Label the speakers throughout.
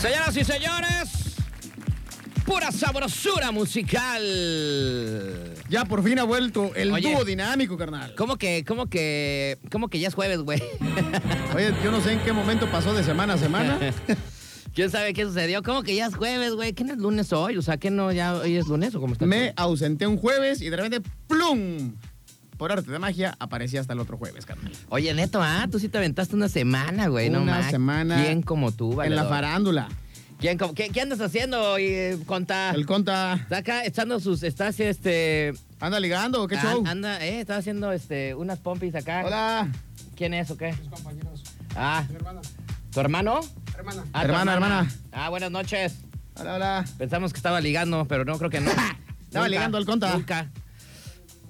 Speaker 1: Señoras y señores, pura sabrosura musical.
Speaker 2: Ya por fin ha vuelto el
Speaker 1: Oye.
Speaker 2: dúo dinámico, carnal.
Speaker 1: ¿Cómo que, cómo que, cómo que ya es jueves, güey?
Speaker 2: Oye, yo no sé en qué momento pasó de semana a semana.
Speaker 1: ¿Quién sabe qué sucedió? ¿Cómo que ya es jueves, güey? ¿Qué no es lunes hoy? O sea, ¿qué no ya hoy es lunes o cómo está?
Speaker 2: Me ausenté un jueves y de repente, ¡plum! Por arte de magia, aparecí hasta el otro jueves, carnal.
Speaker 1: Oye, Neto, ah, tú sí te aventaste una semana, güey, no
Speaker 2: Una
Speaker 1: más.
Speaker 2: semana
Speaker 1: ¿Quién como tú,
Speaker 2: En la
Speaker 1: valedor?
Speaker 2: farándula.
Speaker 1: ¿Quién como- qué, qué andas haciendo hoy, eh, conta?
Speaker 2: El conta,
Speaker 1: Está acá echando sus, estás este...
Speaker 2: ¿anda ligando o qué
Speaker 1: an-
Speaker 2: show?
Speaker 1: Anda, eh, está haciendo este, unas pompis acá.
Speaker 2: Hola.
Speaker 1: ¿Quién es o qué?
Speaker 3: compañeros.
Speaker 1: Ah,
Speaker 3: Mi hermana,
Speaker 1: ¿tu hermano?
Speaker 3: hermana.
Speaker 1: Ah, tu
Speaker 2: Hermana, hermana.
Speaker 1: Ah, buenas noches.
Speaker 2: Hola, hola.
Speaker 1: Pensamos que estaba ligando, pero no creo que no. Estaba
Speaker 2: ligando al conta.
Speaker 1: Nunca.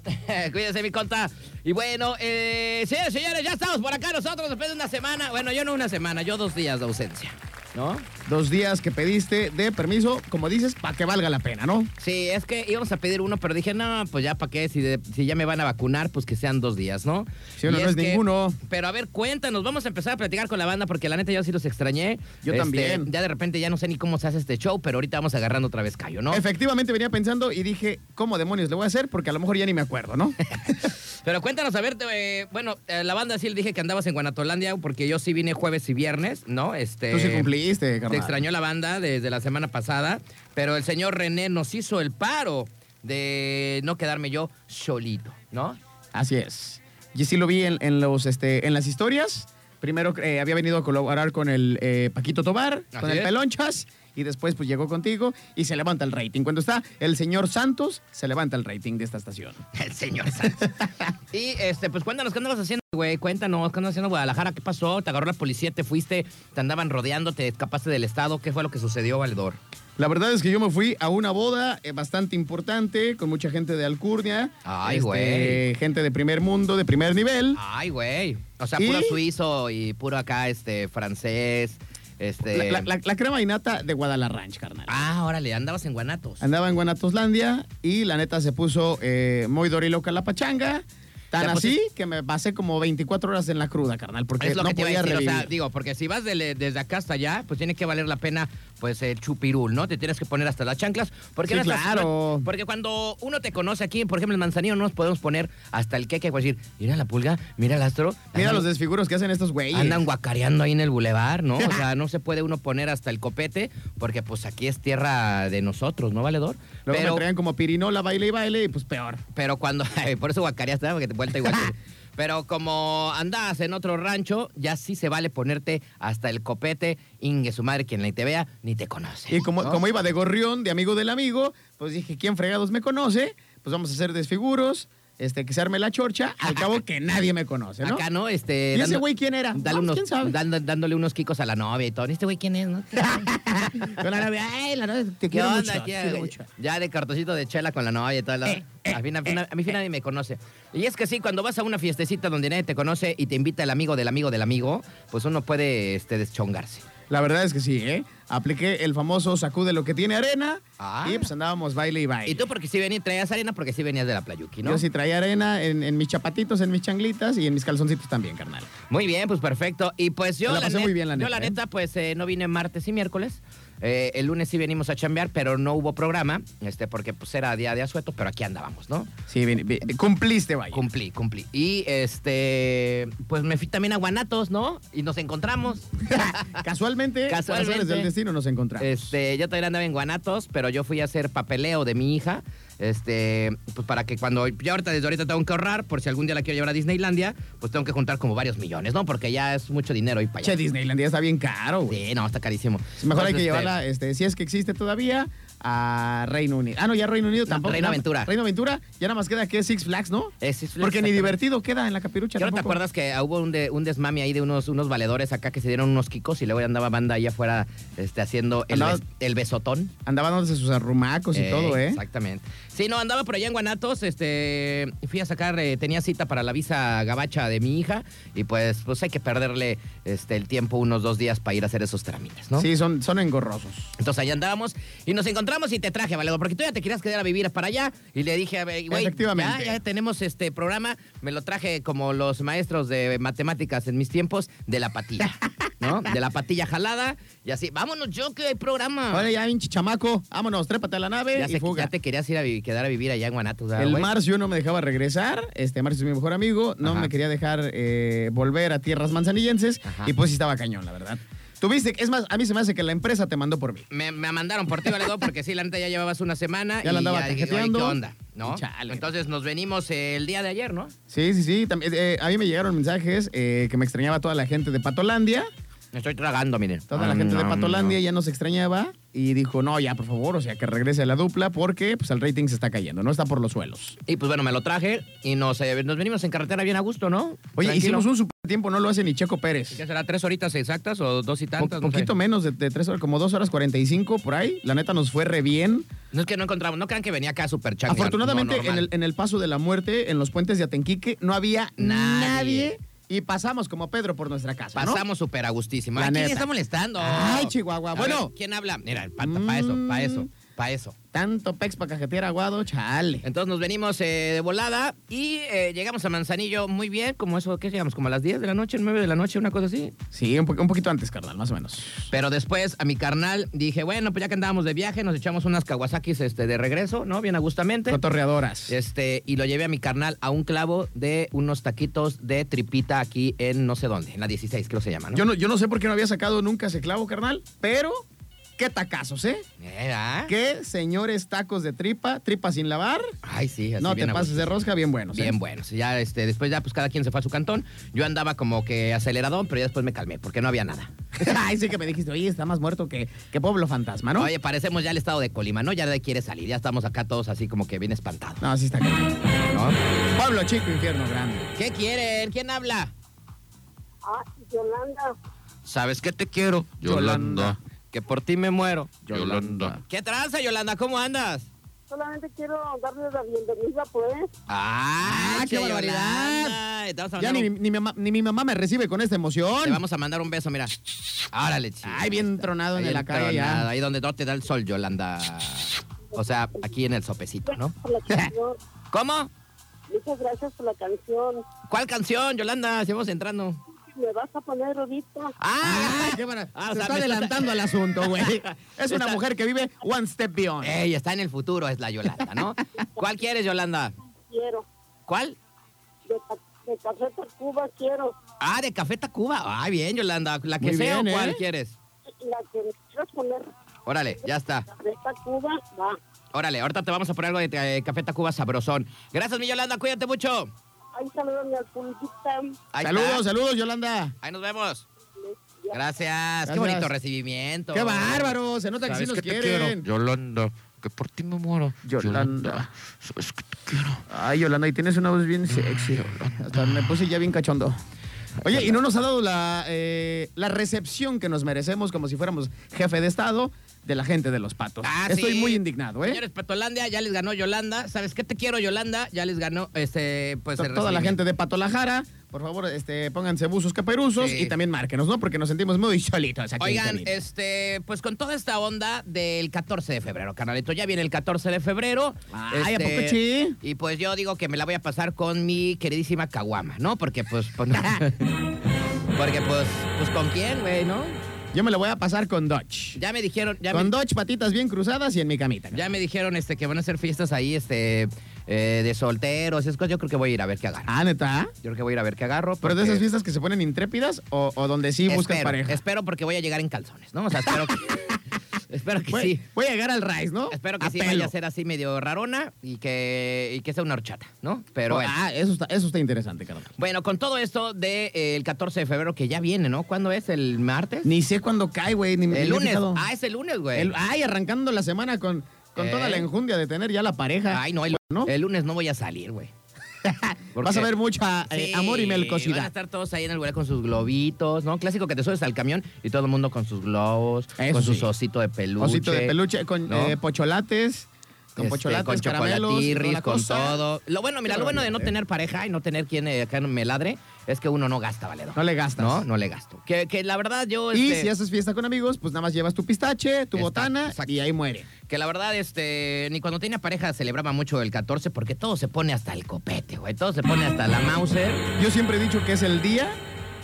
Speaker 1: Cuídense, mi conta. Y bueno, eh, señores, señores, ya estamos por acá nosotros después de una semana. Bueno, yo no una semana, yo dos días de ausencia. ¿No?
Speaker 2: Dos días que pediste de permiso, como dices, para que valga la pena, ¿no?
Speaker 1: Sí, es que íbamos a pedir uno, pero dije, no, pues ya para qué, si, de- si ya me van a vacunar, pues que sean dos días, ¿no?
Speaker 2: Sí, uno
Speaker 1: Y
Speaker 2: no es ninguno.
Speaker 1: Pero a ver, cuéntanos, vamos a empezar a platicar con la banda, porque la neta yo sí los extrañé. Este,
Speaker 2: Yo también.
Speaker 1: Ya de repente ya no sé ni cómo se hace este show, pero ahorita vamos agarrando otra vez callo, ¿no?
Speaker 2: Efectivamente venía pensando y dije, ¿cómo demonios le voy a hacer? Porque a lo mejor ya ni me acuerdo, ¿no?
Speaker 1: Pero cuéntanos, a ver, eh, bueno, eh, la banda sí le dije que andabas en Guanatolandia, porque yo sí vine jueves y viernes, ¿no? Este,
Speaker 2: Tú sí cumpliste, carnal.
Speaker 1: Te extrañó la banda desde la semana pasada, pero el señor René nos hizo el paro de no quedarme yo solito, ¿no?
Speaker 2: Así es. Y sí lo vi en, en los, este, en las historias. Primero eh, había venido a colaborar con el eh, Paquito Tobar,
Speaker 1: Así
Speaker 2: con el
Speaker 1: es.
Speaker 2: Pelonchas, y después pues llegó contigo y se levanta el rating. Cuando está el señor Santos, se levanta el rating de esta estación.
Speaker 1: El señor Sánchez. y este, pues cuéntanos, ¿qué andabas haciendo, güey? Cuéntanos, ¿qué andabas haciendo en Guadalajara? ¿Qué pasó? ¿Te agarró la policía? ¿Te fuiste? ¿Te andaban rodeando? ¿Te escapaste del estado? ¿Qué fue lo que sucedió, Valedor?
Speaker 2: La verdad es que yo me fui a una boda eh, bastante importante, con mucha gente de Alcurnia.
Speaker 1: Ay,
Speaker 2: este,
Speaker 1: güey. Ah,
Speaker 2: Gente de primer mundo, de primer nivel.
Speaker 1: Ay, güey. O sea,
Speaker 2: ¿Y?
Speaker 1: puro suizo y puro acá, este, francés, este...
Speaker 2: La, la- la- la crema y nata de Guadalajara, carnal.
Speaker 1: Ah, órale, andabas en Guanatos.
Speaker 2: Andaba en Guanatoslandia y la neta se puso eh, muy doriloca la pachanga. Tan
Speaker 1: Ya, pues,
Speaker 2: así que me pasé como 24 horas en la cruda, carnal, porque
Speaker 1: es lo
Speaker 2: Eh, no
Speaker 1: que te iba
Speaker 2: podía
Speaker 1: a decir, o sea,
Speaker 2: revivir.
Speaker 1: digo, porque si vas dele- desde acá hasta allá, pues tiene que valer la pena, pues, el chupirul, ¿no? Te tienes que poner hasta las chanclas. Porque
Speaker 2: Sí,
Speaker 1: no estás-
Speaker 2: claro.
Speaker 1: porque cuando uno te conoce aquí, por ejemplo, en Manzanillo, no nos podemos poner hasta el queque, pues, decir, mira la pulga, mira el astro.
Speaker 2: Mira
Speaker 1: andan-
Speaker 2: los desfiguros que hacen estos güeyes.
Speaker 1: Andan guacareando ahí en el bulevar, ¿no? O sea, no se puede uno poner hasta el copete, porque pues aquí es tierra de nosotros, ¿no, Valedor?
Speaker 2: Luego me
Speaker 1: Pero,
Speaker 2: traían como pirinola, baile y baile, y pues peor.
Speaker 1: pero cuando. ay, por eso guacareaste, ¿verdad? porque te vuelta igual. que- Pero como andas en otro rancho, ya sí se vale ponerte hasta el copete, ingue su madre, quien ni te vea, ni te conoce.
Speaker 2: Y como,
Speaker 1: ¿no?
Speaker 2: como iba de gorrión, de amigo del amigo, pues dije, ¿quién fregados me conoce? Pues vamos a hacer desfiguros, este, que se arme la chorcha, al cabo que nadie me conoce, ¿no?
Speaker 1: Acá, ¿no? Este,
Speaker 2: ¿Y ese güey quién era?
Speaker 1: dale
Speaker 2: No, pues,
Speaker 1: unos-
Speaker 2: ¿quién sabe?
Speaker 1: dando- dándole unos quicos a la novia y todo. ¿Este güey quién es, no?
Speaker 2: Yo la novia, ay, la novia, te
Speaker 1: ¿Qué
Speaker 2: quiero
Speaker 1: onda,
Speaker 2: mucho, te
Speaker 1: tía?
Speaker 2: quiero mucho. Eh,
Speaker 1: Ya de cartoncito de chela con la novia y todo. lo- a, mí, a mí- a mí nadie me conoce. Y es que sí, cuando vas a una fiestecita donde nadie te conoce y te invita el amigo del amigo del amigo, pues uno puede este, deschongarse.
Speaker 2: La verdad es que sí, ¿eh? Apliqué el famoso sacude lo que tiene arena
Speaker 1: Ah.
Speaker 2: y pues andábamos baile y baile.
Speaker 1: Y tú porque sí venías, traías arena porque sí venías de la playuki, ¿no?
Speaker 2: Yo sí traía arena en, en mis chapatitos, en mis changlitas y en mis calzoncitos también, carnal.
Speaker 1: Muy bien, pues perfecto. Y pues yo,
Speaker 2: Me la pasé muy
Speaker 1: net-
Speaker 2: bien, la
Speaker 1: yo
Speaker 2: neta,
Speaker 1: la
Speaker 2: ¿eh?
Speaker 1: neta, pues eh, no vine martes y miércoles. Eh, el lunes sí venimos a chambear, pero no hubo programa, este, porque pues era día de asueto, pero aquí andábamos, ¿no?
Speaker 2: Sí, bien, bien, cumpliste, vaya.
Speaker 1: Cumplí, cumplí. Y este, pues me fui también a Guanatos, ¿no? Y nos encontramos.
Speaker 2: Casualmente, por
Speaker 1: Casualmente.
Speaker 2: razones del destino nos encontramos.
Speaker 1: Este, yo también andaba en Guanatos, pero yo fui a hacer papeleo de mi hija. Este, pues para que cuando. Yo ahorita desde ahorita tengo que ahorrar, por si algún día la quiero llevar a Disneylandia, pues tengo que juntar como varios millones, ¿no? Porque ya es mucho dinero y para
Speaker 2: Che, Disneylandia está bien caro, güey.
Speaker 1: Sí, no, está carísimo.
Speaker 2: Mejor
Speaker 1: Entonces,
Speaker 2: hay que
Speaker 1: este,
Speaker 2: llevarla, este, si es que existe todavía, a Reino Unido. Ah, no, ya Reino Unido
Speaker 1: No,
Speaker 2: tampoco.
Speaker 1: Reino
Speaker 2: nada-
Speaker 1: Aventura.
Speaker 2: Reino Aventura, ya nada más queda que Six Flags, ¿no?
Speaker 1: eh, sí, sí,
Speaker 2: Porque ni
Speaker 1: exactamente.
Speaker 2: divertido queda en la capirucha.
Speaker 1: ¿Qué no te
Speaker 2: tampoco.
Speaker 1: acuerdas que hubo un, de- un desmame ahí de unos, unos valedores acá que se dieron unos quicos y luego ya andaba banda ahí afuera este, haciendo el,
Speaker 2: Andaba-
Speaker 1: bes- el besotón?
Speaker 2: Andaban dándose sus arrumacos y
Speaker 1: Eh,
Speaker 2: todo, ¿eh?
Speaker 1: Exactamente. Sí, no, andaba por allá en Guanatos, este, fui a sacar, eh, tenía cita para la visa gabacha de mi hija y pues, pues hay que perderle este, el tiempo unos dos días para ir a hacer esos trámites, ¿no?
Speaker 2: Sí, son, son engorrosos.
Speaker 1: Entonces allá andábamos y nos encontramos y te traje, Valedor, porque tú ya te querías quedar a vivir para allá y le dije, a ver, güey,
Speaker 2: Efectivamente.
Speaker 1: Ya, ya tenemos este programa, me lo traje como los maestros de matemáticas en mis tiempos, de la patilla. ¿no? De la patilla jalada y así, vámonos yo que hay programa.
Speaker 2: Ahora ya, pinche chamaco, vámonos, trépate a la nave
Speaker 1: Ah. ya,
Speaker 2: y
Speaker 1: sé que
Speaker 2: fuga.
Speaker 1: ya te querías ir a vi- quedar a vivir allá en Guanatos. ¿verdad,
Speaker 2: El
Speaker 1: güey?
Speaker 2: Marcio no me dejaba regresar, este Marcio es mi mejor amigo, no
Speaker 1: Ajá.
Speaker 2: me quería dejar eh, volver a tierras manzanillenses
Speaker 1: Ajá.
Speaker 2: y pues sí estaba cañón, la verdad. Tuviste, es más, a mí se me hace que la empresa te mandó por mí.
Speaker 1: Me, me mandaron por ti, vale, dos, porque sí, la neta ya llevabas una semana
Speaker 2: Ya
Speaker 1: y
Speaker 2: la andaba
Speaker 1: dije, "Oye,
Speaker 2: cajeteando".
Speaker 1: ¿qué onda? ¿No?
Speaker 2: Chale.
Speaker 1: Entonces nos venimos el día de ayer, ¿no?
Speaker 2: Sí, sí, sí. También, eh, a mí me llegaron mensajes eh, que me extrañaba toda la gente de Patolandia.
Speaker 1: Me estoy tragando, miren.
Speaker 2: Toda la
Speaker 1: Mm,
Speaker 2: gente de
Speaker 1: mm,
Speaker 2: Patolandia ya nos extrañaba y dijo, no, ya, por favor, o sea, que regrese a la dupla porque pues el rating se está cayendo, no está por los suelos.
Speaker 1: mm. Y pues bueno, me lo traje y nos, eh, nos venimos en carretera bien a gusto, ¿no?
Speaker 2: Oye,
Speaker 1: Tranquilo.
Speaker 2: hicimos un super tiempo, no lo hace ni Checo Pérez.
Speaker 1: ¿Qué será? ¿Tres horitas exactas o dos y
Speaker 2: Po-
Speaker 1: tantas? no sé.
Speaker 2: poquito menos de, de tres horas, como dos horas 45 por ahí. La neta nos fue re bien.
Speaker 1: No es que no encontramos, no crean que venía acá super chango.
Speaker 2: Afortunadamente, en, el, en el paso de la muerte, en los puentes de Atenquique, no había nadie.
Speaker 1: Nadie.
Speaker 2: y pasamos como Pedro por nuestra casa. ¿no?
Speaker 1: Pasamos súper a gustísimo.
Speaker 2: La
Speaker 1: Ay, ¿Quién
Speaker 2: neta.
Speaker 1: está molestando?
Speaker 2: Ay, Chihuahua.
Speaker 1: A
Speaker 2: Bueno.
Speaker 1: ver, ¿Quién habla? Mira, para eso, para eso, para eso.
Speaker 2: Tanto pex para cajetear aguado, chale.
Speaker 1: Entonces nos venimos eh, de volada y eh, llegamos a Manzanillo muy bien, como eso, ¿qué llegamos? Como a las 10 de la noche, 9 de la noche, una cosa así.
Speaker 2: Sí, un, po- un poquito antes, carnal, más o menos.
Speaker 1: Pero después a mi carnal dije, bueno, pues ya que andábamos de viaje, nos echamos unas kawasakis este, de regreso, ¿no? Bien a gustamente.
Speaker 2: Cotorreadoras.
Speaker 1: Este, y lo llevé a mi carnal a un clavo de unos taquitos de tripita aquí en no sé dónde, en la 16 creo se llama, ¿no?
Speaker 2: Yo, no, yo no sé por qué no había sacado nunca ese clavo, carnal, pero qué tacazos, ¿eh?
Speaker 1: Mira.
Speaker 2: Qué señores tacos de tripa, tripa sin lavar.
Speaker 1: Ay, sí, así
Speaker 2: no
Speaker 1: bien
Speaker 2: te
Speaker 1: a
Speaker 2: pases de
Speaker 1: gusto.
Speaker 2: rosca, bien buenos. ¿eh?
Speaker 1: Bien buenos. Ya este, después ya pues cada quien se fue a su cantón. Yo andaba como que aceleradón, pero ya después me calmé porque no había nada.
Speaker 2: Ay, sí que me dijiste, oye, está más muerto que, que Pueblo Fantasma, ¿no?
Speaker 1: Oye, parecemos ya el estado de Colima, ¿no? Ya nadie quiere salir, ya estamos acá todos así como que bien espantados.
Speaker 2: No, sí está cañón.
Speaker 1: ¿no?
Speaker 2: Pueblo chico, infierno grande.
Speaker 1: ¿Qué quieren? ¿Quién habla?
Speaker 3: Ah, Yolanda,
Speaker 1: ¿Sabes qué te quiero?
Speaker 2: Yolanda.
Speaker 1: Que por ti me muero.
Speaker 2: Yolanda.
Speaker 1: ¿Qué tranza, Yolanda? ¿Cómo andas?
Speaker 3: solamente quiero darles la bienvenida, pues.
Speaker 1: ¡Ah!
Speaker 2: qué
Speaker 1: che,
Speaker 2: barbaridad!
Speaker 1: Yolanda. Te vamos a
Speaker 2: Ya
Speaker 1: mandar
Speaker 2: ni,
Speaker 1: un-
Speaker 2: mi- ni mi mamá, ni mi mamá me recibe con esta
Speaker 1: Te
Speaker 2: emoción.
Speaker 1: vamos a mandar un beso, mira. Árale, chico.
Speaker 2: Ay, bien tronado en
Speaker 1: Ahí
Speaker 2: la calle
Speaker 1: entra nada,
Speaker 2: ya.
Speaker 1: Ahí donde no te da el sol, Yolanda. O sea, aquí en el sopecito, ¿no?
Speaker 3: Gracias por la canción.
Speaker 1: ¿Cómo?
Speaker 3: Muchas gracias por la canción.
Speaker 1: ¿Cuál canción, Yolanda? Si vamos entrando.
Speaker 3: Me vas a poner ahorita.
Speaker 1: ¡Ah!
Speaker 2: Ay, qué mara-
Speaker 1: Ah, o
Speaker 2: Se
Speaker 1: sea,
Speaker 2: está
Speaker 1: me está-
Speaker 2: adelantando al asunto, güey. Es una
Speaker 1: Está- Eh,
Speaker 2: mujer que vive one step beyond.
Speaker 1: Ey, está en el futuro, es la Yolanda, ¿no? ¿Cuál quieres, Yolanda?
Speaker 3: Quiero.
Speaker 1: ¿Cuál?
Speaker 3: De, ca- de Café Tacuba quiero.
Speaker 1: Ah, de Café Tacuba. Ah, bien, Yolanda. La que
Speaker 2: Muy
Speaker 1: sea
Speaker 2: bien,
Speaker 1: o cuál
Speaker 2: ¿eh?
Speaker 1: quieres.
Speaker 3: La que me quieras poner
Speaker 1: Órale, ya está.
Speaker 3: de Tacuba, va.
Speaker 1: Órale, ahorita te vamos a poner algo de eh, Café Tacuba sabrosón. Gracias, mi Yolanda. Cuídate mucho.
Speaker 3: Ahí salúdame al Fulvita.
Speaker 1: Ahí está.
Speaker 2: saludos, eh. saludos, Yolanda.
Speaker 1: Ahí nos vemos. Gracias. Qué bonito recibimiento.
Speaker 2: Qué bárbaro, se nota que sí nos
Speaker 4: ¿Sabes qué te
Speaker 2: quieren.
Speaker 4: quiero? Yolanda, que por ti me muero.
Speaker 2: Yolanda.
Speaker 4: ¿sabes que te quiero?
Speaker 2: Ay, Yolanda, y tienes una voz bien sexy. Hasta me puse ya bien cachondo. Oye, y no nos ha dado la, eh, la recepción que nos merecemos como si fuéramos jefe de Estado de la gente de los patos.
Speaker 1: Ah,
Speaker 2: Estoy
Speaker 1: sí.
Speaker 2: muy indignado, ¿eh?
Speaker 1: Señores, Patolandia ya les ganó Yolanda. ¿Sabes qué te quiero, Yolanda? Ya les ganó este, pues
Speaker 2: To-
Speaker 1: el
Speaker 2: Toda la
Speaker 1: recibimiento.
Speaker 2: gente de Patolajara, por favor, este, pónganse buzos caperuzos
Speaker 1: Sí.
Speaker 2: y también márquenos, ¿no? Porque nos sentimos muy solitos aquí. en
Speaker 1: Oigan,
Speaker 2: Colima.
Speaker 1: este, pues con toda esta onda del 14 de febrero, canalito, ya viene el 14 de febrero.
Speaker 2: Ay, ¿a
Speaker 1: Este,
Speaker 2: poco sí?
Speaker 1: Y pues yo digo que me la voy a pasar con mi queridísima Caguama, ¿no? Porque pues, pues, no. porque pues, pues con quién, güey, ¿no?
Speaker 2: Yo me lo voy a pasar con Dodge.
Speaker 1: Ya me dijeron, ya
Speaker 2: con
Speaker 1: me,
Speaker 2: Dodge, patitas bien cruzadas y en mi camita.
Speaker 1: ya me dijeron este que van a hacer fiestas ahí, este, eh, de solteros, es cosa, yo creo que voy a ir a ver qué agarro.
Speaker 2: Ah, neta.
Speaker 1: Yo creo que voy a ir a ver qué agarro.
Speaker 2: Pero de
Speaker 1: porque-
Speaker 2: esas fiestas que se ponen intrépidas o, o donde sí buscan
Speaker 1: espero,
Speaker 2: pareja.
Speaker 1: Espero porque voy a llegar en calzones, ¿no? O sea, espero que, espero que
Speaker 2: voy,
Speaker 1: sí.
Speaker 2: voy a llegar al Rice, ¿no?
Speaker 1: Espero que
Speaker 2: A
Speaker 1: sí
Speaker 2: pelo.
Speaker 1: vaya a ser así medio rarona y que, y que sea una horchata, ¿no? Pero bueno.
Speaker 2: Ah, eso está, eso está interesante, carnal.
Speaker 1: Bueno, con todo esto del de, eh, el 14 de febrero que ya viene, ¿no? ¿Cuándo es? ¿El martes?
Speaker 2: Ni sé cuándo cae, güey. ni- ni me he
Speaker 1: el lunes.
Speaker 2: fijado.
Speaker 1: Ah, es el lunes, güey.
Speaker 2: El- ay, arrancando la semana con, con
Speaker 1: Eh.
Speaker 2: toda la enjundia de tener ya la pareja.
Speaker 1: Ay, no el,
Speaker 2: ¿no?
Speaker 1: el lunes no voy a salir, güey. Porque-
Speaker 2: Vas a ver mucha eh,
Speaker 1: Sí,
Speaker 2: amor y
Speaker 1: Van a
Speaker 2: melcosidad.
Speaker 1: estar todos ahí en el lugar con sus globitos, ¿no? Clásico que te subes al camión y todo el mundo con sus globos,
Speaker 2: Eso
Speaker 1: con sus
Speaker 2: sí.
Speaker 1: osito de peluche.
Speaker 2: Osito de peluche con
Speaker 1: ¿no?
Speaker 2: eh, pocholates, con
Speaker 1: Este,
Speaker 2: pocholates,
Speaker 1: con
Speaker 2: caramelos, toda
Speaker 1: chocolatirris,
Speaker 2: la
Speaker 1: con
Speaker 2: cosa. eh.
Speaker 1: todo. Lo bueno, mira,
Speaker 2: Qué
Speaker 1: lo bueno de no
Speaker 2: barbaridad,
Speaker 1: tener pareja y no tener quien eh, acá me ladre es que uno no gasta, valedor.
Speaker 2: No le gastas.
Speaker 1: No, no le gasto. Que, que la verdad yo...
Speaker 2: Y
Speaker 1: este,
Speaker 2: si haces fiesta con amigos, pues nada más llevas tu pistache, tu
Speaker 1: Está-
Speaker 2: botana
Speaker 1: exacto.
Speaker 2: y ahí muere.
Speaker 1: Que la verdad, este, ni cuando tenía pareja celebraba mucho el 14 porque todo se pone hasta el copete, güey. Todo se pone hasta la Mauser.
Speaker 2: Yo siempre he dicho que es el día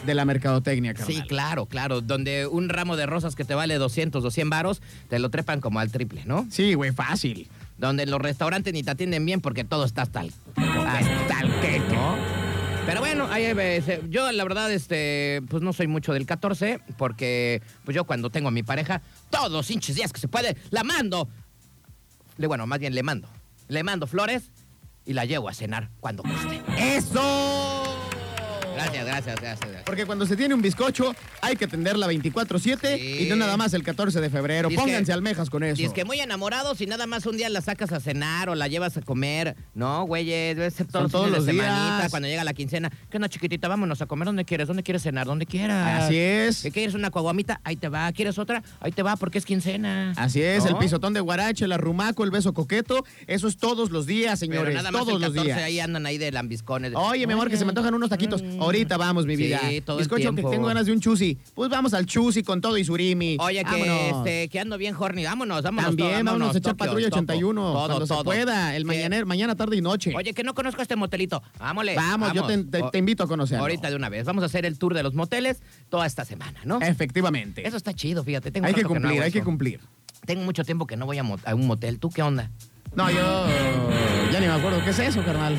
Speaker 2: de la mercadotecnia, carnal.
Speaker 1: Sí, claro, claro. Donde un ramo de rosas que te vale 200 o 100 varos, te lo trepan como al triple, ¿no?
Speaker 2: Sí, güey, fácil.
Speaker 1: Donde en los restaurantes ni te atienden bien porque todo está hasta el... Hasta el queque, ¿no? Pero bueno, ahí, eh, se- yo la verdad, este, pues no soy mucho del 14, porque pues yo cuando tengo a mi pareja, todos los hinches días que se puede, la mando. Le, bueno, más bien le mando. Le mando flores y la llevo a cenar cuando guste.
Speaker 2: ¡Eso!
Speaker 1: Gracias, gracias, gracias. gracias.
Speaker 2: Porque cuando se tiene un bizcocho, hay que atenderla 24-7
Speaker 1: Sí.
Speaker 2: y no nada más el 14 de febrero.
Speaker 1: Dice
Speaker 2: Pónganse
Speaker 1: que-
Speaker 2: almejas con eso.
Speaker 1: Y es que muy enamorados y nada más un día la sacas a cenar o la llevas a comer. No, güeyes, debe ser todos,
Speaker 2: Son todos
Speaker 1: los fines de
Speaker 2: los días.
Speaker 1: semanita, cuando llega la quincena. ¿Qué onda, chiquitita? Vámonos a comer. ¿Dónde quieres? ¿Dónde quieres cenar? ¿Dónde quieras?
Speaker 2: Así es.
Speaker 1: ¿Qué quieres? ¿Una coguamita? Ahí te va. ¿Quieres otra? Ahí te va, porque es quincena.
Speaker 2: Así es,
Speaker 1: ¿No?
Speaker 2: el pisotón de guarache, el arrumaco, el beso coqueto, eso es todos los días,
Speaker 1: Pero
Speaker 2: señores,
Speaker 1: nada más
Speaker 2: todos
Speaker 1: el 14
Speaker 2: los días.
Speaker 1: ahí andan ahí de lambiscones.
Speaker 2: Oye, mi amor, que se me antojan unos taquitos. Ahorita vamos, mi
Speaker 1: Sí,
Speaker 2: vida.
Speaker 1: todo el
Speaker 2: Bizcocho, que
Speaker 1: tiempo.
Speaker 2: tengo ganas de un chusi. Pues vamos al chusi con todo y surimi.
Speaker 1: Oye, que,
Speaker 2: Vámonos.
Speaker 1: este, que ando bien horny. Vámonos, vámonos. todo,
Speaker 2: También vámonos a echar
Speaker 1: Tokio,
Speaker 2: patrulla
Speaker 1: Topo.
Speaker 2: 81
Speaker 1: Todo,
Speaker 2: cuando
Speaker 1: todo.
Speaker 2: se pueda, el
Speaker 1: Que-
Speaker 2: mañanero, mañana, tarde y noche.
Speaker 1: Oye, que no conozco este motelito. Vámosle.
Speaker 2: Vamos, yo te- te-
Speaker 1: O-
Speaker 2: te invito a conocerlo.
Speaker 1: Ahorita de una vez. Vamos a hacer el tour de los moteles toda esta semana, ¿no?
Speaker 2: Efectivamente.
Speaker 1: Eso está chido, fíjate. Tengo
Speaker 2: hay que
Speaker 1: rato no
Speaker 2: cumplir,
Speaker 1: hago
Speaker 2: hay que
Speaker 1: eso.
Speaker 2: cumplir.
Speaker 1: Tengo mucho tiempo que no voy a, mo- a un motel. ¿Tú qué onda?
Speaker 2: No, yo ya ni me acuerdo qué es eso, carnal.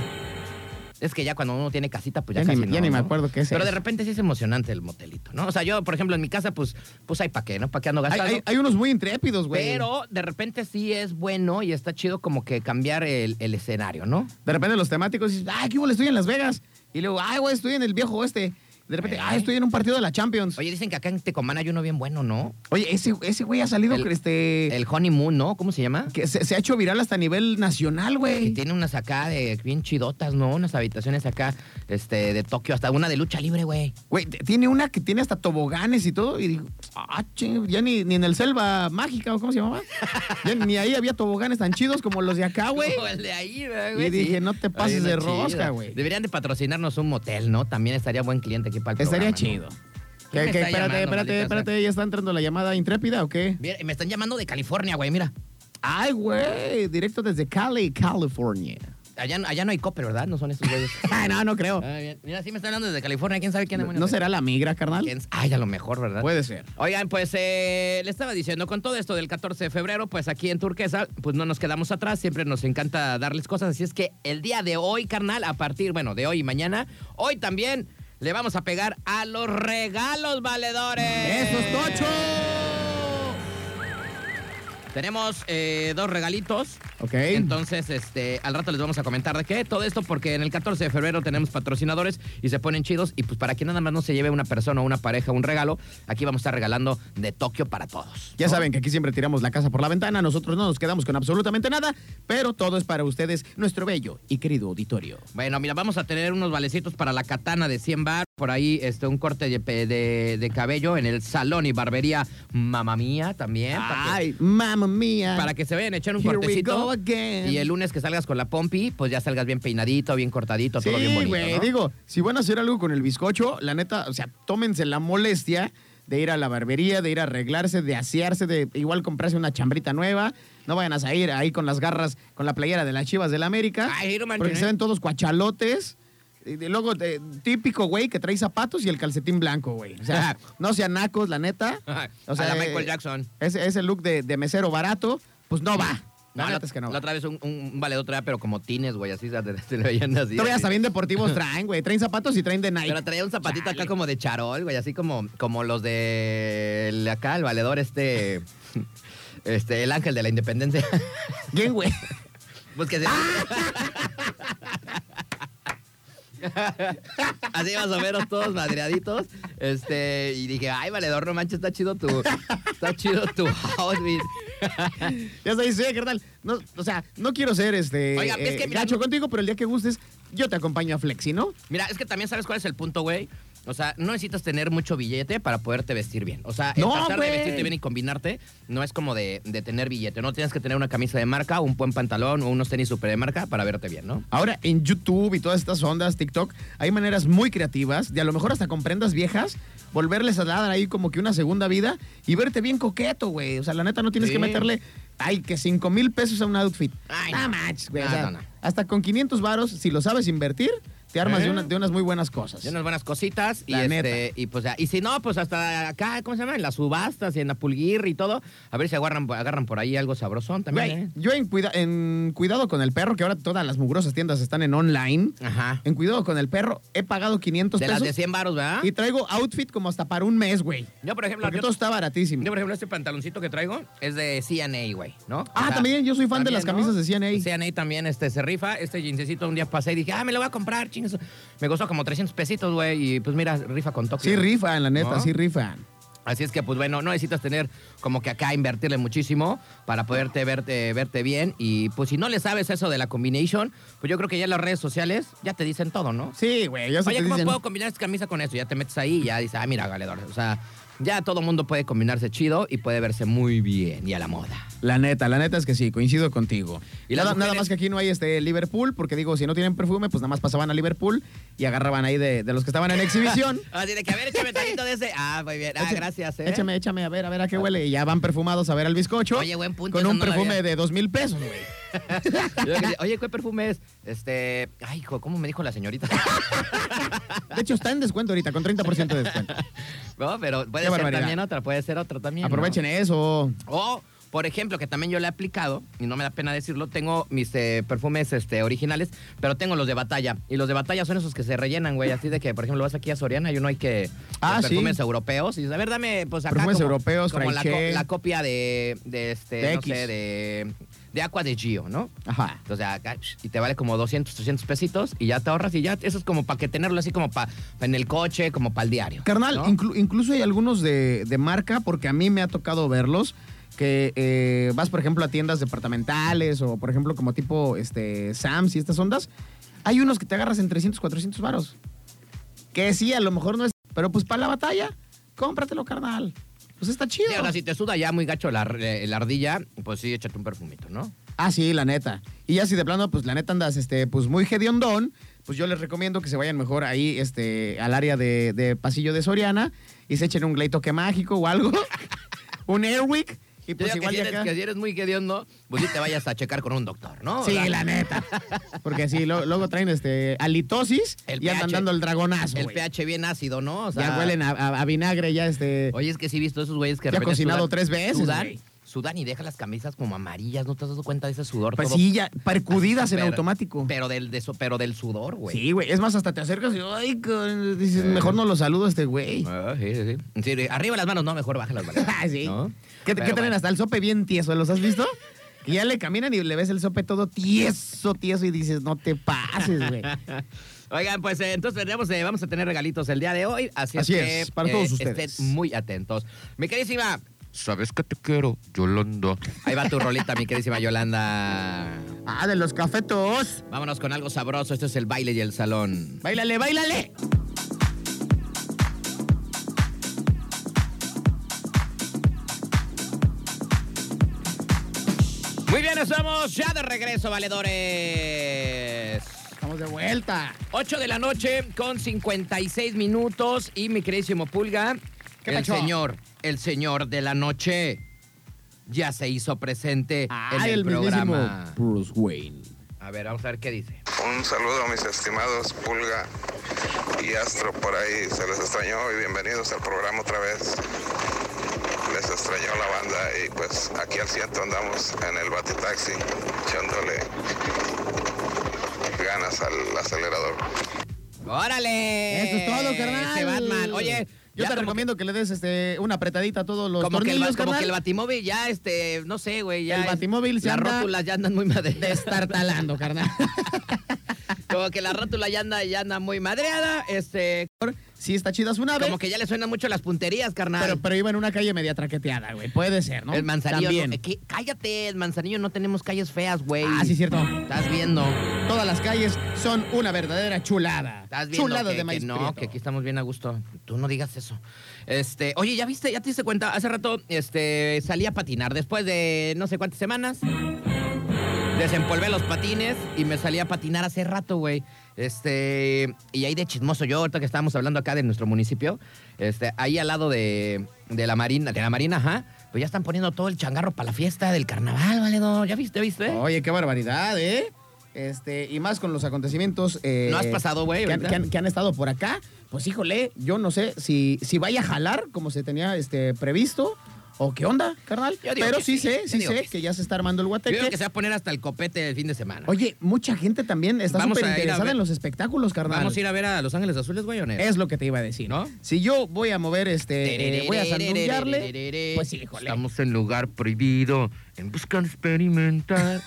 Speaker 1: Es que ya cuando uno tiene casita, pues ya,
Speaker 2: Ya ni-
Speaker 1: casi
Speaker 2: ya
Speaker 1: no,
Speaker 2: ni me
Speaker 1: ¿no?
Speaker 2: acuerdo qué es
Speaker 1: Pero de
Speaker 2: eso.
Speaker 1: repente sí es emocionante el motelito, ¿no? O sea, yo, por ejemplo, en mi casa, pues, pues hay pa' qué, ¿no? Pa' qué ando
Speaker 2: Hay,
Speaker 1: gastando.
Speaker 2: hay- hay unos muy intrépidos, güey.
Speaker 1: pero de repente sí es bueno y está chido como que cambiar el, el escenario, ¿no?
Speaker 2: De repente los temáticos dicen, ay, qué hubo, estoy en Las Vegas. Y luego, ay, güey, estoy en el viejo oeste. De repente,
Speaker 1: Eh.
Speaker 2: ay, estoy en un partido de la Champions.
Speaker 1: Oye, dicen que acá en Tecomán hay uno bien bueno, ¿no?
Speaker 2: Oye, ese, ese güey ha salido,
Speaker 1: El-
Speaker 2: este,
Speaker 1: El honeymoon, ¿no? ¿Cómo se llama?
Speaker 2: que se, se ha hecho viral hasta a nivel nacional,
Speaker 1: Que
Speaker 2: güey.
Speaker 1: tiene unas acá de bien chidotas, ¿no? Unas habitaciones acá este, de Tokio, hasta una de lucha libre, güey.
Speaker 2: Güey, t- tiene una que tiene hasta toboganes y todo. Y digo, ah, ching, ya ni, ni en el Selva Mágica, o ¿cómo se llamaba? Ya ni ahí había toboganes tan chidos como los de acá, Ah, güey.
Speaker 1: Como el de ahí, ¿verdad,
Speaker 2: Y dije, no te pases
Speaker 1: Oye, no
Speaker 2: de
Speaker 1: chido.
Speaker 2: rosca, güey.
Speaker 1: Deberían de patrocinarnos un motel, ¿no? También estaría buen cliente aquí para el
Speaker 2: Estaría
Speaker 1: programa, ¿no?
Speaker 2: chido. Que-
Speaker 1: me
Speaker 2: que-
Speaker 1: está
Speaker 2: espérate,
Speaker 1: llamando,
Speaker 2: espérate,
Speaker 1: maldita
Speaker 2: espérate, ¿ya está entrando la llamada intrépida o qué?
Speaker 1: Mira, me están llamando de California, güey, mira.
Speaker 2: Ay, güey, directo desde Cali, California.
Speaker 1: Allá, allá no hay cope, ¿verdad? No son estos güeyes.
Speaker 2: Ay, no, no creo.
Speaker 1: Ah, bien. Mira, sí me están hablando desde California. ¿Quién sabe quién
Speaker 2: ¿No,
Speaker 1: demonios
Speaker 2: no
Speaker 1: es?
Speaker 2: será la migra, carnal?
Speaker 1: ¿Quién- Ay, a lo mejor, ¿verdad?
Speaker 2: Puede ser.
Speaker 1: Oigan, pues eh, le estaba diciendo, con todo esto del 14 de febrero, pues aquí en Turquesa, pues no nos quedamos atrás, siempre nos encanta darles cosas, así es que el día de hoy, carnal, a partir, bueno, de hoy y mañana, hoy también le vamos a pegar a los regalos valedores.
Speaker 2: ¡Esos tochos!
Speaker 1: Tenemos eh, dos regalitos.
Speaker 2: Ok.
Speaker 1: Entonces, este, al rato les vamos a comentar de qué. Todo esto porque en el 14 de febrero tenemos patrocinadores y se ponen chidos. Y pues para que nada más no se lleve una persona o una pareja un regalo, aquí vamos a estar regalando de Tokio para todos.
Speaker 2: Ya saben que aquí siempre tiramos la casa por la ventana, nosotros no nos quedamos con absolutamente nada, pero todo es para ustedes, nuestro bello y querido auditorio.
Speaker 1: Bueno, mira, vamos a tener unos valecitos para la katana de 100 bar. Por ahí este, un corte de, pe- de- de cabello en el salón y barbería Mamá Mía también. para que-
Speaker 2: Ay, mamma mía.
Speaker 1: pues. Para que se vean, echar un
Speaker 2: Here we go
Speaker 1: cortecito.
Speaker 2: again.
Speaker 1: Y el lunes que salgas con la Pompi, pues ya salgas bien peinadito, bien cortadito, todo bien
Speaker 2: Sí,
Speaker 1: bonito.
Speaker 2: güey,
Speaker 1: ¿no?
Speaker 2: digo, si van a hacer algo con el bizcocho, la neta, o sea, tómense la molestia de ir a la barbería, de ir a arreglarse, de asearse, de igual comprarse una chambrita nueva. No vayan a salir ahí con las garras, con la playera de las Chivas del América.
Speaker 1: Ay, no manches,
Speaker 2: porque se
Speaker 1: ¿eh?
Speaker 2: ven todos cuachalotes. Y de- luego, de- típico, güey, que trae zapatos y el calcetín blanco, güey. O sea, no sean nacos, la neta. O
Speaker 1: A
Speaker 2: sea,
Speaker 1: la Michael
Speaker 2: eh,
Speaker 1: Jackson.
Speaker 2: Ese, ese look de, de mesero barato, pues no va. La
Speaker 1: No,
Speaker 2: neta
Speaker 1: la,
Speaker 2: es que no
Speaker 1: la
Speaker 2: va.
Speaker 1: otra vez un, un, un valedor traía, pero como tines, güey, así se, se le veían así.
Speaker 2: Todavía
Speaker 1: así.
Speaker 2: hasta bien deportivos traen, güey. Traen zapatos y traen de Nike.
Speaker 1: Pero traía un zapatito acá como de charol, güey, así como, como los de el- acá, el valedor este, este, el ángel de la independencia.
Speaker 2: Bien, güey.
Speaker 1: Pues que se... Así más o menos todos madreaditos. Este, y dije, ay, valedor, no manches, está chido tu. Está chido tu outfit.
Speaker 2: Ya está, dice, "Oye, carnal. No, o sea, no quiero ser este
Speaker 1: Oiga, es que
Speaker 2: eh,
Speaker 1: mira,
Speaker 2: gacho
Speaker 1: no-
Speaker 2: contigo, pero el día que gustes, yo te acompaño a Flexi, ¿no?
Speaker 1: Mira, es que también sabes cuál es el punto, güey. O sea, no necesitas tener mucho billete para poderte vestir bien. O sea, el
Speaker 2: No,
Speaker 1: tratar de
Speaker 2: güey.
Speaker 1: vestirte bien y combinarte no es como de, de tener billete. No tienes que tener una camisa de marca, un buen pantalón o unos tenis super de marca para verte bien, ¿no?
Speaker 2: Ahora, en YouTube y todas estas ondas, TikTok, hay maneras muy creativas de a lo mejor hasta con prendas viejas, volverles a dar ahí como que una segunda vida y verte bien coqueto, güey. O sea, la neta, no tienes
Speaker 1: Sí.
Speaker 2: que meterle, ay, que 5 mil pesos a un outfit.
Speaker 1: Ay,
Speaker 2: no
Speaker 1: no.
Speaker 2: manches, güey. o
Speaker 1: No,
Speaker 2: sea,
Speaker 1: no, no.
Speaker 2: Hasta con 500 varos, si lo sabes invertir, Te armas
Speaker 1: ¿Eh?
Speaker 2: de, una- de unas muy buenas cosas.
Speaker 1: De unas buenas cositas. Y,
Speaker 2: La
Speaker 1: este, y pues ya. Y si no, pues hasta acá, ¿cómo se llama? En las subastas y en la pulguirri y todo. A ver si agarran, agarran por ahí algo sabrosón
Speaker 2: Güey,
Speaker 1: también. ¿eh?
Speaker 2: yo en, cuida- en Cuidado con el Perro, que ahora todas las mugrosas tiendas están en online.
Speaker 1: ¿eh? Ajá.
Speaker 2: En Cuidado con el Perro he pagado 500
Speaker 1: De las
Speaker 2: pesos
Speaker 1: de 100 varos, ¿verdad?
Speaker 2: y traigo outfit como hasta para un mes, güey.
Speaker 1: Yo, por ejemplo,
Speaker 2: Porque
Speaker 1: yo,
Speaker 2: todo está baratísimo.
Speaker 1: yo, por ejemplo, este pantaloncito que traigo es de CNA, güey, ¿no?
Speaker 2: Ah, también, yo soy fan de las camisas de CNA.
Speaker 1: CNA también este, se rifa. Este jeansecito un día pasé y dije, ah, me lo voy a comprar, chingas. Me costó como 300 pesitos, güey. Y pues mira, rifa con toque.
Speaker 2: Sí rifan, la neta,
Speaker 1: ¿No?
Speaker 2: sí rifan.
Speaker 1: Así es que, pues bueno, no necesitas tener como que acá invertirle muchísimo para poderte verte, verte bien. Y pues si no le sabes eso de la combination, pues yo creo que ya las redes sociales ya te dicen todo, ¿no?
Speaker 2: Sí, güey, yo sé
Speaker 1: Oye,
Speaker 2: que
Speaker 1: ¿cómo
Speaker 2: dicen...
Speaker 1: puedo combinar esta camisa con esto? Ya te metes ahí y ya dices, ah, mira, valedor. O sea, ya todo mundo puede combinarse chido y puede verse muy bien y a la moda.
Speaker 2: La neta, la neta es que sí, coincido contigo.
Speaker 1: Y
Speaker 2: Y
Speaker 1: las
Speaker 2: nada, nada
Speaker 1: mujeres-
Speaker 2: más que aquí no hay este Liverpool, porque digo, si no tienen perfume, pues nada más pasaban a Liverpool y agarraban ahí de, de los que estaban en exhibición.
Speaker 1: Así de que, a ver, échame tantito de ese. Ah, muy bien. Ah,
Speaker 2: Eche-
Speaker 1: gracias, ¿eh?
Speaker 2: Échame, échame, a ver, a ver a qué huele. Y ya van perfumados a ver al bizcocho.
Speaker 1: Oye, buen punto,
Speaker 2: Con
Speaker 1: eso
Speaker 2: un
Speaker 1: no lo había-
Speaker 2: perfume de dos mil pesos, güey.
Speaker 1: Yo que- Oye, ¿qué perfume es? Este. Ay, hijo, ¿cómo me dijo la señorita?
Speaker 2: De hecho, está en descuento ahorita, con 30% de descuento.
Speaker 1: no, pero puede ser
Speaker 2: Qué barbaridad.
Speaker 1: también otra, puede ser otra también. ¿no?
Speaker 2: Aprovechen eso.
Speaker 1: O, por ejemplo, que también yo le he aplicado, y no me da pena decirlo, tengo mis eh, perfumes este, originales, pero tengo los de batalla. Y los de batalla son esos que se rellenan, güey. Así de que, por ejemplo, vas aquí a Soriana y uno hay que.
Speaker 2: Ah,
Speaker 1: los
Speaker 2: sí.
Speaker 1: perfumes europeos. Y dices, a ver, dame, pues acá.
Speaker 2: Perfumes
Speaker 1: como-
Speaker 2: europeos,
Speaker 1: Como la, co-
Speaker 2: Fraiche.
Speaker 1: la copia de. De este.
Speaker 2: De
Speaker 1: no
Speaker 2: X.
Speaker 1: sé, de. De Aqua de Gio, ¿no?
Speaker 2: Ajá.
Speaker 1: Entonces acá, y te vale como 200, 300 pesitos y ya te ahorras y ya eso es como para que tenerlo así como para en el coche, como para el diario.
Speaker 2: Carnal,
Speaker 1: ¿no?
Speaker 2: inclu- incluso hay algunos de, de marca, porque a mí me ha tocado verlos, que eh, vas, por ejemplo, a tiendas departamentales o, por ejemplo, como tipo este, Sams y estas ondas. Hay unos que te agarras en 300, 400 varos. Que sí, a lo mejor no es... Pero pues para la batalla, cómpratelo, carnal. Pues está chido.
Speaker 1: Sí, o sea, si te suda ya muy gacho la, eh, la ardilla, pues sí, échate un perfumito, ¿no?
Speaker 2: Ah, sí, la neta. Y ya si de plano, pues la neta andas, este, pues muy hediondón, pues yo les recomiendo que se vayan mejor ahí, este, al área de, de pasillo de Soriana y se echen un gleitoque mágico o algo, un Airwick y
Speaker 1: Yo
Speaker 2: pues
Speaker 1: digo
Speaker 2: igual
Speaker 1: que, si
Speaker 2: ya
Speaker 1: eres,
Speaker 2: acá.
Speaker 1: que si eres muy hediondo, pues sí te vayas a checar con un doctor, ¿no?
Speaker 2: Sí,
Speaker 1: O sea,
Speaker 2: la neta. Porque sí, lo- luego traen este halitosis
Speaker 1: El
Speaker 2: y andan
Speaker 1: pH.
Speaker 2: dando el dragonazo.
Speaker 1: El
Speaker 2: güey.
Speaker 1: pH bien ácido, ¿no? O sea,
Speaker 2: ya huelen a, a- a vinagre, ya este.
Speaker 1: Oye, es que sí he visto esos güeyes que de
Speaker 2: Ya
Speaker 1: repente
Speaker 2: cocinado tres veces,
Speaker 1: Sudan,
Speaker 2: güey.
Speaker 1: sudan y deja las camisas como amarillas, ¿no te has dado cuenta de ese sudor?
Speaker 2: Pues
Speaker 1: todo?
Speaker 2: sí, ya percudidas en
Speaker 1: Pero-
Speaker 2: automático.
Speaker 1: Pero del, de eso- pero del sudor, güey.
Speaker 2: Sí, güey. Es más, hasta te acercas y ay, con- dices, mejor no lo saludo a este güey.
Speaker 1: Ah, sí, sí, sí. Sí, de- arriba las manos, no, mejor baja las manos.
Speaker 2: Ah, sí.
Speaker 1: ¿No?
Speaker 2: ¿Qué,
Speaker 1: Pero
Speaker 2: qué tienen
Speaker 1: bueno.
Speaker 2: hasta el sope bien tieso? ¿Los has visto? Que ya le caminan y le ves el sope todo tieso, tieso y dices, no te pases, güey.
Speaker 1: Oigan, pues eh, entonces tenemos, eh, vamos a tener regalitos el día de hoy. Así,
Speaker 2: Así
Speaker 1: que, eh,
Speaker 2: es, para todos ustedes.
Speaker 1: Estén muy atentos. Mi queridísima,
Speaker 4: ¿Sabes que te quiero, Yolanda?
Speaker 1: ahí va tu rolita, mi queridísima Yolanda.
Speaker 2: Ah, de los cafetos.
Speaker 1: Vámonos con algo sabroso. Esto es el baile y el salón.
Speaker 2: Báilale, báilale.
Speaker 1: Muy bien, estamos ya de regreso, valedores.
Speaker 2: Estamos de vuelta.
Speaker 1: 8 de la noche con 56 minutos. Y mi queridísimo Pulga,
Speaker 2: ¿Qué
Speaker 1: el
Speaker 2: pacho?
Speaker 1: señor, el señor de la noche, ya se hizo presente en
Speaker 2: Ay,
Speaker 1: el,
Speaker 2: el, mismísimo
Speaker 1: programa.
Speaker 2: Bruce Wayne.
Speaker 1: A ver, vamos a ver qué dice.
Speaker 5: Un saludo a mis estimados Pulga y Astro por ahí, se les extrañó y bienvenidos al programa otra vez. Les extrañó la banda y pues aquí al ciento andamos en el batitaxi echándole ganas al acelerador.
Speaker 1: ¡Órale!
Speaker 2: Eso es todo, carnal.
Speaker 1: Eh, Ese Batman. Oye,
Speaker 2: yo
Speaker 1: ya
Speaker 2: te
Speaker 1: como
Speaker 2: recomiendo que... le des este, una apretadita a todos los
Speaker 1: Como que, el,
Speaker 2: tornillos,
Speaker 1: ba- como que el
Speaker 2: carnal.
Speaker 1: batimóvil ya, este, no sé, güey, ya.
Speaker 2: El
Speaker 1: es-
Speaker 2: batimóvil se
Speaker 1: Las
Speaker 2: anda
Speaker 1: rótulas ya andan muy madreadas.
Speaker 2: Destartalando, carnal.
Speaker 1: como que la rótula ya anda, ya anda muy madreada. Este,
Speaker 2: Sí, está chidas una vez.
Speaker 1: como que ya le suenan mucho las punterías, carnal.
Speaker 2: Pero, pero iba en una calle media traqueteada, güey. Puede ser, ¿no?
Speaker 1: El manzanillo.
Speaker 2: También.
Speaker 1: no- eh, ¿qué? cállate, el manzanillo no tenemos calles feas, güey.
Speaker 2: Ah, sí, cierto.
Speaker 1: Estás viendo.
Speaker 2: Todas las calles son una verdadera chulada.
Speaker 1: Estás viendo
Speaker 2: chulada
Speaker 1: que,
Speaker 2: de maíz
Speaker 1: que no,
Speaker 2: prieto.
Speaker 1: que aquí estamos bien a gusto. Tú no digas eso. Este, oye, ya viste, ya te diste cuenta, hace rato este salí a patinar después de no sé cuántas semanas. Desempolvé los patines y me salí a patinar hace rato, güey. Este, y ahí de chismoso yo, ahorita que estábamos hablando acá de nuestro municipio, este, ahí al lado de, de la marina, de la marina, ajá, pues ya están poniendo todo el changarro para la fiesta del carnaval, vale, no, ya viste, ¿viste?
Speaker 2: Oye, qué barbaridad, ¿eh? Este, y más con los acontecimientos. eh,
Speaker 1: ¿No has pasado, güey,
Speaker 2: Que, han-
Speaker 1: ahorita?
Speaker 2: que han- que han estado por acá. Pues híjole, yo no sé si, si vaya a jalar como se tenía este, previsto. ¿O qué onda, carnal?
Speaker 1: Yo digo
Speaker 2: Pero
Speaker 1: que
Speaker 2: sí,
Speaker 1: sí,
Speaker 2: sé,
Speaker 1: yo
Speaker 2: sí
Speaker 1: digo
Speaker 2: sé
Speaker 1: que
Speaker 2: que,
Speaker 1: sí.
Speaker 2: ya se está armando el
Speaker 1: Yo
Speaker 2: guateque.
Speaker 1: creo que se va a poner hasta el copete el fin de semana.
Speaker 2: Oye, mucha gente también está
Speaker 1: Vamos a
Speaker 2: súper
Speaker 1: ir a
Speaker 2: interesada
Speaker 1: ver-
Speaker 2: en los espectáculos, carnal.
Speaker 1: ¿Vamos a ir a ver a Los Ángeles Azules, güey, o no?
Speaker 2: Es lo que te iba a decir.
Speaker 1: ¿No?
Speaker 2: Si yo voy a mover este. eh, voy a sandunguearle. Pues sí, híjole.
Speaker 4: Estamos en lugar prohibido, en busca de experimentar.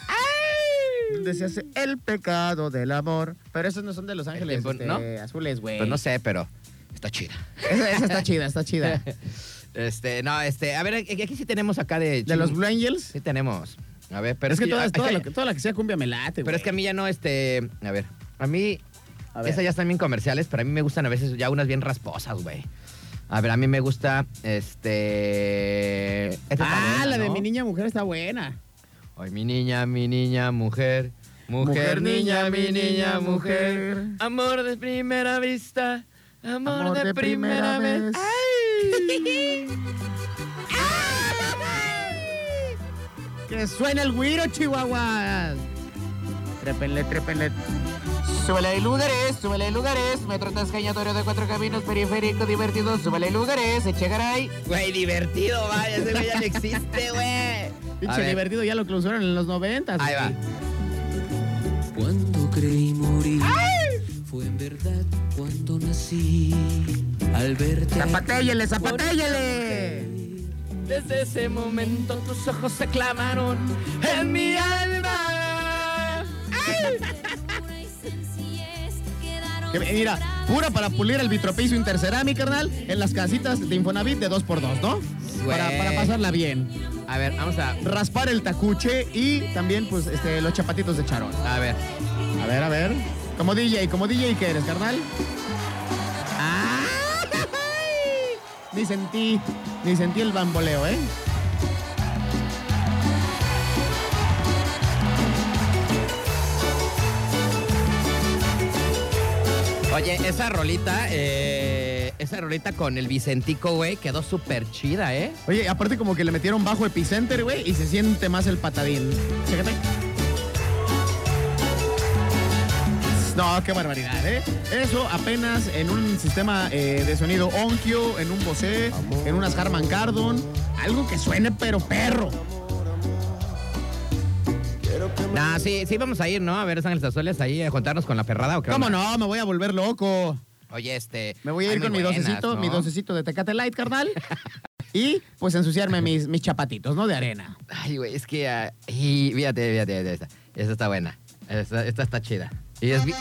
Speaker 2: Donde se hace el pecado del amor. Pero esos no son de Los Ángeles
Speaker 1: tiempo,
Speaker 2: este,
Speaker 1: ¿no?
Speaker 2: azules, güey.
Speaker 1: Pues no sé, pero está chida.
Speaker 2: Esa, esa está chida, está chida.
Speaker 1: Este, no, este, a ver, aquí aquí sí tenemos acá de...
Speaker 2: De los Blue Angels.
Speaker 1: Sí tenemos. A ver, pero
Speaker 2: Pero es que, todas-
Speaker 1: yo-
Speaker 2: toda, la, toda la que sea cumbia me late, güey.
Speaker 1: Pero es que a mí ya no, este, a ver, a mí...
Speaker 2: A ver.
Speaker 1: Esas ya están bien comerciales, pero a mí me gustan a veces ya unas bien rasposas, güey. A ver, a mí me gusta, este... esta está
Speaker 2: Ah,
Speaker 1: buena,
Speaker 2: la de
Speaker 1: ¿no?
Speaker 2: mi niña mujer está buena.
Speaker 1: Ay, mi niña, mi niña, mujer. Mujer,
Speaker 2: Mujer, niña, mi niña, mujer.
Speaker 1: Amor de primera vista. Amor, de, primera, vez.
Speaker 2: Que suena el güiro, chihuahuas. Trépenle, trépenle. Súbele hay lugares, súbele hay lugares. Metro Tascañatorio de cuatro caminos, periférico divertido. Súbele hay lugares, Echegaray.
Speaker 1: Güey, divertido, vaya. Ese güey ya no existe, güey. A
Speaker 2: Pinche
Speaker 1: ver,
Speaker 2: divertido, ya lo clausuraron en los noventas.
Speaker 1: Ahí va.
Speaker 6: Cuando creí morir, fue en verdad cuando nací. Al verte,
Speaker 2: Zapatéllele, zapatéllele.
Speaker 1: Desde ese momento tus ojos se clamaron en mi alma.
Speaker 2: Que me- Mira, pura para pulir el vitropiso intercerami, carnal, en las casitas de Infonavit de 2x2, ¿no? Para,
Speaker 1: Güey.
Speaker 2: para pasarla bien.
Speaker 1: A ver, vamos a.
Speaker 2: Raspar el tacuche y también, pues, este, los chapatitos de charol.
Speaker 1: A ver.
Speaker 2: A ver, a ver. Como DJ, como DJ que eres, carnal. Ah, Ni sentí, ni sentí el bamboleo, ¿eh?
Speaker 1: Oye, esa rolita, eh, esa rolita con el Vicentico, güey, quedó súper chida, ¿eh?
Speaker 2: Oye, aparte como que le metieron bajo epicenter, güey, y se siente más el patadín. Chécate. No, qué barbaridad, ¿eh? Eso apenas en un sistema eh, de sonido Onkyo, en un Bose, en unas Harman Kardon. Algo que suene pero perro.
Speaker 1: Nah, sí, sí vamos a ir, ¿no? A ver, Los Ángeles Azules ahí a juntarnos con la perrada o qué.
Speaker 2: ¿Cómo
Speaker 1: onda?
Speaker 2: no? Me voy a volver loco.
Speaker 1: Oye, este.
Speaker 2: Me voy a
Speaker 1: hay
Speaker 2: ir con
Speaker 1: muy
Speaker 2: mi
Speaker 1: buenas,
Speaker 2: docecito,
Speaker 1: ¿no?
Speaker 2: mi docecito de Tecate Light, carnal. y pues ensuciarme mis, mis chapatitos, ¿no? De arena.
Speaker 1: Ay, güey, es que. ah, y fíjate, fíjate, fíjate, esta. Esta está buena. Esta, esta está chida. Y es. vi-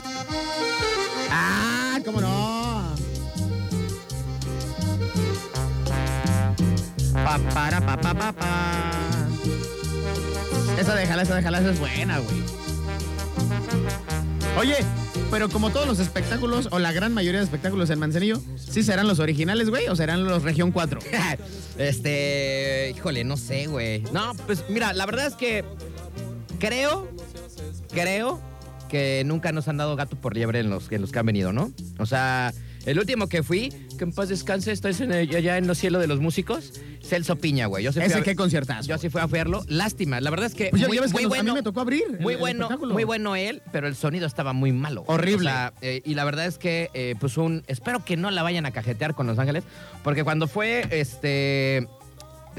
Speaker 2: ¡Ah, cómo no! Pa, para, pa, pa, pa, pa. Esa déjala, esa déjala, esa es buena, güey. Oye, pero como todos los espectáculos, o la gran mayoría de espectáculos en Manzanillo, ¿sí serán los originales, güey? ¿O serán los Región 4?
Speaker 1: Este, híjole, no sé, güey. No, pues mira, la verdad es que creo, creo que nunca nos han dado gato por liebre en los, en los que han venido, ¿no? O sea, el último que fui, que en paz descanse, estoy en el- allá en los cielos de los músicos, Celso Piña, güey. Yo sí fui
Speaker 2: Ese
Speaker 1: a-
Speaker 2: qué conciertazo.
Speaker 1: Yo sí fui a verlo. Lástima, la verdad es que
Speaker 2: Pues ya-
Speaker 1: muy,
Speaker 2: ya ves que
Speaker 1: muy
Speaker 2: nos- a
Speaker 1: bueno.
Speaker 2: mí me tocó abrir el-
Speaker 1: muy
Speaker 2: el
Speaker 1: bueno,
Speaker 2: espectáculo.
Speaker 1: muy bueno él, pero el sonido estaba muy malo.
Speaker 2: Horrible.
Speaker 1: O sea, eh, y la verdad es que, eh, pues un, espero que no la vayan a cajetear con Los Ángeles, porque cuando fue, este,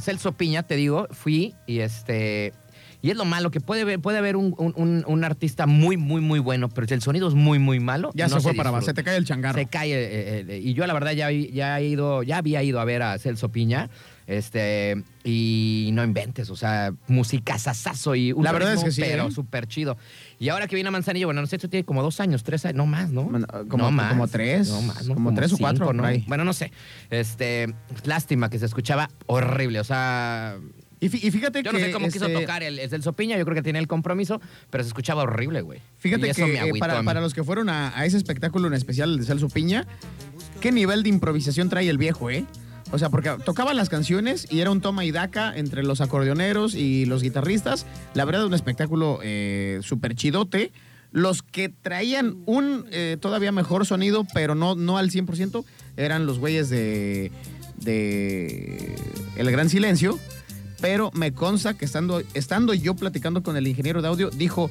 Speaker 1: Celso Piña, te digo, fui y este. Y es lo malo, que puede haber, puede haber un, un- un- un artista muy, muy, muy bueno, pero si el sonido es muy, muy malo.
Speaker 2: Ya
Speaker 1: no
Speaker 2: se fue para abajo,
Speaker 1: disfruta.
Speaker 2: se te cae el changarro.
Speaker 1: Se cae. eh, eh, eh, y yo, la verdad, ya, vi- ya, he ido, ya había ido a ver a Celso Piña. Este, y no inventes, o sea, musicazazazo y un
Speaker 2: La verdad es
Speaker 1: ritmo,
Speaker 2: que sí,
Speaker 1: pero
Speaker 2: ¿eh?
Speaker 1: súper chido. Y ahora que viene a Manzanillo, bueno, no sé, esto tiene como dos años, tres años, no más, ¿no?
Speaker 2: Bueno, como-
Speaker 1: No más,
Speaker 2: como tres,
Speaker 1: no más, ¿no?
Speaker 2: como tres o cuatro,
Speaker 1: ¿no?
Speaker 2: por ahí.
Speaker 1: Bueno, no sé. Este, lástima que se escuchaba horrible, o sea,
Speaker 2: Y, fí- y fíjate
Speaker 1: yo
Speaker 2: que.
Speaker 1: no sé cómo quiso
Speaker 2: este,
Speaker 1: tocar el, el Celso Piña, yo creo que tenía el compromiso, pero se escuchaba horrible, güey.
Speaker 2: Fíjate
Speaker 1: Y eso
Speaker 2: que
Speaker 1: me
Speaker 2: eh,
Speaker 1: agüitó a
Speaker 2: para,
Speaker 1: mí.
Speaker 2: para los que fueron a, a ese espectáculo en especial el de Celso Piña, ¿qué nivel de improvisación trae el viejo, eh? O sea, porque tocaba las canciones y era un toma y daca entre los acordeoneros y los guitarristas. La verdad, un espectáculo eh, súper chidote. Los que traían un eh, todavía mejor sonido, pero no, no al 100%, eran los güeyes de, de El Gran Silencio. Pero me consta que estando, estando yo platicando con el ingeniero de audio, dijo,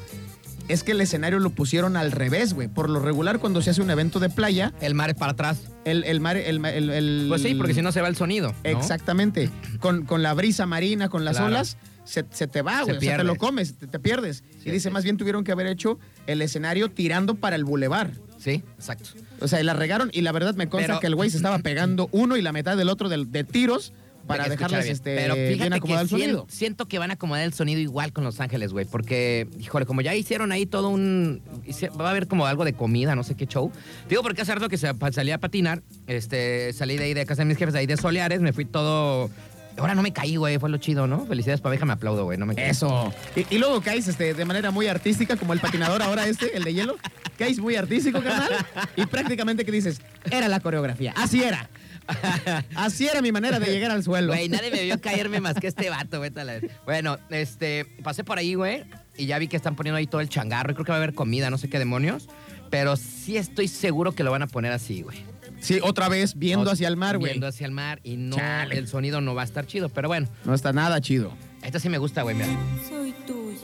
Speaker 2: es que el escenario lo pusieron al revés, güey. Por lo regular, cuando se hace un evento de playa,
Speaker 1: El mar es para atrás.
Speaker 2: el, el mar. El, el- el-
Speaker 1: Pues sí, porque si no se va el sonido. ¿no?
Speaker 2: Exactamente. Con, con la brisa marina, con las
Speaker 1: Claro.
Speaker 2: olas, se, se te va,
Speaker 1: Se
Speaker 2: güey. O sea, te
Speaker 1: pierde.
Speaker 2: lo comes, te, te pierdes.
Speaker 1: Sí,
Speaker 2: y dice,
Speaker 1: sí.
Speaker 2: más bien tuvieron que haber hecho el escenario tirando para el bulevar.
Speaker 1: Sí, exacto.
Speaker 2: O sea, y la regaron y la verdad me consta
Speaker 1: Pero-
Speaker 2: que el güey se estaba pegando uno y la mitad del otro del- de, tiros para
Speaker 1: Hay que escuchar
Speaker 2: dejarles
Speaker 1: bien.
Speaker 2: este,
Speaker 1: Pero fíjate
Speaker 2: bien acomodado
Speaker 1: que sien-
Speaker 2: el sonido.
Speaker 1: siento que van a acomodar el sonido igual con Los Ángeles, güey. Porque, híjole, como ya hicieron ahí todo un. hice- Va a haber como algo de comida, no sé qué show. Digo, porque hace rato que se- pa- salí a patinar, este, salí de ahí de casa de mis jefes, de ahí de Soleares, me fui todo. Ahora no me caí, güey, fue lo chido, ¿no? Felicidades, paveja, me aplaudo, güey, no me caí.
Speaker 2: Eso. Y, y luego caes este, de manera muy artística, como el patinador ahora este, el de hielo. Caes muy artístico, carnal. Y prácticamente que dices, era la coreografía. Así era. Así era mi manera de llegar al suelo.
Speaker 1: Güey, nadie me vio caerme más que este vato, güey. tal vez. Bueno, este, pasé por ahí, güey, y ya vi que están poniendo ahí todo el changarro. Y creo que va a haber comida, no sé qué demonios. Pero sí estoy seguro que lo van a poner así, güey.
Speaker 2: Sí, otra vez viendo
Speaker 1: No,
Speaker 2: hacia el mar, güey.
Speaker 1: Viendo hacia el mar y no,
Speaker 2: Chale.
Speaker 1: el sonido no va a estar chido. Pero bueno,
Speaker 2: No está nada chido.
Speaker 1: esta sí me gusta, güey. mira.
Speaker 7: Soy tuya.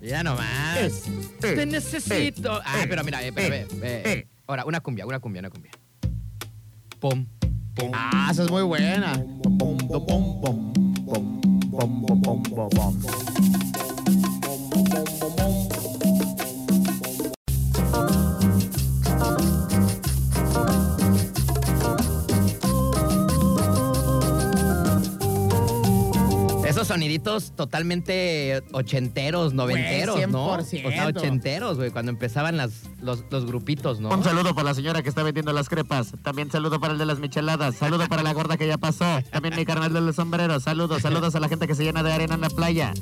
Speaker 1: Ya nomás. Te necesito. Ah, pero mira, eh, pero ve, ve, ve. Ahora, una cumbia, una cumbia, una cumbia. Pum, pum.
Speaker 2: Ah, esa es muy buena.
Speaker 1: Esos soniditos totalmente ochenteros, noventeros, ¿no? O
Speaker 2: 100%.
Speaker 1: sea, ochenteros, güey, cuando empezaban las, los, los grupitos, ¿no?
Speaker 8: Un saludo para la señora que está vendiendo las crepas. También saludo para el de las micheladas. Saludo para la gorda que ya pasó. También mi carnal de los sombreros. Saludos, saludos a la gente que se llena de arena en la playa.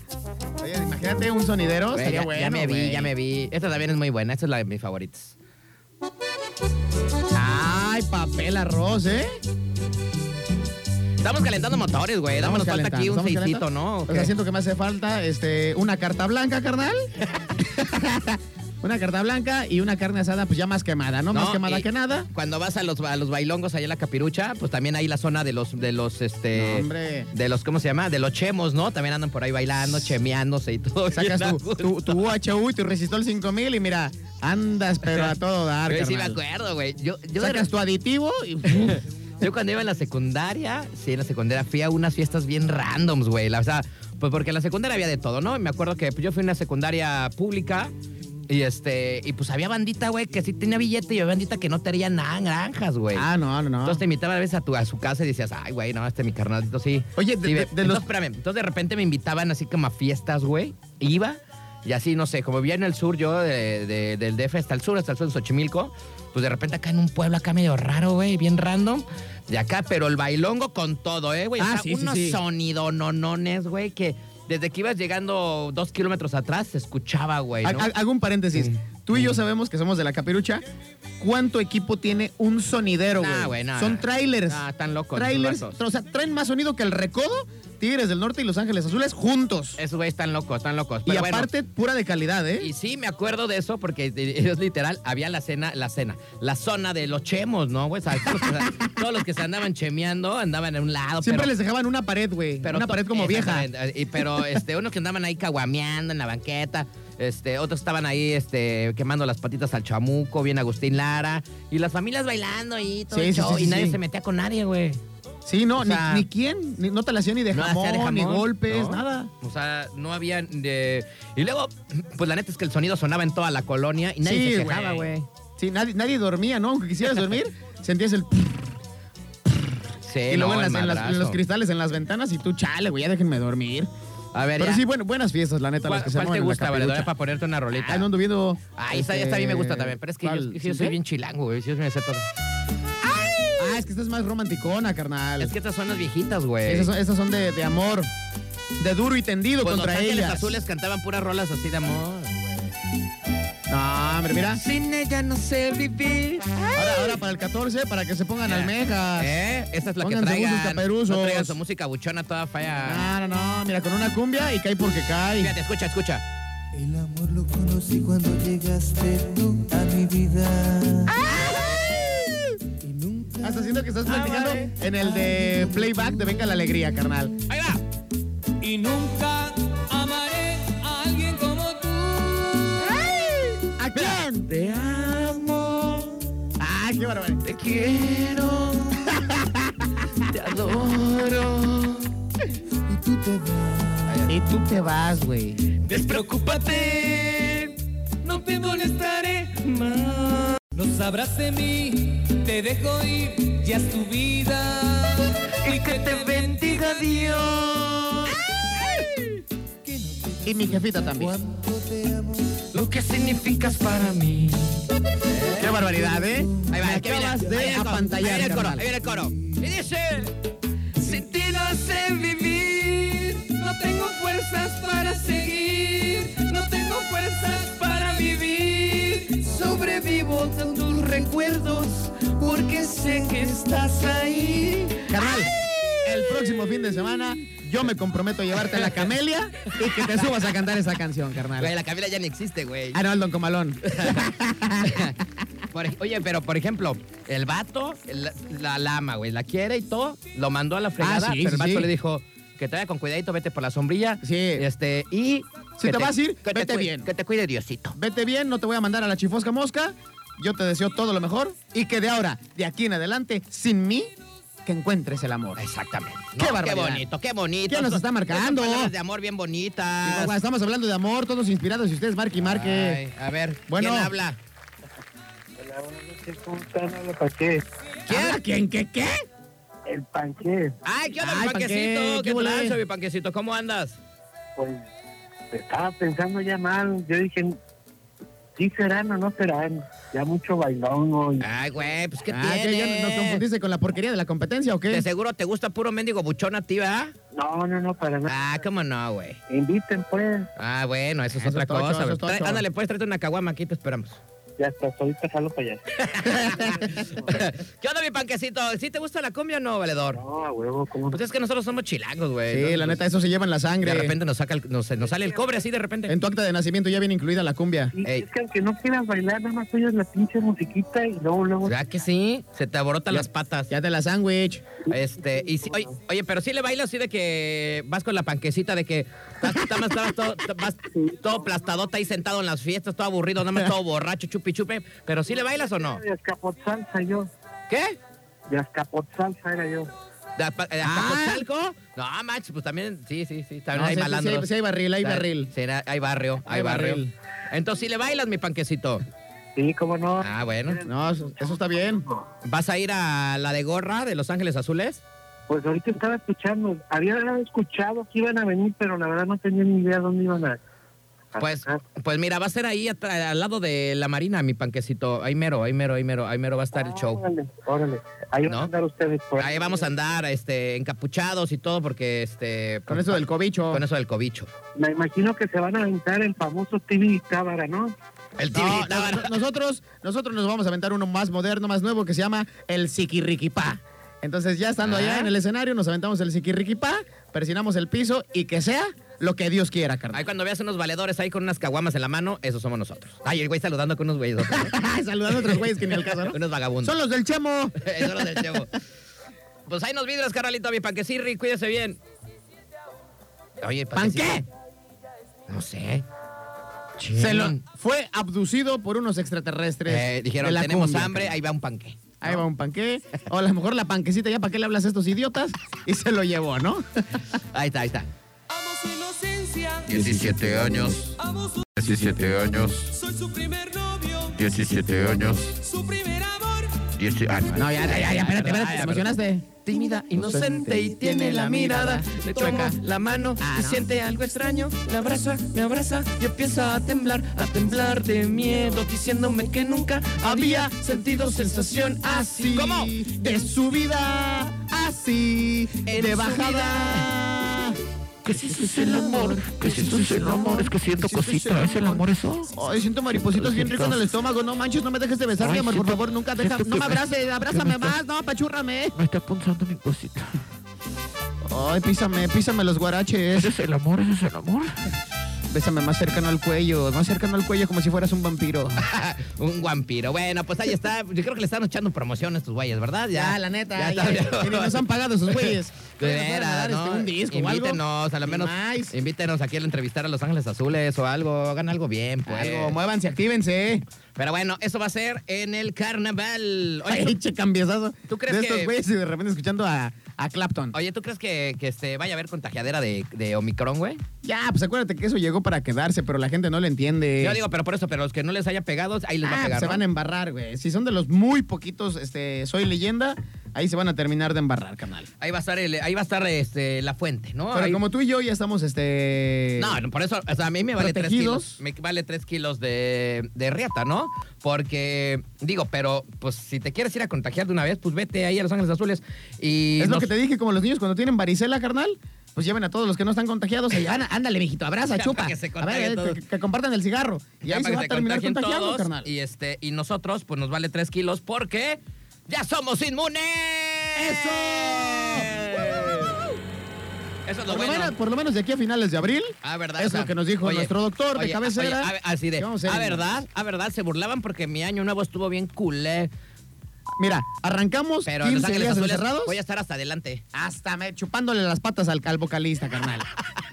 Speaker 2: Oye, imagínate un sonidero,
Speaker 1: Güey,
Speaker 2: estaría
Speaker 1: ya,
Speaker 2: bueno.
Speaker 1: ya me vi,
Speaker 2: güey.
Speaker 1: ya me vi. Esta también es muy buena, esta es la de mis favoritas.
Speaker 2: Ay, papel arroz, ¿eh?
Speaker 1: Estamos calentando motores, güey. Damos nos falta aquí un
Speaker 2: estamos
Speaker 1: seisito,
Speaker 2: calentando.
Speaker 1: ¿no? ¿O
Speaker 2: O sea,
Speaker 1: qué?
Speaker 2: siento que me hace falta este, una carta blanca, carnal. una carta blanca y una carne asada, pues ya más quemada, ¿no? más quemada
Speaker 1: y
Speaker 2: que nada.
Speaker 1: Cuando vas a los, a los bailongos allá en la capirucha, pues también hay la zona de los, de los,
Speaker 2: No,
Speaker 1: este.
Speaker 2: hombre.
Speaker 1: de los, ¿cómo se llama? De los chemos, ¿no? También andan por ahí bailando, chemeándose y todo.
Speaker 2: Sacas
Speaker 1: bien a
Speaker 2: tu,
Speaker 1: gusto.
Speaker 2: tu, tu UHU y tu resistol 5000 y mira, andas pero a todo dar,
Speaker 1: Güey, sí me
Speaker 2: carnal.
Speaker 1: acuerdo, güey. Yo, yo, de-
Speaker 2: Sacas tu aditivo y...
Speaker 1: yo cuando iba en la secundaria, sí, en la secundaria fui a unas fiestas bien randoms, güey. La- O sea, pues porque en la secundaria había de todo, ¿no? Me acuerdo que pues, yo fui a una secundaria pública. Y este, y pues había bandita, güey, que sí tenía billete y había bandita que no tenía nada, granjas, güey.
Speaker 2: Ah, no, no, no.
Speaker 1: Entonces te invitaban a veces a, tu, a su casa y decías, ay, güey, no, este mi carnalito sí.
Speaker 2: Oye, Pues, de-
Speaker 1: Sí,
Speaker 2: de-
Speaker 1: ve.
Speaker 2: de
Speaker 1: entonces,
Speaker 2: los-
Speaker 1: espérame, entonces de repente me invitaban así como a fiestas, güey. Iba y así, no sé, como vivía en el sur, yo de- de- del DF hasta el sur, hasta el sur de Xochimilco, pues de repente acá en un pueblo acá medio raro, güey, bien random. De acá, pero el bailongo con todo, ¿eh, güey? O
Speaker 2: Ah,
Speaker 1: sea,
Speaker 2: sí, sí,
Speaker 1: unos
Speaker 2: sí.
Speaker 1: sonidononones, güey, que desde que ibas llegando dos kilómetros atrás se escuchaba, güey, ¿no? Mm.
Speaker 2: Ha- ha- Hago un paréntesis. Tú y yo sabemos que somos de la capirucha. ¿Cuánto equipo tiene un sonidero, güey?
Speaker 1: Nah, güey, nah,
Speaker 2: Son
Speaker 1: nah.
Speaker 2: trailers.
Speaker 1: Ah, están locos. esos
Speaker 2: trailers.
Speaker 1: vatos.
Speaker 2: O sea, traen más sonido que el recodo, Tigres del Norte y Los Ángeles Azules juntos.
Speaker 1: Esos güeyes están locos, están locos.
Speaker 2: y
Speaker 1: Pero bueno.
Speaker 2: aparte, pura de calidad, ¿eh?
Speaker 1: Y sí, me acuerdo de eso porque ellos literal había la cena, la cena, la zona de los chemos, ¿no? güey? O sea, todos, los que, todos los que se andaban chemeando andaban en un lado.
Speaker 2: Siempre
Speaker 1: pero-
Speaker 2: les dejaban una pared, güey.
Speaker 1: pero
Speaker 2: Una
Speaker 1: to-
Speaker 2: pared como vieja.
Speaker 1: Exactamente. Y- pero este, unos que andaban ahí caguameando en la banqueta, este, otros estaban ahí este, quemando las patitas al chamuco, bien Agustín Lara, y las familias bailando y todo
Speaker 2: Sí,
Speaker 1: el
Speaker 2: sí,
Speaker 1: show,
Speaker 2: sí,
Speaker 1: y
Speaker 2: sí,
Speaker 1: nadie
Speaker 2: sí.
Speaker 1: se metía con nadie, güey.
Speaker 2: Sí, no,
Speaker 1: O
Speaker 2: ni-
Speaker 1: sea,
Speaker 2: ni, quién. ni- no te la hacían ni de
Speaker 1: No
Speaker 2: jamón,
Speaker 1: hacía de
Speaker 2: ni
Speaker 1: jamón,
Speaker 2: golpes,
Speaker 1: ¿no?
Speaker 2: nada.
Speaker 1: O sea, no había... eh, y luego, pues la neta es que el sonido sonaba en toda la colonia y nadie
Speaker 2: Sí,
Speaker 1: se quejaba, güey.
Speaker 2: Sí, nadie, nadie dormía, ¿no? Aunque quisieras dormir, sentías el...
Speaker 1: Sí,
Speaker 2: y luego
Speaker 1: no,
Speaker 2: en,
Speaker 1: el
Speaker 2: las- en las- en los
Speaker 1: madrazo.
Speaker 2: cristales, en las ventanas, y tú, chale, güey, ya déjenme dormir.
Speaker 1: A ver,
Speaker 2: Pero
Speaker 1: ya.
Speaker 2: sí, bueno, buenas fiestas, la neta,
Speaker 1: ¿Cuál,
Speaker 2: las que se
Speaker 1: cuál
Speaker 2: arman
Speaker 1: te
Speaker 2: en la
Speaker 1: gusta, valedora,
Speaker 2: capirucha.
Speaker 1: para ponerte una rolita?
Speaker 2: Ah, no ando viendo...
Speaker 1: Ah, esta,
Speaker 2: este,
Speaker 1: esta a mí me gusta también, pero es que yo,
Speaker 2: ¿cuál?
Speaker 1: es que yo soy
Speaker 2: ¿Sí?
Speaker 1: bien chilango, güey. Yo me sé todo.
Speaker 2: Ah, es que esta es más romanticona, carnal.
Speaker 1: Es que estas son las viejitas, güey.
Speaker 2: Esas son, esas son de, de amor, de duro y tendido
Speaker 1: Pues
Speaker 2: contra
Speaker 1: los Ángeles
Speaker 2: ellas.
Speaker 1: Azules cantaban puras rolas así de amor.
Speaker 2: No, hombre, mira.
Speaker 1: Sin ella no sé vivir.
Speaker 2: Ahora, ahora para el 14, para que se pongan
Speaker 1: Ah, Ya.
Speaker 2: almejas.
Speaker 1: ¿Eh? Esta es la
Speaker 2: Pónganse
Speaker 1: que
Speaker 2: unos
Speaker 1: traigan.
Speaker 2: caperuzos.
Speaker 1: No traigan su música buchona toda falla.
Speaker 2: No, no, no. Mira, con una cumbia y cae porque cae.
Speaker 1: Fíjate, escucha, escucha.
Speaker 6: El amor lo conocí cuando llegaste tú a mi vida. Y nunca
Speaker 2: Hasta siento que estás
Speaker 1: Ah,
Speaker 2: platicando
Speaker 1: vale.
Speaker 2: en el de playback de Venga la Alegría, carnal.
Speaker 1: Ahí va.
Speaker 7: y nunca amaré a alguien como tú.
Speaker 2: ¿A quién?
Speaker 4: Te amo,
Speaker 2: Ah, qué barbaridad.
Speaker 4: te quiero, te adoro.
Speaker 6: y tú te vas.
Speaker 2: Y tú te vas, güey.
Speaker 7: Despreocúpate, no te molestaré más. No sabrás de mí, te dejo ir, ya es tu vida. Y que te bendiga Dios.
Speaker 2: Y mi jefita también.
Speaker 6: Cuánto te amo.
Speaker 7: Lo que significas para mí.
Speaker 2: Qué barbaridad, ¿eh?
Speaker 1: Ahí va,
Speaker 2: Me
Speaker 1: el que viene.
Speaker 2: acabas de
Speaker 1: ahí viene el coro, ahí
Speaker 2: apantallar,
Speaker 1: viene el coro, ahí
Speaker 2: carnal.
Speaker 1: viene el coro. Y dice...
Speaker 7: Sin ti no sé vivir, no tengo fuerzas para seguir, no tengo fuerzas para vivir. Sobrevivo con tus recuerdos porque sé que estás ahí.
Speaker 2: Carnal, el próximo fin de semana yo me comprometo a llevarte a la camelia y que te subas a cantar esa canción,
Speaker 1: Güey,
Speaker 2: carnal.
Speaker 1: la Camila ya ni existe, güey.
Speaker 2: Ah, no, el Don Comalón.
Speaker 1: Por ej- oye, pero por ejemplo, el vato el- la, la ama, güey, la quiere y todo, lo mandó a la fregada,
Speaker 2: Ah, sí,
Speaker 1: pero el
Speaker 2: sí,
Speaker 1: vato
Speaker 2: sí.
Speaker 1: le dijo que te vaya con cuidadito, vete por la sombrilla.
Speaker 2: Sí.
Speaker 1: Este, y.
Speaker 2: Si
Speaker 1: que
Speaker 2: te vas a ir,
Speaker 1: que te
Speaker 2: vete
Speaker 1: cuide-
Speaker 2: bien.
Speaker 1: Que te cuide Diosito.
Speaker 2: Vete bien, no te voy a mandar a la chifosca mosca. Yo te deseo todo lo mejor y que de ahora, de aquí en adelante, sin mí, que encuentres el amor.
Speaker 1: Exactamente.
Speaker 2: Qué barbaridad.
Speaker 1: Qué bonito, qué bonito.
Speaker 2: ¿Quién nos
Speaker 1: Son-
Speaker 2: está
Speaker 1: son
Speaker 2: marcando?
Speaker 1: palabras de amor bien
Speaker 2: Digo,
Speaker 1: bonitas.
Speaker 2: guau, Estamos hablando de amor, todos inspirados y ustedes marque y marque.
Speaker 1: Ay, a ver,
Speaker 2: Bueno.
Speaker 1: ¿quién habla?
Speaker 9: Hola, buenas noches, ¿cómo están? Hola, Panché.
Speaker 2: ¿Quién? ¿Quién? ¿Qué? ¿Qué?
Speaker 9: El Panché,
Speaker 1: Ay, ¿qué onda, mi
Speaker 2: Ay,
Speaker 1: panquecito?
Speaker 2: panque,
Speaker 1: ¿Qué
Speaker 2: ¿qué huele?
Speaker 1: tranza, mi panquecito? ¿Cómo andas?
Speaker 9: pues estaba pensando ya mal. Yo dije, ¿sí serán o no serán? Ya mucho bailongo. Y...
Speaker 1: Ay, güey, pues qué
Speaker 2: Ah, ¿qué?
Speaker 1: tiene?
Speaker 2: ¿Ya ¿Nos confundiste con la porquería de la competencia o
Speaker 1: De
Speaker 2: qué?
Speaker 1: seguro te gusta puro mendigo buchón a ti, ¿verdad?
Speaker 9: No, no, no, para nada.
Speaker 1: Ah, cómo no, güey.
Speaker 9: Inviten, pues.
Speaker 1: Ah, bueno, eso es
Speaker 2: Eso
Speaker 1: otra
Speaker 2: es tocho,
Speaker 1: cosa.
Speaker 2: eso
Speaker 1: güey.
Speaker 2: es tocho.
Speaker 1: Trae- ándale, pues, tráete una caguama aquí, te esperamos.
Speaker 9: Ya está, ahorita jalo para allá.
Speaker 1: ¿Qué onda, mi panquecito? ¿Sí te gusta la cumbia o no, valedor?
Speaker 9: No, a huevo, ¿cómo no?
Speaker 1: Pues es que nosotros somos chilangos, güey.
Speaker 2: Sí,
Speaker 1: Entonces,
Speaker 2: la
Speaker 1: pues,
Speaker 2: neta, eso se lleva en la sangre.
Speaker 1: De repente nos, saca el- nos, nos sale el cobre así de repente.
Speaker 2: En tu acta de nacimiento ya viene incluida la cumbia.
Speaker 9: Y
Speaker 1: Ey.
Speaker 9: es que aunque no quieras bailar, nada más oyes la pinche musiquita y luego, luego...
Speaker 1: ¿Verdad que sí? Se te aborotan
Speaker 2: Ya-
Speaker 1: las patas.
Speaker 2: Ya te la sándwich.
Speaker 1: Este, y sí- oye, oye, pero sí le bailas así de que vas con la panquecita, de que estás, estás más- estabas todo, vas todo plastadota ahí sentado en las fiestas, todo aburrido, nada más todo borracho, chupi chupe. ¿Pero sí le bailas o no?
Speaker 9: De escapot salsa yo.
Speaker 1: ¿Qué?
Speaker 9: De escapot salsa era yo.
Speaker 1: ¿De Apa- de Azcapotzalco? eh, No, Max, pues también, sí, sí, sí, también
Speaker 2: Ah. No,
Speaker 1: hay
Speaker 2: sí, sí,
Speaker 1: malandros.
Speaker 2: sí, sí hay barril, hay barril.
Speaker 1: Sí, na- hay barrio, hay,
Speaker 2: Hay
Speaker 1: barrio.
Speaker 2: barril.
Speaker 1: Entonces, si le bailas, mi panquecito.
Speaker 9: Sí, cómo no.
Speaker 1: Ah, bueno.
Speaker 2: No, eso eso está bien.
Speaker 1: ¿Vas a ir a la de gorra de Los Ángeles Azules?
Speaker 9: Pues ahorita estaba escuchando, había escuchado que iban a venir, pero la verdad no tenía ni idea dónde iban a. a
Speaker 1: Pues,
Speaker 9: tocar.
Speaker 1: pues mira, va a ser ahí atra- al lado de la Marina, mi panquecito. Ahí mero, ahí mero, ahí mero, ahí mero va a estar el show.
Speaker 9: Órale, órale. Ahí van
Speaker 1: ¿No?
Speaker 9: a andar ustedes. por
Speaker 1: Ahí vamos a andar, este, encapuchados y todo, porque este.
Speaker 2: Con eso del cobicho.
Speaker 1: Con eso del cobicho.
Speaker 9: Me imagino que se van a aventar el famoso TV Cámara, ¿no?
Speaker 1: El
Speaker 2: No,
Speaker 1: tibita,
Speaker 2: no,
Speaker 1: ¿verdad?
Speaker 2: no, nosotros, nosotros nos vamos a aventar uno más moderno, más nuevo, que se llama el Siquirriquipá. Entonces, ya estando allá
Speaker 1: Ah.
Speaker 2: en el escenario, nos aventamos el Siquirriquipá, presionamos el piso y que sea lo que Dios quiera, carnal.
Speaker 1: Ahí cuando veas unos valedores ahí con unas caguamas en la mano, esos somos nosotros. Ay, el güey saludando con unos güeyes. otros, ¿no?
Speaker 2: Saludando a otros güeyes que ni al caso, ¿no?
Speaker 1: unos vagabundos.
Speaker 2: Son los del Chemo.
Speaker 1: Eso lo del Chemo. Pues ahí nos vidras, carnalito, mi panquecirri, cuídese bien. Oye,
Speaker 2: ¿Pan
Speaker 1: panquecito.
Speaker 2: qué?
Speaker 1: No sé.
Speaker 2: Se lo- fue abducido por unos extraterrestres.
Speaker 1: Eh, dijeron,
Speaker 2: de la
Speaker 1: tenemos
Speaker 2: cumbia,
Speaker 1: hambre,
Speaker 2: carnal.
Speaker 1: ahí va un panque.
Speaker 2: Ahí va un panqué. O a lo mejor la panquecita, ¿ya para qué le hablas a estos idiotas? Y se lo llevó, ¿no?
Speaker 1: Ahí está, ahí está.
Speaker 7: Amo su inocencia,
Speaker 4: 17 años,
Speaker 7: amo su,
Speaker 4: 17 años,
Speaker 7: soy su primer novio,
Speaker 4: 17 años,
Speaker 7: su primer amor.
Speaker 4: 10 años.
Speaker 2: No, ya, ya, ya, ya, espérate, espérate,
Speaker 1: Ay,
Speaker 2: te
Speaker 1: ya,
Speaker 2: emocionaste.
Speaker 7: Tímida, inocente y tiene la mirada. Le tomo
Speaker 2: Chueca.
Speaker 7: la mano
Speaker 2: Ah,
Speaker 7: y
Speaker 2: no.
Speaker 7: siente algo extraño. Me abraza, me abraza y empieza a temblar, a temblar de miedo, diciéndome que nunca había sentido sensación así.
Speaker 2: ¿Cómo? De subida, así,
Speaker 7: En
Speaker 2: de
Speaker 7: su
Speaker 2: bajada.
Speaker 4: Que si esto es el amor, que si esto es el amor, es que siento cositas. ¿Es el amor eso?
Speaker 2: Ay, siento maripositos bien ricos en el estómago. No manches, no me dejes de besar,
Speaker 4: Ay,
Speaker 2: mi amor, por
Speaker 4: siento-
Speaker 2: favor, nunca deja.
Speaker 4: siento
Speaker 2: No
Speaker 4: que
Speaker 2: me
Speaker 4: me-
Speaker 2: abraces, abrázame
Speaker 4: que me-
Speaker 2: más, no, apachúrrame.
Speaker 4: Me está punzando mi cosita.
Speaker 2: Ay, písame, písame los guaraches.
Speaker 4: ¿Ese es el amor? ¿Ese es el amor?
Speaker 2: Bésame más cercano al cuello, más cercano al cuello como si fueras un vampiro.
Speaker 1: un guampiro. Bueno, pues ahí está. Yo creo que le están echando promoción a estos güeyes, ¿verdad? Ya,
Speaker 2: Ya, la neta,
Speaker 1: Ya,
Speaker 2: ya,
Speaker 1: está.
Speaker 2: ya. Que ni nos han pagado esos güeyes.
Speaker 1: De
Speaker 2: Que nos fueran a
Speaker 1: veras,
Speaker 2: dar,
Speaker 1: ¿no?
Speaker 2: este, un disco o algo.
Speaker 1: Invítenos, a lo
Speaker 2: Ni
Speaker 1: menos.
Speaker 2: más.
Speaker 1: Invítenos aquí a la entrevistar a Los Ángeles Azules o algo. Hagan algo bien, pues.
Speaker 2: Algo, muévanse, actívense.
Speaker 1: Pero bueno, eso va a ser en el carnaval. Oye,
Speaker 2: Ay, che, cambiesazo.
Speaker 1: ¿tú crees
Speaker 2: de
Speaker 1: que-
Speaker 2: estos güeyes y de repente escuchando a, a Clapton.
Speaker 1: Oye, ¿tú crees que, que este, vaya a haber contagiadera de, de Omicron, güey?
Speaker 2: Ya, pues acuérdate que eso llegó para quedarse, pero la gente no lo entiende.
Speaker 1: Yo digo, pero por eso, pero los que no les haya pegado, ahí les va
Speaker 2: Ah,
Speaker 1: a pegar.
Speaker 2: se
Speaker 1: ¿no?
Speaker 2: van a embarrar, güey. Si son de los muy poquitos, este, soy leyenda, ahí se van a terminar de embarrar, canal.
Speaker 1: Ahí va a estar, el- ahí va a estar este, la fuente, ¿no?
Speaker 2: Pero
Speaker 1: Ahí-
Speaker 2: como tú y yo ya estamos, este.
Speaker 1: No, no, por eso, o sea, a mí me vale tres
Speaker 2: Protegidos.
Speaker 1: kilos. Me vale tres kilos de, de riata, ¿no? Porque, digo, pero, pues, si te quieres ir a contagiar de una vez, pues vete ahí a Los Ángeles Azules y...
Speaker 2: es lo
Speaker 1: nos-
Speaker 2: que te dije, como los niños cuando tienen varicela, carnal, pues lleven a todos los que no están contagiados. y, "Ana, ándale, mijito, abraza,
Speaker 1: Ya,
Speaker 2: chupa.
Speaker 1: para que se
Speaker 2: a ver,
Speaker 1: contagien
Speaker 2: eh, que,
Speaker 1: todos.
Speaker 2: que compartan el cigarro. Y
Speaker 1: Ya
Speaker 2: ahí se
Speaker 1: para
Speaker 2: va a
Speaker 1: que
Speaker 2: terminar
Speaker 1: contagien
Speaker 2: contagiando,
Speaker 1: todos,
Speaker 2: carnal.
Speaker 1: Y, este, y nosotros, pues, nos vale tres kilos porque ya somos inmunes. ¡Eso! Eso es lo
Speaker 2: por,
Speaker 1: bueno.
Speaker 2: lo menos, por lo menos de aquí a finales de abril.
Speaker 1: Ah, ¿verdad?
Speaker 2: pues, Es
Speaker 1: O sea,
Speaker 2: lo que nos dijo
Speaker 1: oye,
Speaker 2: nuestro doctor
Speaker 1: oye,
Speaker 2: de cabecera.
Speaker 1: oye, a- así de,
Speaker 2: que vamos a
Speaker 1: a
Speaker 2: ser
Speaker 1: verdad, a verdad, se burlaban porque mi año nuevo estuvo bien culé.
Speaker 2: Mira, arrancamos
Speaker 1: Pero en Los
Speaker 2: 15
Speaker 1: Ángeles
Speaker 2: días
Speaker 1: Azules
Speaker 2: encerrados.
Speaker 1: voy a estar hasta adelante.
Speaker 2: Hasta me- chupándole las patas al, al vocalista, carnal.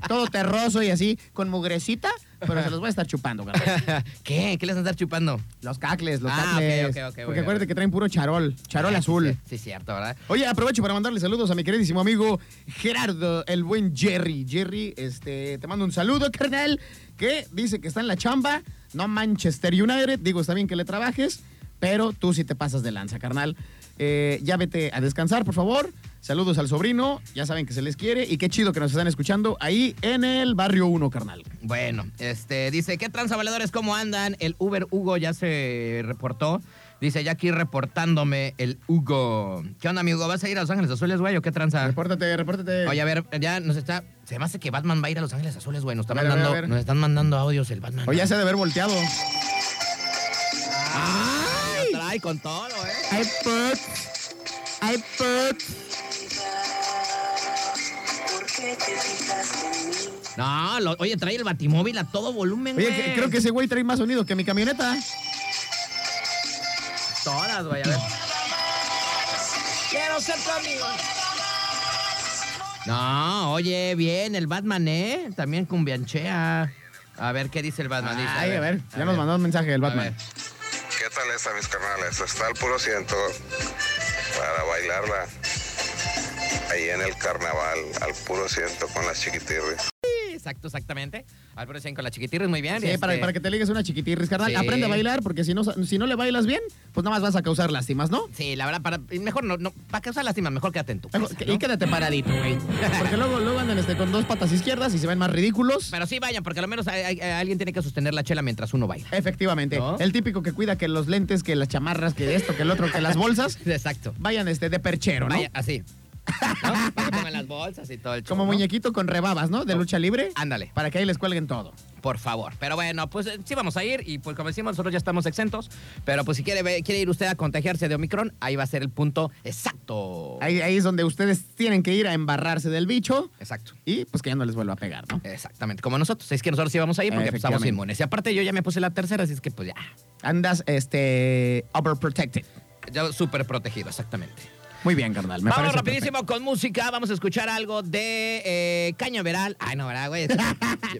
Speaker 2: Todo terroso y así, con mugrecita, pero se los voy a estar chupando, carnal.
Speaker 1: ¿Qué? ¿Qué les van a estar chupando?
Speaker 2: Los cacles, los
Speaker 1: Ah, ok,
Speaker 2: cacles.
Speaker 1: ok, ok,
Speaker 2: Porque
Speaker 1: ok,
Speaker 2: acuérdate
Speaker 1: ok.
Speaker 2: que traen puro charol, charol azul.
Speaker 1: Ah, Sí, cierto, ¿verdad?
Speaker 2: Oye, aprovecho para mandarle saludos a mi queridísimo amigo Gerardo, el buen Jerry. Jerry, este, te mando un saludo, carnal, que dice que está en la chamba, no Manchester United. Digo, está bien que le trabajes, pero tú sí te pasas de lanza, carnal. Eh, ya vete a descansar, por favor. Saludos al sobrino, ya saben que se les quiere y qué chido que nos están escuchando ahí en el barrio 1, carnal.
Speaker 1: Bueno, este, dice, ¿qué transabaladores cómo andan? El Uber Hugo ya se reportó. Dice, ya aquí reportándome el Hugo. ¿Qué onda, mi Hugo? ¿Vas a ir a Los Ángeles Azules, güey, o qué tranza?
Speaker 2: Repórtate, repórtate.
Speaker 1: Oye, a ver, ya nos está... Se me hace que Batman va a ir a Los Ángeles Azules, güey. Nos, está
Speaker 2: A ver, a ver,
Speaker 1: mandando-
Speaker 2: a ver.
Speaker 1: nos están mandando audios el Batman.
Speaker 2: Oye, ya se ha de haber volteado.
Speaker 1: ¡Ay! Lo trae con todo, ¿eh?
Speaker 2: I put, I put.
Speaker 1: No, lo- oye, trae el batimóvil a todo volumen,
Speaker 2: Oye,
Speaker 1: güey.
Speaker 2: que- creo que ese güey trae más sonido que mi camioneta.
Speaker 1: Todas, güey, a ver. Quiero ser tu amigo. No, oye, bien, el Batman, ¿eh? También cumbianchea. A ver, ¿qué dice el Batman? Dice,
Speaker 2: Ay, a ver, ya nos mandó un mensaje el
Speaker 1: a
Speaker 2: Batman.
Speaker 1: ver.
Speaker 5: ¿Qué tal está, mis carnales? Está el puro ciento para bailarla ahí en el carnaval, al puro ciento con las chiquitirris.
Speaker 1: Exacto, exactamente. Álvaro 100 con la chiquitirris, muy bien.
Speaker 2: Sí,
Speaker 1: este,
Speaker 2: para, para que te ligues una chiquitirris, carnal.
Speaker 1: Sí.
Speaker 2: Aprende a bailar, porque si no, si no le bailas bien, pues nada más vas a causar lástimas, ¿no?
Speaker 1: Sí, la verdad, para, mejor no, no para causar lástima, mejor quédate en tu casa,
Speaker 2: Y
Speaker 1: ¿no?
Speaker 2: quédate paradito, güey. Porque luego, luego andan este, con dos patas izquierdas y se ven más ridículos.
Speaker 1: Pero sí vayan, porque al menos hay- hay- alguien tiene que sostener la chela mientras uno baila.
Speaker 2: Efectivamente.
Speaker 1: ¿No?
Speaker 2: El típico que cuida que los lentes, que las chamarras, que esto, que el otro, que las bolsas,
Speaker 1: Exacto.
Speaker 2: vayan este, de perchero, ¿no?
Speaker 1: Vaya, así. ¿No? Para que pongan las bolsas y todo el show,
Speaker 2: Como
Speaker 1: ¿no? Ah,
Speaker 2: muñequito con rebabas, ¿no? De lucha libre.
Speaker 1: Ándale.
Speaker 2: Para que ahí les cuelguen todo.
Speaker 1: Por favor. Pero bueno, pues eh, sí vamos a ir y pues como decimos, nosotros ya estamos exentos. Pero pues si quiere, ve- quiere ir usted a contagiarse de Omicron, ahí va a ser el punto exacto.
Speaker 2: Ahí, ahí es donde ustedes tienen que ir a embarrarse del bicho
Speaker 1: Exacto.
Speaker 2: y pues que ya no les vuelva a pegar, ¿no?
Speaker 1: Exactamente, como nosotros. Es que nosotros sí vamos a ir porque pues, estamos
Speaker 2: Efectivamente.
Speaker 1: inmunes. Y aparte yo ya me puse la tercera, así es que pues ya,
Speaker 2: Andas, este, overprotected.
Speaker 1: ya súper protegido, exactamente.
Speaker 2: Muy bien, carnal. Me
Speaker 1: vamos
Speaker 2: parece
Speaker 1: rapidísimo con música, vamos a escuchar algo de eh, Cañaveral. Ay, no, ¿verdad, güey? Yo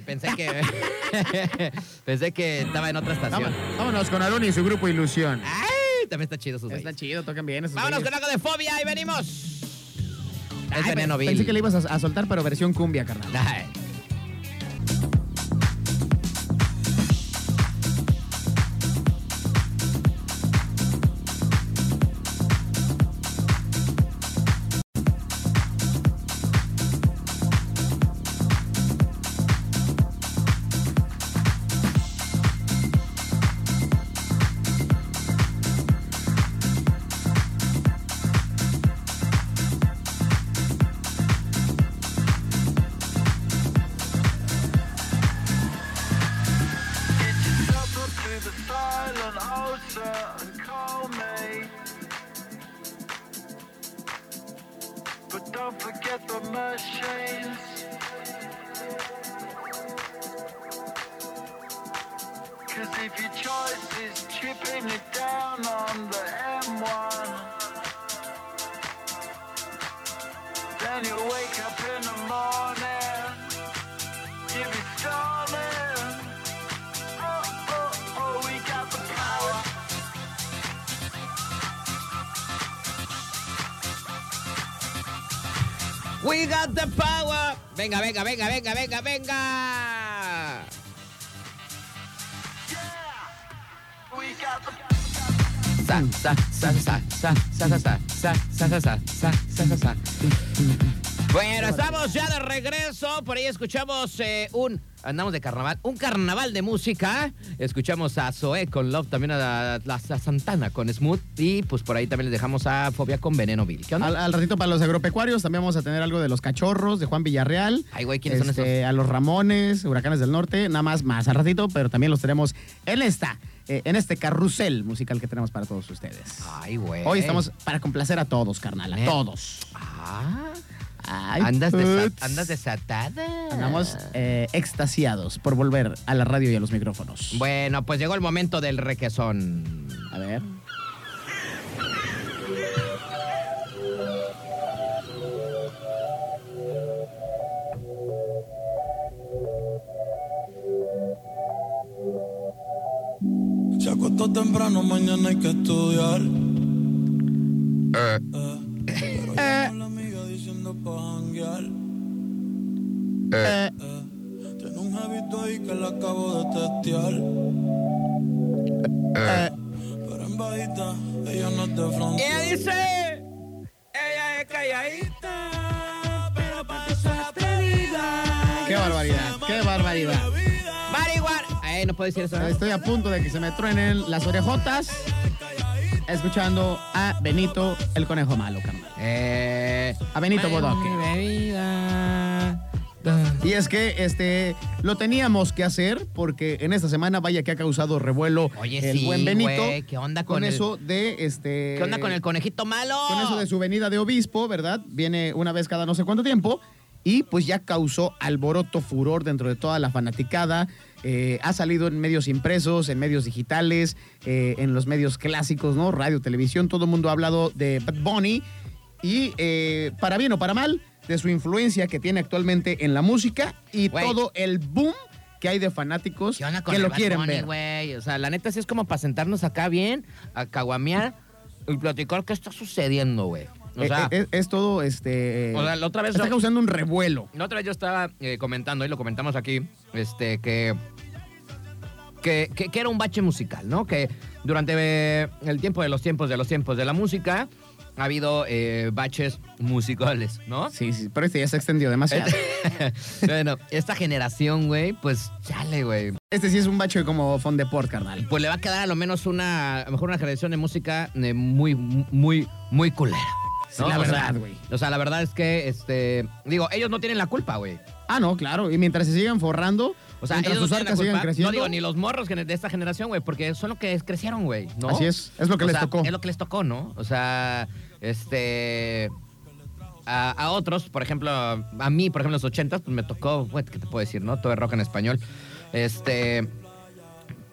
Speaker 1: pensé que... pensé que estaba en otra
Speaker 2: perfecto.
Speaker 1: estación.
Speaker 2: Vámonos, vámonos con Aroni y su grupo Ilusión.
Speaker 1: Ah, Ay, también está chido sus güeyes.
Speaker 2: Está chido, tocan bien. Esos
Speaker 1: Vámonos con
Speaker 2: güeyes.
Speaker 1: algo de fobia y venimos. Es
Speaker 2: Ay,
Speaker 1: veneno vil.
Speaker 2: Pensé que le ibas a, a soltar, pero versión cumbia, carnal.
Speaker 1: Ay.
Speaker 4: But don't forget the machines.
Speaker 10: Cause if your choice is chipping it down on the M1, then you wake up in the morning, you be storming. Oh, oh, oh, we got the power.
Speaker 1: We got the power. Venga, venga, venga, venga, venga, venga.
Speaker 10: We got the
Speaker 1: Sa, sa, sa, sa, sa, sa, sa, sa, sa, sa, sa, sa, sa, sa, sa, sa. Bueno, estamos ya de regreso. Por ahí escuchamos eh, un. Andamos de carnaval. Un carnaval de música. Escuchamos a Zoé con Love, también a, la- la- a Santana con Smooth. Y pues por ahí también les dejamos a Fobia con Veneno Bill. ¿Qué onda?
Speaker 2: Al, al ratito para los agropecuarios también vamos a tener algo de los cachorros de Juan Villarreal.
Speaker 1: Ay, güey, ¿quiénes son
Speaker 2: Este,
Speaker 1: esos?
Speaker 2: A los Ramones, Huracanes del Norte, nada más más al ratito, pero también los tenemos en esta, eh, en este carrusel musical que tenemos para todos ustedes.
Speaker 1: Ay, güey.
Speaker 2: Hoy estamos para complacer a todos, carnal, a
Speaker 1: Neta.
Speaker 2: todos.
Speaker 1: Ah,
Speaker 2: Ay,
Speaker 1: andas, desa-
Speaker 2: putz.
Speaker 1: andas desatada.
Speaker 2: Andamos eh, extasiados por volver a la radio y a los micrófonos.
Speaker 1: Bueno, pues llegó el momento del requesón.
Speaker 2: A ver.
Speaker 11: Se acostó temprano, mañana hay que estudiar. Eh. Pero llama a la amiga diciendo pa' janguear. Eh. Tiene un hábito ahí que la acabo de testear. Eh. Pero en bajita, ella no es de frontera.
Speaker 7: Eh. Ella dice, ella es calladita, pero para eso es atrevida.
Speaker 2: Qué barbaridad, qué barbaridad.
Speaker 1: Marihuana. Ay, no puedo decir eso. ¿no?
Speaker 2: Estoy a punto de que se me truenen las orejotas escuchando a Benito el Conejo Malo, carnal.
Speaker 1: Eh,
Speaker 2: A Benito Bodoque.
Speaker 1: mi bebida.
Speaker 2: Y es que este lo teníamos que hacer porque en esta semana vaya que ha causado revuelo
Speaker 1: Oye,
Speaker 2: el
Speaker 1: sí,
Speaker 2: buen Benito
Speaker 1: güey, ¿qué onda con el-
Speaker 2: eso de este
Speaker 1: ¿Qué onda con el conejito malo?
Speaker 2: con eso de su venida de obispo, ¿verdad? Viene una vez cada no sé cuánto tiempo. Y pues ya causó alboroto, furor dentro de toda la fanaticada. Eh, ha salido en medios impresos, en medios digitales, eh, en los medios clásicos, ¿no? Radio, televisión, todo el mundo ha hablado de Bad Bunny. Y eh, para bien o para mal, de su influencia que tiene actualmente en la música y
Speaker 1: Güey.
Speaker 2: todo el boom que hay de fanáticos
Speaker 1: ¿Qué onda con
Speaker 2: que
Speaker 1: el
Speaker 2: lo
Speaker 1: Bad
Speaker 2: quieren
Speaker 1: Bunny,
Speaker 2: ver.
Speaker 1: güey? O sea, la neta sí es como para sentarnos acá bien, a caguamear y platicar qué está sucediendo, güey. O
Speaker 2: Eh,
Speaker 1: sea,
Speaker 2: eh, es, todo este.
Speaker 1: o sea, la otra vez
Speaker 2: está
Speaker 1: yo-
Speaker 2: causando un revuelo.
Speaker 1: La otra vez yo estaba eh, comentando, y lo comentamos aquí, este, que, que, que- que era un bache musical, ¿no? Que durante eh, el tiempo de los tiempos de los tiempos de la música ha habido eh, baches musicales, ¿no?
Speaker 2: Sí, sí, pero este ya se extendió demasiado.
Speaker 1: Este. bueno, esta generación, güey, pues chale, güey.
Speaker 2: Este sí es un bacho como Fondeport, carnal.
Speaker 1: Pues le va a quedar a lo menos una, a lo mejor una generación de música eh, muy, muy, muy culera.
Speaker 2: Sí, la
Speaker 1: O sea,
Speaker 2: verdad, güey.
Speaker 1: O sea, la verdad es que, este, digo, ellos no tienen la culpa, güey.
Speaker 2: Ah, no, claro. Y mientras se sigan forrando,
Speaker 1: O sea,
Speaker 2: mientras
Speaker 1: ellos
Speaker 2: sus
Speaker 1: no tienen la
Speaker 2: arcas sigan
Speaker 1: culpa.
Speaker 2: creciendo.
Speaker 1: No digo ni los morros gene- de esta generación, güey, porque son los que crecieron, güey. ¿no?
Speaker 2: Así es, es lo que
Speaker 1: O
Speaker 2: les
Speaker 1: sea,
Speaker 2: tocó.
Speaker 1: Es lo que les tocó, ¿no? O sea, este. A, a otros, por ejemplo, a mí, por ejemplo, en los 80 pues me tocó, güey, ¿qué te puedo decir, no? Todo el rock en español. Este.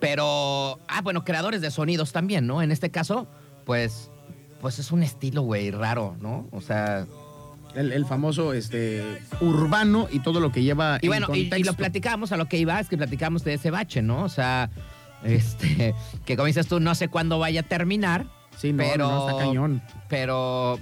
Speaker 1: Pero. Ah, bueno, creadores de sonidos también, ¿no? En este caso, pues. Pues es un estilo, güey, raro, ¿no? O sea.
Speaker 2: El, el famoso este, urbano y todo lo que lleva
Speaker 1: Y
Speaker 2: en
Speaker 1: bueno, y- y,
Speaker 2: contexto.
Speaker 1: lo platicamos, a lo que iba es que platicamos de ese bache, ¿no? O sea, este, que como dices tú, no sé cuándo vaya a terminar,
Speaker 2: Sí, no,
Speaker 1: pero-
Speaker 2: no, está cañón.
Speaker 1: pero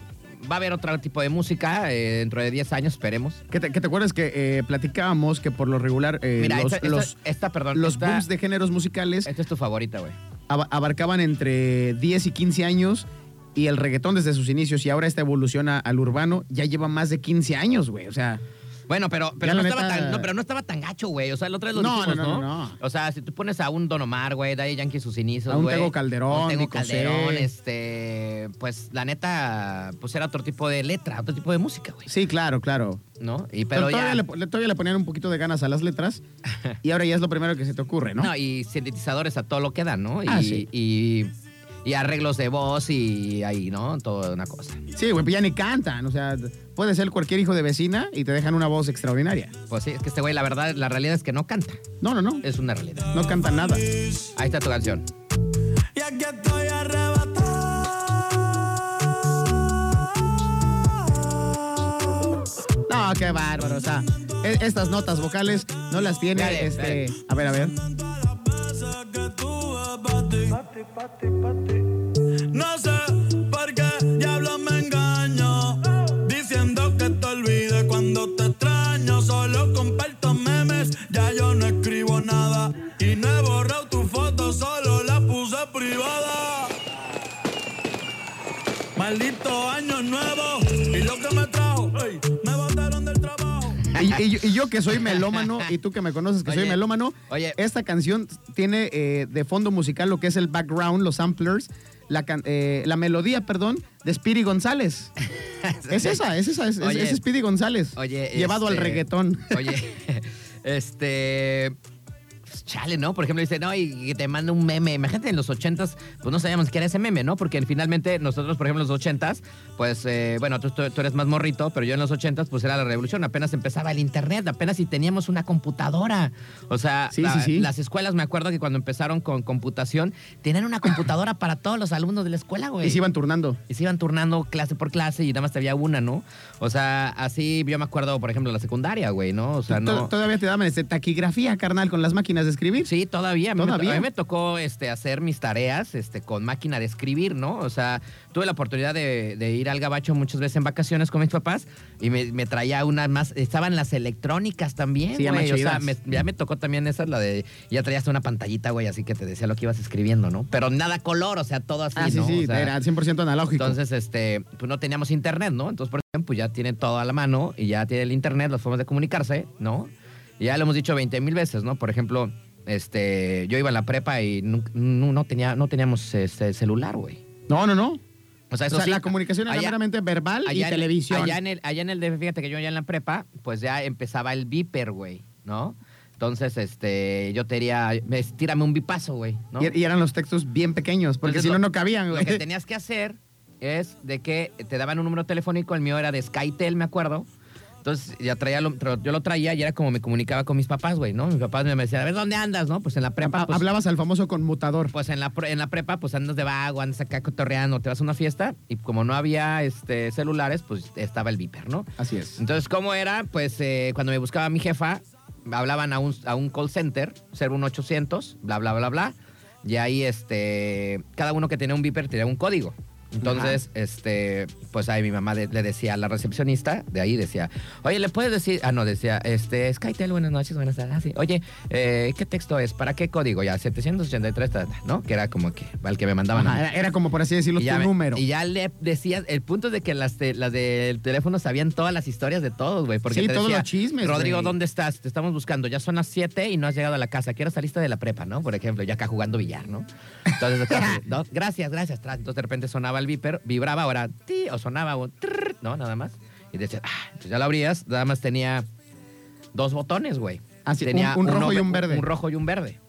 Speaker 1: va a haber otro tipo de música eh, dentro de 10 años, esperemos.
Speaker 2: Que te, que te acuerdas que eh, platicábamos que por lo regular eh,
Speaker 1: Mira,
Speaker 2: los,
Speaker 1: esta, esta-
Speaker 2: los,
Speaker 1: esta, perdón,
Speaker 2: los
Speaker 1: esta, Eh.
Speaker 2: booms de géneros musicales
Speaker 1: esta es tu favorita, güey.
Speaker 2: aba- abarcaban entre 10 y 15 años y el reggaetón desde sus inicios y ahora esta evolución a- al urbano ya lleva más de 15 años, güey. O sea,
Speaker 1: Bueno, pero, pero,
Speaker 2: Ya
Speaker 1: no
Speaker 2: la
Speaker 1: estaba
Speaker 2: neta-
Speaker 1: tan, no, pero no estaba tan gacho, güey. O sea, el otro día lo
Speaker 2: No,
Speaker 1: dijimos,
Speaker 2: no,
Speaker 1: no,
Speaker 2: no, no, no.
Speaker 1: O sea, si tú pones a un Don Omar, güey, Daddy Yankee sus inicios,
Speaker 2: A un
Speaker 1: güey,
Speaker 2: Tego Calderón,
Speaker 1: a un Tego
Speaker 2: Vico C.
Speaker 1: Calderón, este... Pues, la neta, pues era otro tipo de letra, otro tipo de música, güey.
Speaker 2: sí, claro, claro.
Speaker 1: ¿No? Y
Speaker 2: Pero,
Speaker 1: pero
Speaker 2: todavía,
Speaker 1: ya...
Speaker 2: le, po- le- todavía le ponían un poquito de ganas a las letras y ahora ya es lo primero que se te ocurre, ¿no?
Speaker 1: No, y sintetizadores a todo lo que dan, ¿no?
Speaker 2: Ah,
Speaker 1: y,
Speaker 2: sí.
Speaker 1: y, y arreglos de voz y ahí, ¿no? Toda una cosa.
Speaker 2: Sí, güey, pues ya ni cantan. O sea, puede ser cualquier hijo de vecina y te dejan una voz extraordinaria.
Speaker 1: Pues sí, es que este güey, la verdad, la realidad es que no canta.
Speaker 2: No, no, no.
Speaker 1: Es una realidad.
Speaker 2: No canta nada.
Speaker 1: Ahí está tu canción.
Speaker 10: Y aquí estoy arrebatado.
Speaker 2: No, qué bárbaro. O sea, e- estas notas vocales no las tiene
Speaker 10: Dale,
Speaker 2: este.
Speaker 10: dale.
Speaker 2: A ver, a ver.
Speaker 10: Pate, pate, pate. No sé por qué diablos me engaño. Diciendo que te olvide cuando te extraño. Solo comparto memes, ya yo no escribo nada. Y no he borrado tu foto, solo la puse privada. Maldito año nuevo y lo que me trajo. ey, me botaron del trabajo.
Speaker 2: Y, y yo- y yo que soy melómano, y tú que me conoces que soy
Speaker 1: Oye,
Speaker 2: melómano,
Speaker 1: oye.
Speaker 2: esta canción tiene eh, de fondo musical lo que es el background, los samplers, la, can- eh, la melodía, perdón, de Speedy González. es esa, es esa, es, es-
Speaker 1: Oye.
Speaker 2: es Speedy González.
Speaker 1: Oye,
Speaker 2: llevado al
Speaker 1: este,
Speaker 2: reggaetón.
Speaker 1: Oye, este. pues, Chale, ¿no? Por ejemplo, dice, no, y que te manda un meme. Imagínate, en los ochentas, pues no sabíamos qué era ese meme, ¿no? Porque finalmente nosotros, por ejemplo, en los ochentas, pues, eh, bueno, tú, tú- tú eres más morrito, pero yo en los ochentas, pues era la revolución. Apenas empezaba el internet, apenas si teníamos una computadora. O sea,
Speaker 2: Sí,
Speaker 1: la-
Speaker 2: sí, sí.
Speaker 1: las escuelas, me acuerdo que cuando empezaron con computación, tenían una computadora para todos los alumnos de la escuela, güey.
Speaker 2: Y se iban turnando.
Speaker 1: Y se iban turnando clase por clase y nada más te había una, ¿no? O sea, así yo me acuerdo, por ejemplo, la secundaria, güey, ¿no? O sea,
Speaker 2: To-
Speaker 1: no.
Speaker 2: Todavía te daban este, taquigrafía, carnal, con las máquinas de escribir.
Speaker 1: Sí, todavía. A mí, Me,
Speaker 2: Todavía.
Speaker 1: to- a mí me tocó este, hacer mis tareas este, con máquina de escribir, ¿no? O sea, tuve la oportunidad de, de ir al gabacho muchas veces en vacaciones con mis papás y me, me traía una más. Estaban las electrónicas también,
Speaker 2: Sí, ya más
Speaker 1: güey. O sea,
Speaker 2: chidas.
Speaker 1: me- ya me tocó también esa, la de. Ya traías una pantallita, güey, así que te decía lo que ibas escribiendo, ¿no? Pero nada color, o sea, todo así,
Speaker 2: Ah, sí,
Speaker 1: ¿no?
Speaker 2: sí,
Speaker 1: O sea,
Speaker 2: era 100% analógico.
Speaker 1: Entonces, este, pues no teníamos internet, ¿no? Entonces, por ejemplo, pues ya tiene todo a la mano y ya tiene el internet, las formas de comunicarse, ¿no? Y ya lo hemos dicho 20 mil veces, ¿no? Por ejemplo, este, yo iba a la prepa y nu- nu- no, tenía, no teníamos este, celular, güey.
Speaker 2: no, no, no.
Speaker 1: O sea,
Speaker 2: O
Speaker 1: eso
Speaker 2: sea,
Speaker 1: sí,
Speaker 2: la comunicación era
Speaker 1: allá-
Speaker 2: meramente verbal y
Speaker 1: en-
Speaker 2: televisión.
Speaker 1: Allá en, el, allá en el DF, fíjate que yo allá en la prepa, pues ya empezaba el viper, güey, ¿no? Entonces, este, yo tenía, me- tírame un bipazo, güey, ¿no?
Speaker 2: y, y eran los textos bien pequeños, porque
Speaker 1: Entonces,
Speaker 2: si no,
Speaker 1: lo-
Speaker 2: no cabían,
Speaker 1: Lo que
Speaker 2: güey.
Speaker 1: tenías que hacer es de que te daban un número telefónico, el mío era de Skytel, me acuerdo. Entonces ya traía lo- tra- yo lo traía y era como me comunicaba con mis papás, güey, ¿no? Mis papás me decían, a ver, ¿dónde andas, no? Pues en la prepa.
Speaker 2: Ha-
Speaker 1: pues,
Speaker 2: Hablabas al famoso conmutador.
Speaker 1: pues en la, pre- en la prepa, pues andas de vago, andas acá cotorreando, te vas a una fiesta. Y como no había este, celulares, pues estaba el Viper, ¿no?
Speaker 2: Así es.
Speaker 1: Entonces, ¿cómo era? Pues eh, cuando me buscaba mi jefa, hablaban a un, a un call center, 01800, bla, bla, bla, bla. Y ahí, este, cada uno que tenía un viper tenía un código. Entonces, este, pues ahí mi mamá de- le decía a la recepcionista, de ahí decía, oye, ¿le puedes decir? Ah, no, decía, este, Skytel, buenas noches, buenas tardes. Ah, sí. Oye, eh, ¿qué texto es? ¿Para qué código? Ya, 783, ta, ta, ta, ¿no? Que era como que, al que me mandaban. a mí.
Speaker 2: Ajá, era, era como por así decirlo,
Speaker 1: Y
Speaker 2: tu
Speaker 1: ya, me-
Speaker 2: número.
Speaker 1: y ya le decías, el punto es de que las, de- las del teléfono sabían todas las historias de todos, güey. Porque
Speaker 2: Sí,
Speaker 1: te
Speaker 2: todos
Speaker 1: decía,
Speaker 2: los chismes,
Speaker 1: Rodrigo,
Speaker 2: güey".
Speaker 1: ¿dónde estás? Te estamos buscando. Ya son las 7 y no has llegado a la casa. Quiero salir de la prepa, ¿no? Por ejemplo, ya acá jugando billar, ¿no? Entonces, acá, ¿no? gracias, gracias. tra- Entonces, de repente sonaba el viper, vibraba ahora, ti, o sonaba un trrr, ¿no? Nada más. Y decías, ah, entonces ya lo abrías, nada más tenía dos botones, güey.
Speaker 2: Así,
Speaker 1: Tenía
Speaker 2: Ah, un- un rojo y
Speaker 1: ove-
Speaker 2: un verde.
Speaker 1: Un rojo y un verde.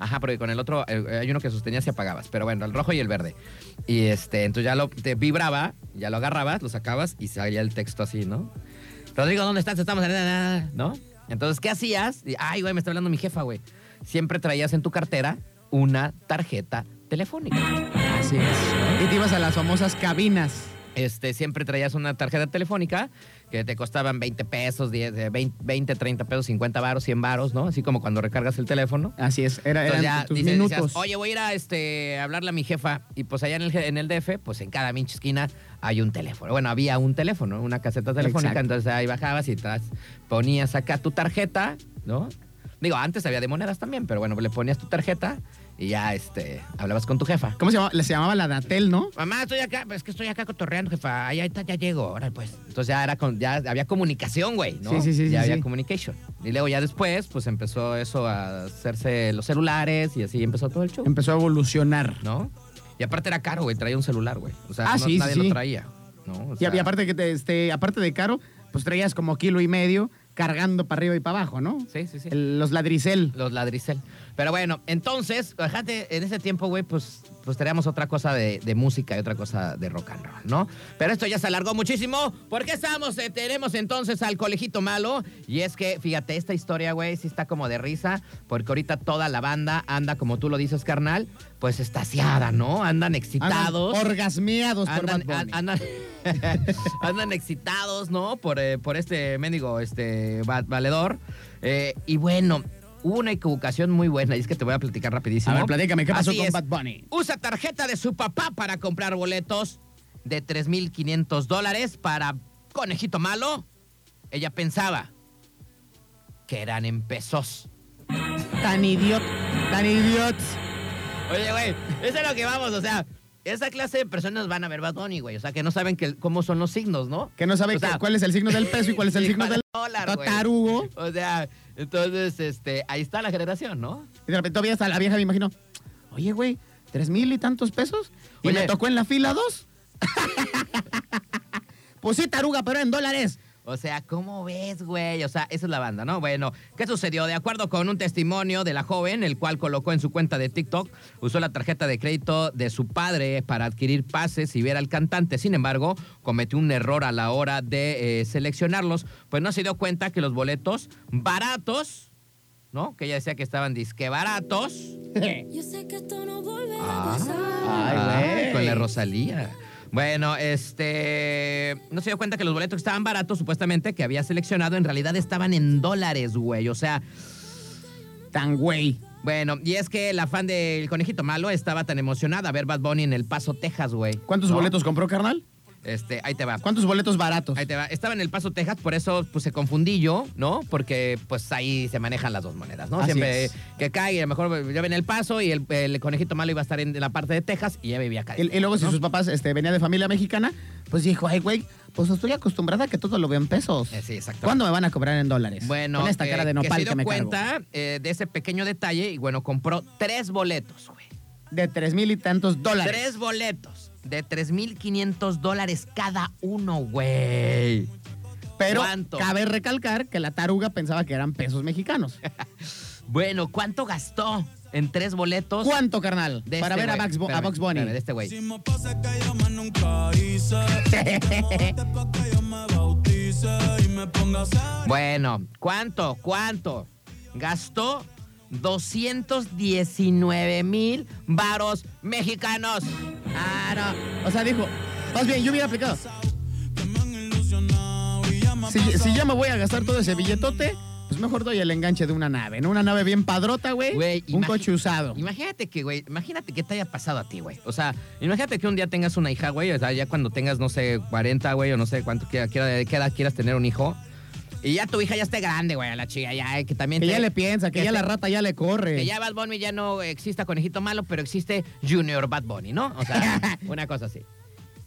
Speaker 1: Ajá, porque con el otro eh, hay uno que sostenías y apagabas, pero bueno, el rojo y el verde. Y este, entonces ya lo te vibraba, ya lo agarrabas, lo sacabas y salía el texto así, ¿no? Rodrigo, ¿dónde estás? Estamos en... ¿No? Entonces, ¿qué hacías? Y, Ay, güey, me está hablando mi jefa, güey. Siempre traías en tu cartera una tarjeta telefónica.
Speaker 2: Así es. Y te ibas a las famosas cabinas.
Speaker 1: Este, siempre traías una tarjeta telefónica que te costaban 20 pesos, 10, eh, 20, 20, 30 pesos, 50 varos, 100 varos, ¿no? Así como cuando recargas el teléfono.
Speaker 2: Así es, era, eran
Speaker 1: Entonces ya
Speaker 2: tus
Speaker 1: dices-
Speaker 2: minutos.
Speaker 1: decías, oye, voy a ir a este, a hablarle a mi jefa. Y pues allá en el, en el DF, pues en cada mincha esquina hay un teléfono. Bueno, había un teléfono, una caseta telefónica.
Speaker 2: Exacto.
Speaker 1: Entonces ahí bajabas y tras, ponías acá tu tarjeta, ¿no? Digo, antes había de monedas también, pero bueno, le ponías tu tarjeta y ya este, hablabas con tu jefa.
Speaker 2: ¿Cómo se llamaba? Se llamaba la Datel, ¿no?
Speaker 1: Mamá, estoy acá, pues, es que estoy acá cotorreando, jefa. Ahí ahorita ya llego, ahora pues. Entonces ya era con- ya había comunicación, güey, ¿no?
Speaker 2: Sí, sí, sí,
Speaker 1: Ya
Speaker 2: sí,
Speaker 1: había
Speaker 2: sí.
Speaker 1: communication. Y luego ya después, pues empezó eso a hacerse los celulares y así empezó todo el show.
Speaker 2: Empezó a evolucionar.
Speaker 1: ¿no? Y aparte era caro, güey, traía un celular, güey. O sea,
Speaker 2: Ah,
Speaker 1: no-
Speaker 2: sí,
Speaker 1: nadie
Speaker 2: sí, sí.
Speaker 1: lo traía, ¿no? O
Speaker 2: Y,
Speaker 1: sea,
Speaker 2: y aparte que te, este, aparte de caro, pues traías como kilo y medio. cargando para arriba y para abajo, ¿no?
Speaker 1: Sí, sí, sí.
Speaker 2: El- los ladricel.
Speaker 1: Los ladricel. Pero bueno, entonces, fíjate, en ese tiempo, güey, pues, pues teníamos otra cosa de, de música y otra cosa de rock and roll, ¿no? Pero esto ya se alargó muchísimo. porque estamos? eh, tenemos entonces al colegito malo. Y es que, fíjate, esta historia, güey, sí está como de risa, porque ahorita toda la banda anda, como tú lo dices, carnal, pues estaciada, ¿no? Andan excitados.
Speaker 2: Andan orgasmeados por
Speaker 1: Andan,
Speaker 2: Bad Bunny.
Speaker 1: an- andan, andan excitados, ¿no? Por, eh, por este mendigo, este va- valedor. Eh, y bueno, hubo una equivocación muy buena, y es que te voy a platicar rapidísimo.
Speaker 2: A ver, platícame, ¿qué pasó
Speaker 1: Así
Speaker 2: con
Speaker 1: es.
Speaker 2: Bad Bunny?
Speaker 1: Usa tarjeta de su papá para comprar boletos de 3.500 dólares para Conejito Malo. Ella pensaba que eran en pesos.
Speaker 2: Tan idiot, tan idiot.
Speaker 1: Oye, güey, eso es lo que vamos, o sea... Esa clase de personas van a ver Bad Bunny, güey. O sea, que no saben que- cómo son los signos, ¿no?
Speaker 2: Que no sabe
Speaker 1: O sea,
Speaker 2: cu- cuál es el signo del peso y cuál es el
Speaker 1: Sí,
Speaker 2: signo
Speaker 1: para
Speaker 2: del
Speaker 1: dólar, güey.
Speaker 2: tarugo.
Speaker 1: O sea, entonces, este, ahí está la generación, ¿no?
Speaker 2: Y de repente todavía hasta la vieja me imagino, oye, güey, tres mil y tantos pesos. Y
Speaker 1: Oye.
Speaker 2: me tocó en la fila dos. pues sí, taruga, pero en dólares.
Speaker 1: O sea, ¿cómo ves, güey? O sea, esa es la banda, ¿no? Bueno, ¿qué sucedió? De acuerdo con un testimonio de la joven, el cual colocó en su cuenta de TikTok, usó la tarjeta de crédito de su padre para adquirir pases y ver al cantante. Sin embargo, cometió un error a la hora de eh, seleccionarlos, pues no se dio cuenta que los boletos baratos, ¿no? Que ella decía que estaban disque baratos.
Speaker 12: Yo sé que esto no volverá
Speaker 1: Ah.
Speaker 12: a pasar.
Speaker 1: Ay,
Speaker 2: güey.
Speaker 1: Con la Rosalía. Bueno, este. No se dio cuenta que los boletos que estaban baratos, supuestamente, que había seleccionado, en realidad estaban en dólares, güey. O sea.
Speaker 2: Tan güey.
Speaker 1: Bueno, y es que la fan del Conejito Malo estaba tan emocionada a ver Bad Bunny en El Paso, Texas, güey.
Speaker 2: ¿Cuántos
Speaker 1: ¿No?
Speaker 2: boletos compró, carnal?
Speaker 1: Este, ahí te va.
Speaker 2: ¿Cuántos boletos baratos?
Speaker 1: Ahí te va. Estaba en El Paso, Texas, por eso pues, se confundí yo, ¿no? Porque pues ahí se manejan las dos monedas, ¿no?
Speaker 2: Así
Speaker 1: Siempre
Speaker 2: es.
Speaker 1: que cae, a lo mejor yo en El Paso y el, el Conejito Malo iba a estar en la parte de Texas y ya vivía acá.
Speaker 2: Y, y luego si
Speaker 1: ¿no?
Speaker 2: sus papás este, venían de familia mexicana, pues dijo, ay, güey, pues estoy acostumbrada a que todo lo veo en pesos.
Speaker 1: Eh, Sí, exacto.
Speaker 2: ¿Cuándo me van a cobrar en dólares?
Speaker 1: Bueno,
Speaker 2: Con esta
Speaker 1: eh,
Speaker 2: cara de nopal
Speaker 1: que se
Speaker 2: que,
Speaker 1: dio
Speaker 2: me cargo.
Speaker 1: cuenta eh, de ese pequeño detalle y bueno, compró tres boletos, güey.
Speaker 2: De tres mil y tantos dólares.
Speaker 1: Tres boletos de 3.500 dólares cada uno, güey.
Speaker 2: Pero
Speaker 1: ¿Cuánto?
Speaker 2: cabe recalcar que la taruga pensaba que eran pesos mexicanos.
Speaker 1: Bueno, ¿cuánto gastó en tres boletos?
Speaker 2: ¿Cuánto, carnal?
Speaker 1: Pues, de
Speaker 2: Para
Speaker 1: este
Speaker 2: ver a
Speaker 1: güey?
Speaker 2: Bugs, Bo- a
Speaker 1: Espérame,
Speaker 2: Bugs Bunny.
Speaker 1: espérame, de este güey.
Speaker 11: Hicimos pases que yo más nunca hice. Te
Speaker 10: este
Speaker 11: mojaste pa' que yo me bautice y me ponga serio.
Speaker 1: Bueno, ¿cuánto? ¿Cuánto? Gastó 219 mil varos mexicanos.
Speaker 2: Ah, no. O sea, dijo, más bien, yo hubiera aplicado. Si, si ya me voy a gastar todo ese billetote, pues mejor doy el enganche de una nave, ¿no? Una nave bien padrota, güey.
Speaker 1: Güey,
Speaker 2: un
Speaker 1: imagi-
Speaker 2: coche usado.
Speaker 1: Imagínate que, güey, imagínate que te haya pasado a ti, güey. O sea, imagínate que un día tengas una hija, güey, o sea, ya cuando tengas, no sé, 40, güey, o no sé cuánto quiera, quiera- qué edad quieras tener un hijo. Y ya tu hija ya esté grande, güey, a la chica, ya, eh, que también...
Speaker 2: Que
Speaker 1: te-
Speaker 2: ya le piensa, que,
Speaker 1: que
Speaker 2: ya la
Speaker 1: te-
Speaker 2: rata ya le corre.
Speaker 1: Que ya Bad Bunny ya no exista Conejito Malo, pero existe Junior Bad Bunny, ¿no? O sea, una cosa así.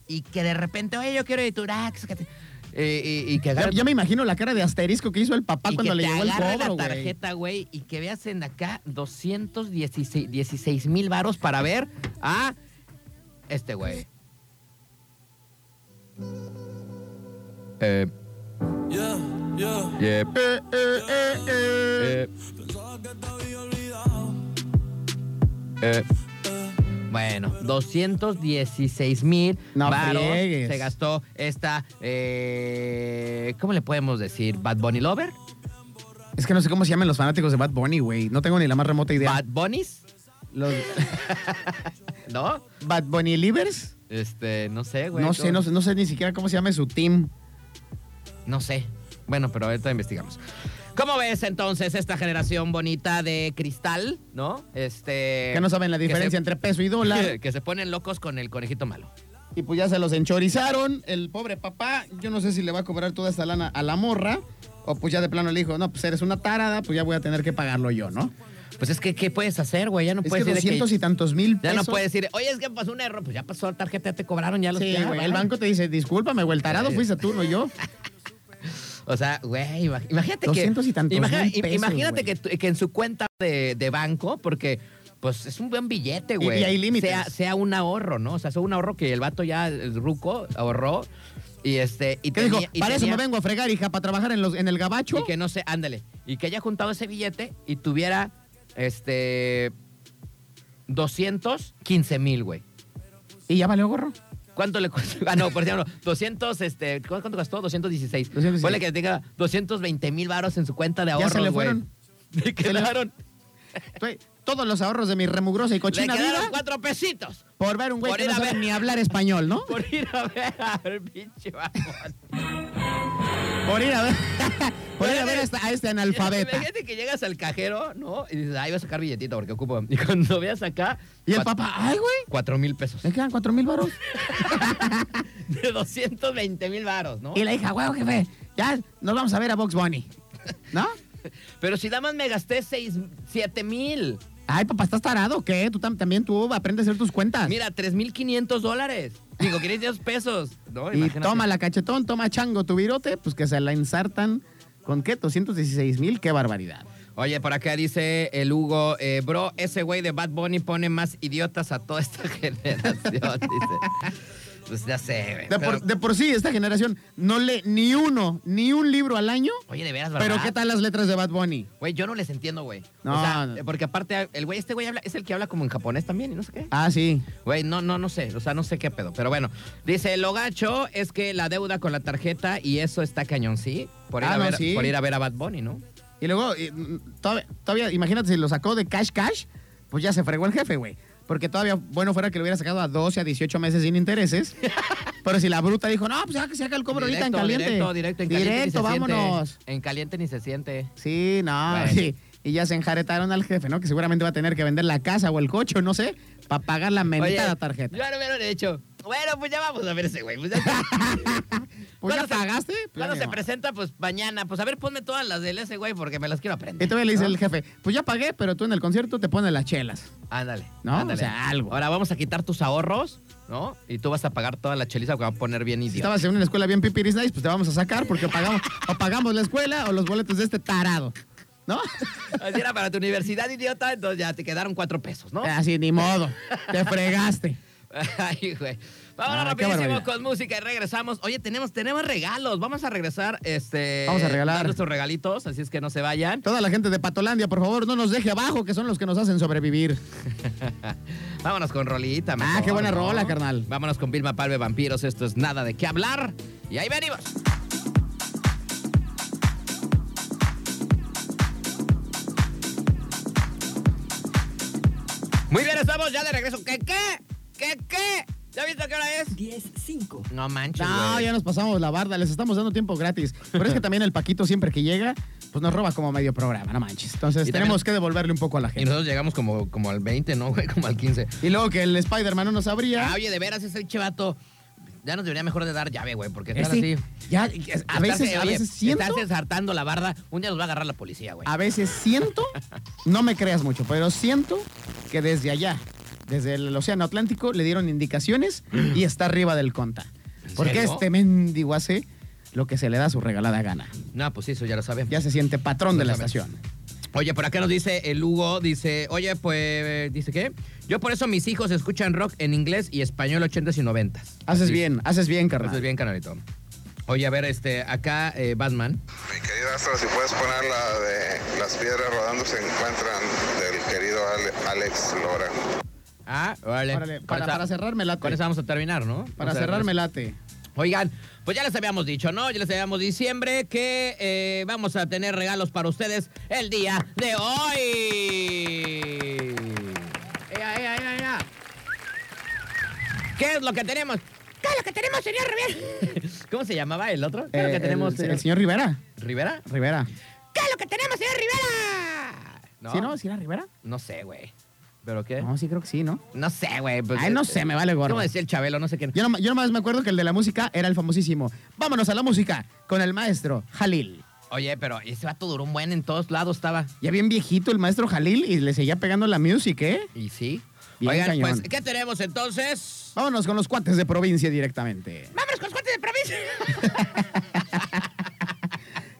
Speaker 1: Y que de repente, oye, yo quiero ir Turax. que te- Eh, y, y que
Speaker 2: Ya-
Speaker 1: agarre-
Speaker 2: ya me imagino la cara de asterisco que hizo el papá
Speaker 1: y
Speaker 2: Ah, cuando
Speaker 1: que
Speaker 2: le
Speaker 1: te
Speaker 2: llegó el
Speaker 1: agarre la
Speaker 2: cobro, güey.
Speaker 1: tarjeta, güey, y que veas en acá 216 mil varos para ver a este güey. Eh,
Speaker 11: Yeah, yeah.
Speaker 1: eh,
Speaker 11: eh,
Speaker 1: eh, eh. Bueno, 216 mil
Speaker 2: No
Speaker 1: varos
Speaker 2: friegues.
Speaker 1: se gastó esta, eh, ¿cómo le podemos decir? ¿Bad Bunny Lover?
Speaker 2: Es que no sé cómo se llaman los fanáticos de Bad Bunny, güey. No tengo ni la más remota idea.
Speaker 1: ¿Bad Bunnies?
Speaker 2: Los-
Speaker 1: ¿No?
Speaker 2: Bad Bunny Livers.
Speaker 1: Este, no sé, güey.
Speaker 2: no sé,
Speaker 1: ¿cómo?
Speaker 2: no, sé- no sé ni siquiera cómo se llama su team.
Speaker 1: No sé. Bueno, pero ahorita investigamos. ¿Cómo ves entonces esta generación bonita de cristal, no? Este.
Speaker 2: que no saben la
Speaker 1: que se-
Speaker 2: diferencia entre peso y dólar.
Speaker 1: Que se ponen locos con el conejito malo.
Speaker 2: Y pues ya se los enchorizaron. El pobre papá, yo no sé si le va a cobrar toda esta lana a la morra. O pues ya de plano le dijo, no, pues eres una tarada, pues ya voy a tener que pagarlo yo, ¿no?
Speaker 1: Pues es que, ¿qué puedes hacer, güey? Ya no
Speaker 2: es que
Speaker 1: puedes decir.
Speaker 2: 200 y tantos mil
Speaker 1: Ya
Speaker 2: pesos.
Speaker 1: no puedes decir, oye, es que pasó un error. Pues ya pasó la tarjeta, ya te cobraron, ya los
Speaker 2: Sí,
Speaker 1: ya,
Speaker 2: güey.
Speaker 1: bye.
Speaker 2: El banco te dice, discúlpame, güey, el tarado
Speaker 1: Sí.
Speaker 2: fuiste tú, no yo.
Speaker 1: O sea, güey, ima- imagínate
Speaker 2: 200
Speaker 1: que.
Speaker 2: y tantos
Speaker 1: imagina-
Speaker 2: mil
Speaker 1: im-
Speaker 2: pesos,
Speaker 1: imagínate
Speaker 2: güey.
Speaker 1: que, tu- que en su cuenta de, de banco, porque. Pues es un buen billete, güey.
Speaker 2: y hay límites.
Speaker 1: Sea, sea un ahorro, ¿no? O sea, sea un ahorro que el vato ya, el ruco, ahorró. Y este, y
Speaker 2: ¿Qué dijo? Para eso me vengo a fregar, hija, para trabajar en, los, en el gabacho.
Speaker 1: Y que no sé, ándale. Y que haya juntado ese billete y tuviera, este, 215 mil, güey.
Speaker 2: ¿Y ya valió gorro?
Speaker 1: ¿Cuánto le costó? Ah, no, por ejemplo, 200, este, ¿cu- ¿cuánto gastó? 216. Ponle que tenga 220 mil varos en su cuenta de
Speaker 2: Ya
Speaker 1: ahorros,
Speaker 2: se le
Speaker 1: güey.
Speaker 2: fueron.
Speaker 1: Le quedaron,
Speaker 2: Güey, Todos los ahorros de mi remugrosa y
Speaker 1: le
Speaker 2: cochina
Speaker 1: quedaron
Speaker 2: vida
Speaker 1: cuatro pesitos
Speaker 2: por ver un güey
Speaker 1: por
Speaker 2: que
Speaker 1: ir
Speaker 2: no
Speaker 1: a
Speaker 2: sabe
Speaker 1: ver-
Speaker 2: ni hablar español, ¿no?
Speaker 1: por ir a ver al pinche vagón.
Speaker 2: Por ir a ver, por ir a, ver a, esta- a este analfabeta.
Speaker 1: Imagínate que llegas al cajero, ¿no? Y dices, ay, voy a sacar billetito porque ocupo. Y cuando veas acá,
Speaker 2: Y el
Speaker 1: cuat-
Speaker 2: papá, ¿Eh? ay, güey,
Speaker 1: cuatro mil pesos.
Speaker 2: me quedan cuatro mil baros.
Speaker 1: De 220 mil varos, ¿no?
Speaker 2: Y la hija, güey, jefe, ya nos vamos a ver a Box Bunny. ¿No?
Speaker 1: Pero si nada más me gasté seis, siete mil.
Speaker 2: Ay, papá, ¿estás tarado o qué? Tú tam- también tú aprendes a hacer tus cuentas.
Speaker 1: Mira, 3.500 dólares. Digo, 500 pesos. No,
Speaker 2: y
Speaker 1: imagínate.
Speaker 2: toma la cachetón, toma chango tu virote, pues que se la ensartan con qué, 216 mil, qué barbaridad.
Speaker 1: Oye, por acá dice el Hugo, eh, bro, ese güey de Bad Bunny pone más idiotas a toda esta generación. dice. Pues ya sé, güey.
Speaker 2: De
Speaker 1: Pero-
Speaker 2: por, de por sí, esta generación no lee ni uno, ni un libro al año,
Speaker 1: Oye, de veras, ¿verdad?
Speaker 2: pero ¿qué tal las letras de Bad Bunny?
Speaker 1: Güey, yo no les entiendo, güey. o
Speaker 2: No,
Speaker 1: sea,
Speaker 2: no.
Speaker 1: porque aparte, el güey, este güey habla, es el que habla como en japonés también y no sé qué.
Speaker 2: Ah, sí.
Speaker 1: Güey, no, no, no sé. O sea, no sé qué pedo. Pero bueno, dice, lo gacho es que la deuda con la tarjeta y eso está cañón, ¿sí? Por ir,
Speaker 2: Ah,
Speaker 1: a,
Speaker 2: no,
Speaker 1: ver,
Speaker 2: sí.
Speaker 1: por ir a ver a Bad Bunny, ¿no?
Speaker 2: Y luego, eh, mm, todavía, todavía, imagínate, si lo sacó de cash cash, pues ya se fregó el jefe, güey. Porque todavía, bueno, fuera que lo hubiera sacado a 12, a 18 meses sin intereses. pero si la bruta dijo, no, pues ya que se haga el cobro ahorita en caliente.
Speaker 1: Directo, directo, en caliente. ni
Speaker 2: Directo,
Speaker 1: se siente.
Speaker 2: vámonos.
Speaker 1: En caliente ni se siente.
Speaker 2: Sí, no,
Speaker 1: Bueno.
Speaker 2: sí. Y ya se enjaretaron al jefe, ¿no? Que seguramente va a tener que vender la casa o el coche, o no sé, para pagar la mentada
Speaker 1: Oye,
Speaker 2: tarjeta.
Speaker 1: Yo no me lo he hecho. Bueno, pues ya vamos a ver ese güey. Pues ya está.
Speaker 2: Pues ya
Speaker 1: ¿Cuándo se-
Speaker 2: pagaste. pues ya
Speaker 1: ¿Cuándo
Speaker 2: ni
Speaker 1: se
Speaker 2: modo.
Speaker 1: presenta? Pues mañana. Pues a ver, ponme todas las del ese güey porque me las quiero aprender.
Speaker 2: Y todavía le dice el jefe, pues ya pagué, pero tú en el concierto te pones las chelas.
Speaker 1: Ándale.
Speaker 2: ¿No?
Speaker 1: ándale.
Speaker 2: O sea, algo.
Speaker 1: Ahora vamos a quitar tus ahorros, ¿no? Y tú vas a pagar toda la cheliza que va a poner bien
Speaker 2: Si
Speaker 1: idiota.
Speaker 2: estabas en una escuela bien pipiris nice, pues te vamos a sacar porque pagamos, o pagamos la escuela o los boletos de este tarado. ¿No?
Speaker 1: Así era para tu universidad, idiota, entonces ya te quedaron cuatro pesos, ¿no?
Speaker 2: Eh, Así, ni modo. Te fregaste.
Speaker 1: Ay, güey. Vámonos
Speaker 2: Ah, qué
Speaker 1: rapidísimo
Speaker 2: barbaridad.
Speaker 1: con música y regresamos. Oye, tenemos, tenemos regalos. Vamos a regresar, este.
Speaker 2: Vamos a regalar.
Speaker 1: dando estos regalitos, así es que no se vayan.
Speaker 2: Toda la gente de Patolandia, por favor, no nos deje abajo, que son los que nos hacen sobrevivir.
Speaker 1: Vámonos con Rolita,
Speaker 2: Ah,
Speaker 1: mejor,
Speaker 2: qué buena
Speaker 1: ¿no?
Speaker 2: rola, carnal.
Speaker 1: Vámonos con Vilma Palve Vampiros. Esto es nada de qué hablar. Y ahí venimos. Muy bien, estamos ya de regreso. ¿Qué, qué? ¿Qué, qué? ¿Ya viste qué hora es?
Speaker 13: 10, 5.
Speaker 1: No manches.
Speaker 2: No,
Speaker 1: güey.
Speaker 2: ya nos pasamos la barda, les estamos dando tiempo gratis. Pero es que también el Paquito siempre que llega, pues nos roba como medio programa, no manches. Entonces
Speaker 1: Y también-
Speaker 2: tenemos que devolverle un poco a la
Speaker 1: Y
Speaker 2: gente.
Speaker 1: nosotros llegamos como, como al 20, ¿no, güey? Como al 15.
Speaker 2: Y luego que el Spider-Man no nos
Speaker 1: Ah,
Speaker 2: abría.
Speaker 1: oye, de veras, ese chevato. Ya nos debería mejor de dar llave, güey, porque
Speaker 2: Eh,
Speaker 1: estar
Speaker 2: sí.
Speaker 1: así.
Speaker 2: Ya, a veces,
Speaker 1: Estarse-
Speaker 2: a
Speaker 1: oye,
Speaker 2: veces siento, Ah.
Speaker 1: Estarse saltando la barda. Un día nos va a agarrar la policía, güey.
Speaker 2: a veces siento, no me creas mucho, pero siento que desde allá, desde el Océano Atlántico, le dieron indicaciones y está arriba del conta. Porque
Speaker 1: serio?
Speaker 2: este mendigo hace lo que se le da a su regalada gana.
Speaker 1: No, pues eso ya lo saben.
Speaker 2: Ya se siente patrón de
Speaker 1: Lo
Speaker 2: la
Speaker 1: saben.
Speaker 2: estación.
Speaker 1: Oye, por acá nos dice el Hugo, dice, oye, pues, dice qué. Yo por eso mis hijos escuchan rock en inglés y español 80s y 90s.
Speaker 2: Haces
Speaker 1: Sí.
Speaker 2: bien, haces bien, carnal.
Speaker 1: Haces bien, canalito. Oye, a ver, este, acá eh, Batman.
Speaker 5: Mi querida Astra, si puedes poner la de Las Piedras Rodando se encuentran del querido Ale- Alex Lora.
Speaker 1: Ah, vale.
Speaker 2: Órale,
Speaker 1: Con
Speaker 2: para,
Speaker 1: esa-
Speaker 2: para cerrar, me late.
Speaker 1: Con eso vamos a pues. terminar, ¿no?
Speaker 2: Para
Speaker 1: O sea,
Speaker 2: cerrar, me late.
Speaker 1: Oigan, pues ya les habíamos dicho, ¿no? Ya les habíamos diciembre que eh, vamos a tener regalos para ustedes el día de hoy. Ea, ea, ea, ea. ¿Qué es lo que tenemos? ¿Qué es lo que tenemos, señor Rivera? ¿Cómo se llamaba el otro? ¿Qué es lo
Speaker 2: Eh,
Speaker 1: que tenemos,
Speaker 2: el, el señor Rivera.
Speaker 1: Rivera?
Speaker 2: Rivera.
Speaker 1: ¿Qué es lo que tenemos, señor Rivera?
Speaker 2: ¿Sí, no? ¿Sí era Rivera?
Speaker 1: No sé, güey. ¿Pero qué?
Speaker 2: No, sí creo que sí, ¿no?
Speaker 1: No sé, güey. pues,
Speaker 2: Ay, no sé, me vale gorro.
Speaker 1: ¿Cómo decía el Chabelo? No sé qué.
Speaker 2: Yo, nom- yo nomás me acuerdo que el de la música era el famosísimo. Vámonos a la música con el maestro Jalil.
Speaker 1: Oye, pero ese vato duró un buen en todos lados, estaba.
Speaker 2: Ya bien viejito el maestro Jalil y le seguía pegando la music, ¿eh?
Speaker 1: Y sí.
Speaker 2: Bien
Speaker 1: Oigan,
Speaker 2: cañón.
Speaker 1: pues, ¿qué tenemos entonces?
Speaker 2: Vámonos con los cuates de provincia directamente.
Speaker 1: ¡Vámonos con los cuates de provincia!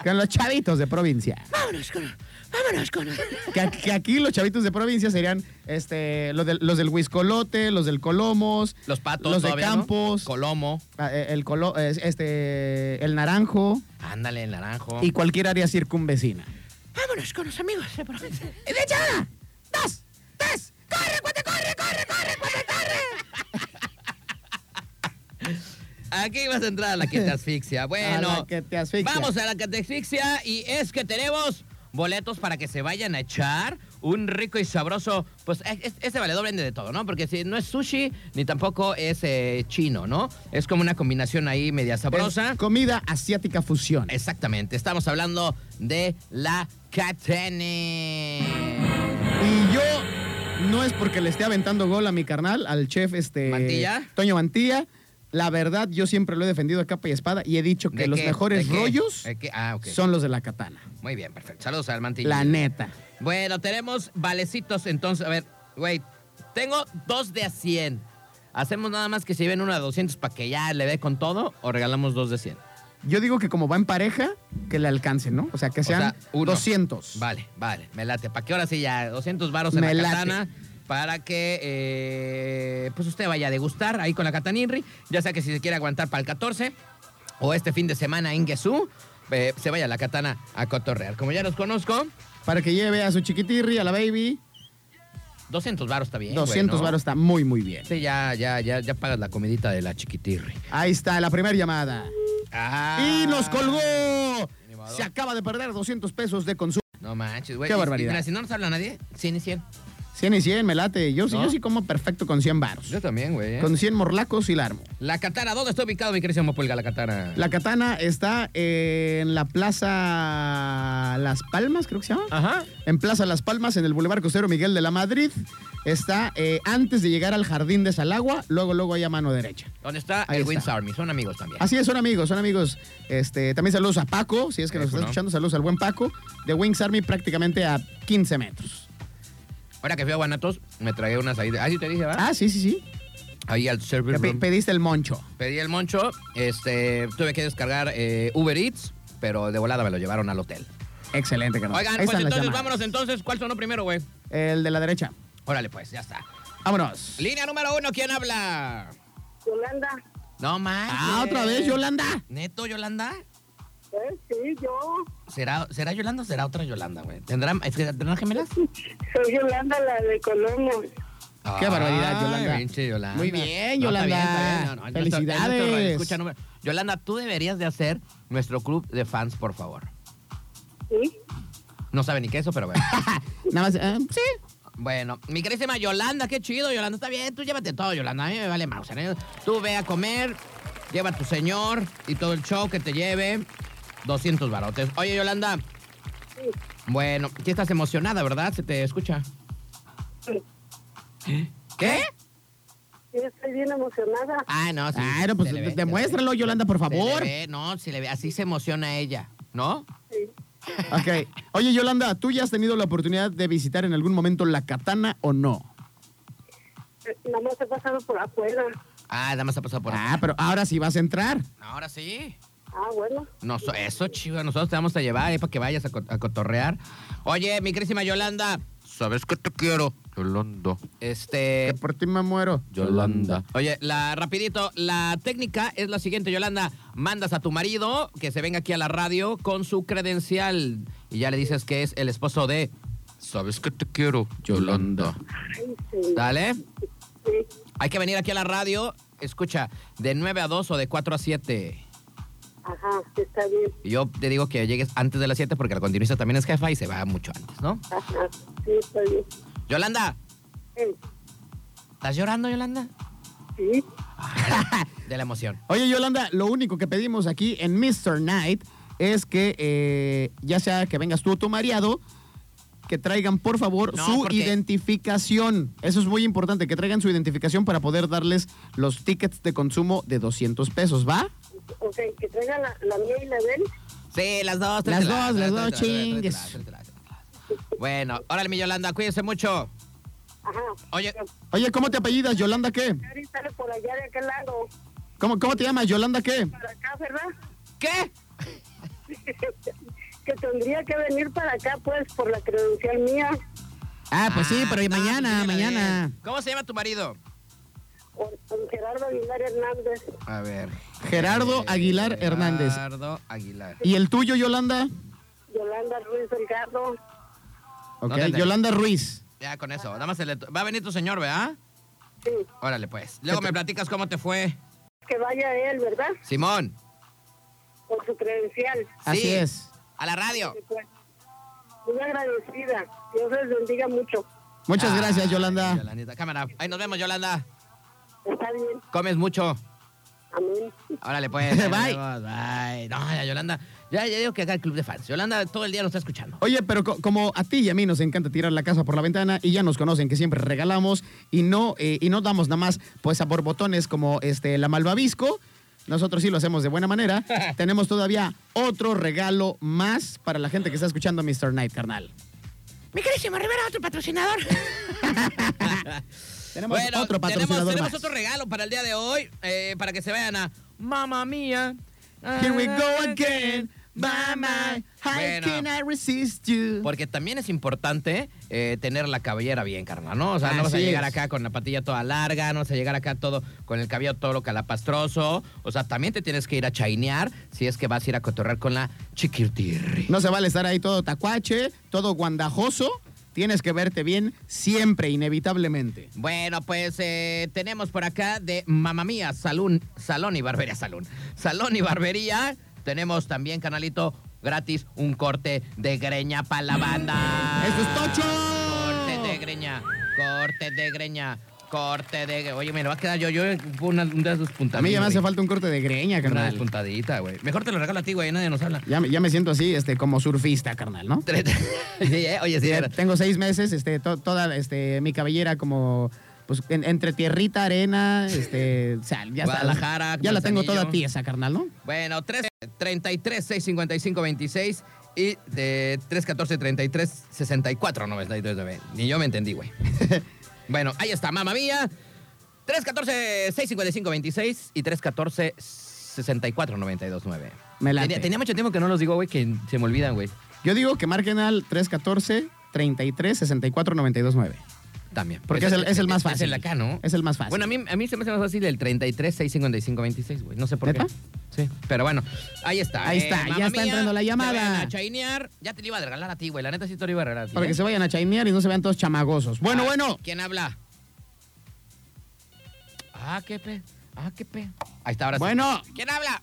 Speaker 2: Con los chavitos de provincia.
Speaker 1: ¡Vámonos con,
Speaker 2: Vámonos con que, aquí- que aquí los chavitos de provincia serían este, los, del- los del Huiscolote, los del Colomos,
Speaker 1: Los patos
Speaker 2: los de
Speaker 1: todavía, ¿no?
Speaker 2: Campos,
Speaker 1: Colomo.
Speaker 2: ah, eh, el, colo- es- este, el Naranjo
Speaker 1: Ándale, el naranjo.
Speaker 2: y cualquier área circunvecina.
Speaker 1: Vámonos con los amigos de provincia.
Speaker 2: ¡Y de echada! ¡Dos! ¡Tres!
Speaker 1: Aquí vas a entrar a la que te asfixia. Bueno,
Speaker 2: A la que te asfixia.
Speaker 1: vamos a la que te asfixia y es que tenemos boletos para que se vayan a echar un rico y sabroso. Pues es- es- este valedor vende de todo, ¿no? Porque si no es sushi ni tampoco es eh, chino, ¿no? Es como una combinación ahí media sabrosa.
Speaker 2: Es comida asiática fusión.
Speaker 1: Exactamente. Estamos hablando de la catene.
Speaker 2: Y yo no es porque le esté aventando gol a mi carnal, al chef este
Speaker 1: ¿Mantilla?
Speaker 2: Toño Mantilla. La verdad, yo siempre lo he defendido a capa y espada y he dicho que
Speaker 1: ¿De
Speaker 2: los
Speaker 1: qué?
Speaker 2: mejores
Speaker 1: ¿De qué?
Speaker 2: rollos
Speaker 1: ¿De qué? Ah, ok.
Speaker 2: son los de la katana.
Speaker 1: Muy bien, perfecto. Saludos al mantillo.
Speaker 2: La neta.
Speaker 1: Bueno, tenemos valecitos, entonces, a ver, güey, tengo dos de a 100. ¿Hacemos nada más que se lleven uno de 200 para que ya le dé con todo o regalamos dos de 100?
Speaker 2: Yo digo que como va en pareja, que le alcance, ¿no? O sea, que
Speaker 1: O sea,
Speaker 2: sean
Speaker 1: uno.
Speaker 2: 200.
Speaker 1: Vale, vale, me late. ¿Para que ahora sí ya 200 varos en
Speaker 2: Me
Speaker 1: la
Speaker 2: late.
Speaker 1: katana? Para que, eh, pues, usted vaya a degustar ahí con la catanirri. Ya sea que si se quiere aguantar para el 14 o este fin de semana en Guesú, eh, se vaya a la katana a cotorrear. Como ya los conozco,
Speaker 2: Para que lleve a su chiquitirri, a la baby.
Speaker 1: 200 varos está bien, güey,
Speaker 2: 200
Speaker 1: ¿no?
Speaker 2: varos está muy, muy bien.
Speaker 1: Sí, ya, ya, ya, ya pagas la comidita de la chiquitirri.
Speaker 2: Ahí está, la primera llamada.
Speaker 1: Ah.
Speaker 2: Y nos colgó. Se acaba de perder 200 pesos de consumo.
Speaker 1: No manches, güey.
Speaker 2: Qué
Speaker 1: Y- y
Speaker 2: barbaridad.
Speaker 1: mira, si no nos habla nadie, 100 y 100.
Speaker 2: 100 y 100, me late. Yo, sí-
Speaker 1: ¿No?
Speaker 2: yo sí como perfecto con 100 varos.
Speaker 1: Yo también, güey.
Speaker 2: Con 100 morlacos y la armo.
Speaker 1: La katana, ¿dónde está ubicado mi queridísimo Pulga, la katana?
Speaker 2: La katana está en la Plaza Las Palmas, creo que se llama.
Speaker 1: Ajá.
Speaker 2: En Plaza Las Palmas, en el Boulevard Costero Miguel de la Madrid. Está eh, antes de llegar al Jardín de Salagua, luego, luego ahí a mano derecha.
Speaker 1: ¿Dónde está
Speaker 2: Ahí
Speaker 1: el
Speaker 2: está.
Speaker 1: Wings Army? Son amigos también.
Speaker 2: Así es, son amigos, son amigos. Este, también saludos a Paco, si es que nos
Speaker 1: Eso,
Speaker 2: está
Speaker 1: ¿no?
Speaker 2: escuchando, saludos al buen Paco, de Wings Army prácticamente a 15 metros.
Speaker 1: Ahora que fui a Guanatos, me tragué unas ahí. de- Ah, Pues sí te dije, ¿verdad?
Speaker 2: Ah, sí, sí, sí.
Speaker 1: Ahí al server
Speaker 2: Te pe-
Speaker 1: room.
Speaker 2: pediste el moncho.
Speaker 1: Pedí el moncho, este, tuve que descargar eh, Uber Eats, pero de volada me lo llevaron al hotel.
Speaker 2: Excelente, carnal.
Speaker 1: Oigan,
Speaker 2: Ahí
Speaker 1: pues
Speaker 2: están las
Speaker 1: entonces,
Speaker 2: llamadas.
Speaker 1: vámonos entonces. ¿Cuál sonó primero, güey?
Speaker 2: El de la derecha.
Speaker 1: Órale, pues, ya está.
Speaker 2: Vámonos.
Speaker 1: Línea número uno, ¿quién habla?
Speaker 3: Yolanda,
Speaker 1: No manches.
Speaker 2: Ah, otra vez, Yolanda.
Speaker 1: ¿Neto, Yolanda?
Speaker 3: ¿eh? Sí, yo.
Speaker 1: ¿Será, ¿Será Yolanda o será otra Yolanda, güey? ¿Tendrá, es que, ¿tendrán gemelas?
Speaker 3: Soy Yolanda, la de Colombo.
Speaker 2: Qué barbaridad,
Speaker 1: Ay,
Speaker 2: Yolanda.
Speaker 1: pinche Yolanda.
Speaker 2: Muy bien,
Speaker 1: No, está
Speaker 2: Yolanda.
Speaker 1: bien, está bien. No, no, en nuestro- en nuestro
Speaker 2: Felicidades.
Speaker 1: radio escucha número- Yolanda, tú deberías de hacer nuestro club de fans, por favor.
Speaker 3: Sí,
Speaker 1: No sabe ni qué eso, pero bueno.
Speaker 2: Nada más, eh, sí.
Speaker 1: bueno, mi querísima Yolanda, qué chido, Yolanda. Está bien, tú llévate todo, Yolanda. A mí me vale Mauser. ¿eh? Tú ve a comer, lleva a tu señor y todo el show que te lleve. 200 barotes. Oye, Yolanda. Bueno, sí estás emocionada, ¿verdad? Se te escucha.
Speaker 3: sí,
Speaker 1: ¿Qué?
Speaker 3: sí, estoy bien emocionada.
Speaker 1: Ah, no, sí.
Speaker 2: Ah, no,
Speaker 1: se
Speaker 2: pues
Speaker 1: le ve, se le
Speaker 2: demuéstralo,
Speaker 1: ve.
Speaker 2: Yolanda, por
Speaker 1: Se le
Speaker 2: favor.
Speaker 1: ve, no, se le ve. Así se emociona ella, ¿no?
Speaker 3: Sí.
Speaker 2: Ok. Oye, Yolanda, ¿tú ya has tenido la oportunidad de visitar en algún momento la katana o no?
Speaker 3: Eh, Nada más he pasado por afuera.
Speaker 1: Ah, nada más ha pasado por
Speaker 2: Ah,
Speaker 1: acá.
Speaker 2: pero ahora sí vas a entrar.
Speaker 1: Ahora sí.
Speaker 3: Ah, bueno.
Speaker 1: No, so- eso, chiva, nosotros te vamos a llevar eh, para que vayas a, co- a cotorrear. Oye, mi querísima Yolanda. ¿Sabes que te quiero?
Speaker 4: Yolanda,
Speaker 1: Este.
Speaker 2: que por ti me muero.
Speaker 4: Yolanda.
Speaker 1: Oye, la rapidito, la técnica es la siguiente, Yolanda. Mandas a tu marido que se venga aquí a la radio con su credencial y ya le dices que es el esposo de.
Speaker 4: ¿Sabes que te quiero? Yolanda.
Speaker 3: Ay, sí.
Speaker 1: ¿Dale?
Speaker 3: sí.
Speaker 1: Hay que venir aquí a la radio, escucha, de 9 a 2 o de 4 a 7.
Speaker 3: Ajá, está bien.
Speaker 1: Y yo te digo que llegues antes de las 7 porque la continuista también es jefa y se va mucho antes, ¿no?
Speaker 3: Ajá, sí, está bien.
Speaker 1: Yolanda,
Speaker 3: Eh,
Speaker 1: ¿estás llorando, Yolanda?
Speaker 3: sí,
Speaker 1: De la emoción.
Speaker 2: Oye, Yolanda, lo único que pedimos aquí en Mr. Night es que eh, ya sea que vengas tú o tu marido, que traigan por favor
Speaker 1: No,
Speaker 2: su
Speaker 1: porque-
Speaker 2: identificación. Eso es muy importante, que traigan su identificación para poder darles los tickets de consumo de 200 pesos, ¿va?
Speaker 3: ok, que traiga la, la mía y la de él.
Speaker 1: Sí, las dos.
Speaker 2: Las
Speaker 1: tráetela,
Speaker 2: dos, las
Speaker 1: tráetela,
Speaker 2: dos,
Speaker 1: tráetela,
Speaker 2: chingues.
Speaker 1: tráetela, tráetela, tráetela. Bueno, órale, mi Yolanda, cuídense mucho.
Speaker 3: Ajá.
Speaker 1: Oye,
Speaker 2: Oye, ¿cómo te apellidas, Yolanda qué?
Speaker 3: Cari sale por allá de aquel lado,
Speaker 2: ¿Cómo, cómo te llamas, Yolanda qué?
Speaker 3: para acá, ¿verdad?
Speaker 1: ¿qué?
Speaker 3: que tendría que venir para acá, pues, por la credencial mía,
Speaker 2: Ah, pues sí, pero
Speaker 1: no,
Speaker 2: mañana,
Speaker 1: pues mira,
Speaker 2: mañana.
Speaker 1: bien. ¿Cómo se llama tu marido?
Speaker 3: con, con Gerardo Aguilar Hernández.
Speaker 1: A ver.
Speaker 2: Gerardo Aguilar Hernández.
Speaker 1: Eh, Gerardo Aguilar.
Speaker 2: ¿Y el tuyo, Yolanda?
Speaker 3: Yolanda Ruiz Delgado.
Speaker 2: Ok,
Speaker 1: te-
Speaker 2: Yolanda Ruiz.
Speaker 1: Ya con eso. Nada más se le- va a venir tu señor, ¿verdad?
Speaker 3: Sí,
Speaker 1: Órale, pues. Luego me platicas cómo te fue.
Speaker 3: que vaya él, ¿verdad?
Speaker 1: Simón.
Speaker 3: Con su credencial. pues,
Speaker 2: Así
Speaker 1: Sí.
Speaker 2: es.
Speaker 1: A la radio.
Speaker 3: Muy agradecida. Dios les bendiga mucho.
Speaker 2: Muchas
Speaker 1: Ah,
Speaker 2: gracias, Yolanda.
Speaker 1: Yolandita, cámara. Ahí nos vemos, Yolanda.
Speaker 3: Está bien.
Speaker 1: Comes mucho.
Speaker 3: Amén.
Speaker 1: Órale, pues.
Speaker 2: Bye.
Speaker 1: Ahí nos vemos. Bye. No, ya, Yolanda. Ya, ya digo que acá el club de fans. Yolanda todo el día nos está escuchando.
Speaker 2: Oye, pero co- como a ti y a mí nos encanta tirar la casa por la ventana y ya nos conocen que siempre regalamos y no, eh, y no damos nada más pues a borbotones como este la malvavisco, nosotros sí lo hacemos de buena manera. Tenemos todavía otro regalo más para la gente que está escuchando Mr. Night, carnal.
Speaker 1: Mi querísimo Rivera, otro patrocinador.
Speaker 2: Tenemos otro
Speaker 1: tenemos,
Speaker 2: patrocinador
Speaker 1: tenemos
Speaker 2: más.
Speaker 1: otro regalo para el día de hoy, eh, para que se vayan a Mamma Mía.
Speaker 2: Here we go again. Bye, bye.
Speaker 1: Ah,
Speaker 2: How
Speaker 1: Bueno.
Speaker 2: can I resist you?
Speaker 1: Porque también es importante eh, tener la cabellera bien, carnal, ¿no? O sea, no vas a
Speaker 2: Así
Speaker 1: llegar
Speaker 2: es.
Speaker 1: acá con la patilla toda larga, no vas a llegar acá todo con el cabello todo lo calapastroso. O sea, también te tienes que ir a chainear si es que vas a ir a cotorrear con la chiquitirri.
Speaker 2: No se vale estar ahí todo tacuache, todo guandajoso. Tienes que verte bien siempre, inevitablemente.
Speaker 1: Bueno, pues eh, tenemos por acá de Mamá Mía, Salón, Salón y Barbería, Salón. Salón y Barbería. Tenemos también, canalito, gratis, un corte de greña para la banda.
Speaker 2: ¡Eso es tocho!
Speaker 1: Corte de greña, corte de greña, corte de gre- Oye, me lo va a quedar yo, yo una, un dedo despuntadito.
Speaker 2: A mí ya me hace falta un corte de greña,
Speaker 1: Una
Speaker 2: carnal.
Speaker 1: despuntadita, güey. Mejor te lo regalo a ti, güey, nadie nos habla.
Speaker 2: Ya, me- ya me siento así, este, como surfista, carnal, ¿no?
Speaker 1: Sí, eh, Oye, sí,
Speaker 2: Ya
Speaker 1: era.
Speaker 2: Tengo seis meses, este, to- toda este, mi cabellera como pues, en- entre tierrita, arena, este, sal, ya está.
Speaker 1: Guadalajara,
Speaker 2: Ya la tengo toda
Speaker 1: Manzanillo.
Speaker 2: tiesa, carnal, ¿no?
Speaker 1: Bueno, 3, 33 655 26 y eh, de 314 33 64 92 9. Ni yo me entendí, güey. bueno, ahí está, mamá mía. 314 655 26 y 314 64 92 9.
Speaker 2: Me late.
Speaker 1: Tenía, tenía mucho tiempo que no los digo, güey, que se me olvidan, güey.
Speaker 2: Yo digo que marquen al 314 33 64 92 9.
Speaker 1: También.
Speaker 2: Porque es el, es el más fácil.
Speaker 1: Es el acá, ¿no?
Speaker 2: Es el más fácil.
Speaker 1: Bueno, a mí, a mí se me hace más fácil el 33 655 26, güey. No sé por
Speaker 2: ¿Neta?
Speaker 1: qué. Sí. Pero bueno, ahí está. eh,
Speaker 2: Ahí está, ya
Speaker 1: mamá
Speaker 2: está entrando la
Speaker 1: te
Speaker 2: llamada.
Speaker 1: vayan a chainear. Ya te lo iba a regalar a ti, güey. La neta sí te lo iba a regalar a ti.
Speaker 2: Para
Speaker 1: ¿eh?
Speaker 2: que se vayan a chainear y no se vean todos chamagosos. Bueno,
Speaker 1: Ah,
Speaker 2: bueno.
Speaker 1: ¿Quién habla? Ah, qué pe. Ah, qué pe. Ahí está, ahora sí.
Speaker 2: Bueno.
Speaker 1: ¿Quién habla?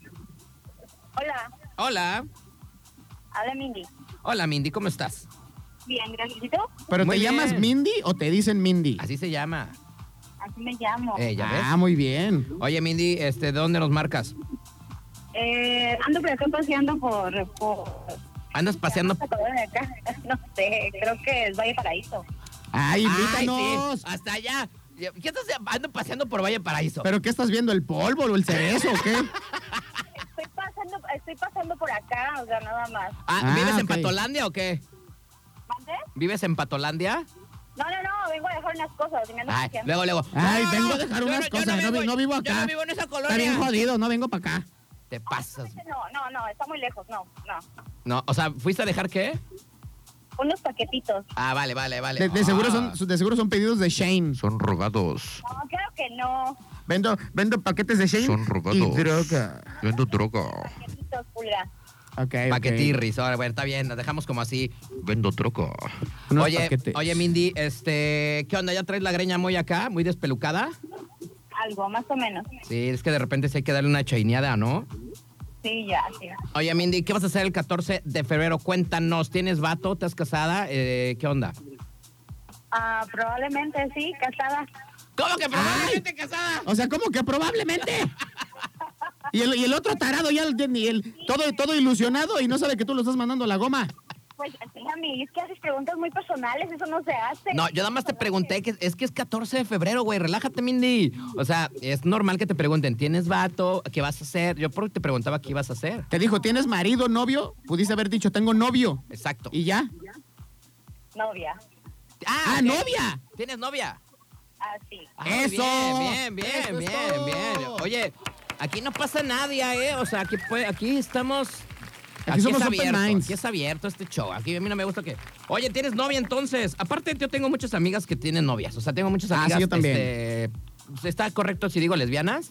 Speaker 13: Hola,
Speaker 1: Hola.
Speaker 13: habla Mindy.
Speaker 1: Hola, Mindy, ¿cómo estás?
Speaker 13: Bien, gracias. ¿Y tú?
Speaker 2: ¿Pero
Speaker 1: Muy
Speaker 2: te
Speaker 1: bien.
Speaker 2: llamas Mindy o te dicen Mindy?
Speaker 1: Así se llama.
Speaker 13: Así me llamo.
Speaker 1: Eh, ya
Speaker 2: Ah, muy bien.
Speaker 1: ves. Oye, Mindy, este, ¿de dónde nos marcas?
Speaker 13: Eh, ando por acá paseando por... por
Speaker 1: ¿Andas paseando?
Speaker 13: de acá. No sé, creo que es Valle Paraíso.
Speaker 2: ¡Ay,
Speaker 1: Ay,
Speaker 2: Ah, invítanos!
Speaker 1: sí, hasta allá. ¿Qué estás ando paseando por Valle Paraíso?
Speaker 2: ¿Pero qué estás viendo? ¿El polvo o el cerezo o qué?
Speaker 13: Estoy pasando, estoy pasando por acá, o sea, nada más.
Speaker 1: Ah,
Speaker 2: Ah,
Speaker 1: ¿Vives en
Speaker 2: ok.
Speaker 1: Patolandia o qué?
Speaker 13: ¿Mande?
Speaker 1: ¿Vives en Patolandia?
Speaker 13: No, no, no, vengo a dejar unas cosas y me ando
Speaker 1: Ay,
Speaker 13: paseando.
Speaker 1: luego, luego.
Speaker 2: Ay,
Speaker 1: No, no,
Speaker 2: vengo
Speaker 1: no,
Speaker 2: a dejar
Speaker 1: yo
Speaker 2: unas
Speaker 1: yo
Speaker 2: cosas, no vi- no vivo
Speaker 1: Yo
Speaker 2: acá.
Speaker 1: no vivo en esa colonia.
Speaker 2: Está bien jodido, no vengo para acá.
Speaker 1: Te pasas.
Speaker 13: No, no, no, está muy lejos, no, no.
Speaker 1: No, o sea, ¿fuiste a dejar qué?
Speaker 13: Unos paquetitos.
Speaker 1: Ah, vale, vale, vale.
Speaker 2: De, de
Speaker 1: Ah.
Speaker 2: seguro son, de seguro son pedidos de Shane.
Speaker 4: Son robados.
Speaker 13: No, claro que no.
Speaker 2: Vendo, vendo paquetes de Shane
Speaker 4: Son
Speaker 2: y
Speaker 4: robados.
Speaker 2: droga.
Speaker 4: Vendo droga.
Speaker 13: Paquetitos, pulga.
Speaker 2: Ok, ok.
Speaker 1: Paquetirris. Ahora, bueno, está bien, nos dejamos como así.
Speaker 4: Vendo droga.
Speaker 2: Unos
Speaker 1: oye,
Speaker 2: paquetes.
Speaker 1: oye, Mindy, este, ¿qué onda? ¿Ya traes la greña muy acá, muy despelucada?
Speaker 13: Algo, más o menos.
Speaker 1: Sí, es que de repente sí hay que darle una chaineada, ¿no?
Speaker 13: Sí, ya, sí.
Speaker 1: Oye, Mindy, ¿qué vas a hacer el 14 de febrero? Cuéntanos, ¿tienes vato? ¿Estás casada? Eh, ¿Qué onda?
Speaker 13: Ah, probablemente sí, casada.
Speaker 1: ¿Cómo que probablemente casada?
Speaker 2: O sea, ¿cómo que probablemente? Y el, y el otro tarado ya, ni el, todo, todo ilusionado y no sabe que tú lo estás mandando a la goma.
Speaker 13: Pues, mí, es que haces preguntas muy personales, eso no se hace.
Speaker 1: No, yo nada más te pregunté que es que es 14 de febrero, güey. Relájate, Mindy. O sea, es normal que te pregunten, ¿tienes vato? ¿Qué vas a hacer? Yo por- te preguntaba qué ibas a hacer.
Speaker 2: Te dijo, ¿tienes marido, novio? Pudiste haber dicho, tengo novio.
Speaker 1: Exacto.
Speaker 2: Y ya.
Speaker 13: Novia.
Speaker 2: ¡Ah,
Speaker 1: ok.
Speaker 2: novia!
Speaker 1: ¿Tienes novia?
Speaker 13: Así.
Speaker 1: Ah,
Speaker 2: ¡Eso!
Speaker 1: Bien, bien, bien,
Speaker 2: ¡Eso es
Speaker 1: bien,
Speaker 2: todo!
Speaker 1: bien. Oye, aquí no pasa nadie, ¿eh? O sea, aquí, puede- aquí estamos Aquí,
Speaker 2: somos
Speaker 1: es
Speaker 2: open
Speaker 1: abierto,
Speaker 2: minds.
Speaker 1: aquí es abierto este show. Aquí a mí no me gusta que. Oye, ¿tienes novia entonces? Aparte, yo tengo muchas amigas que tienen novias. O sea, tengo muchas
Speaker 2: Ah, sí,
Speaker 1: amigas.
Speaker 2: yo también.
Speaker 1: este, ¿Está correcto si digo lesbianas?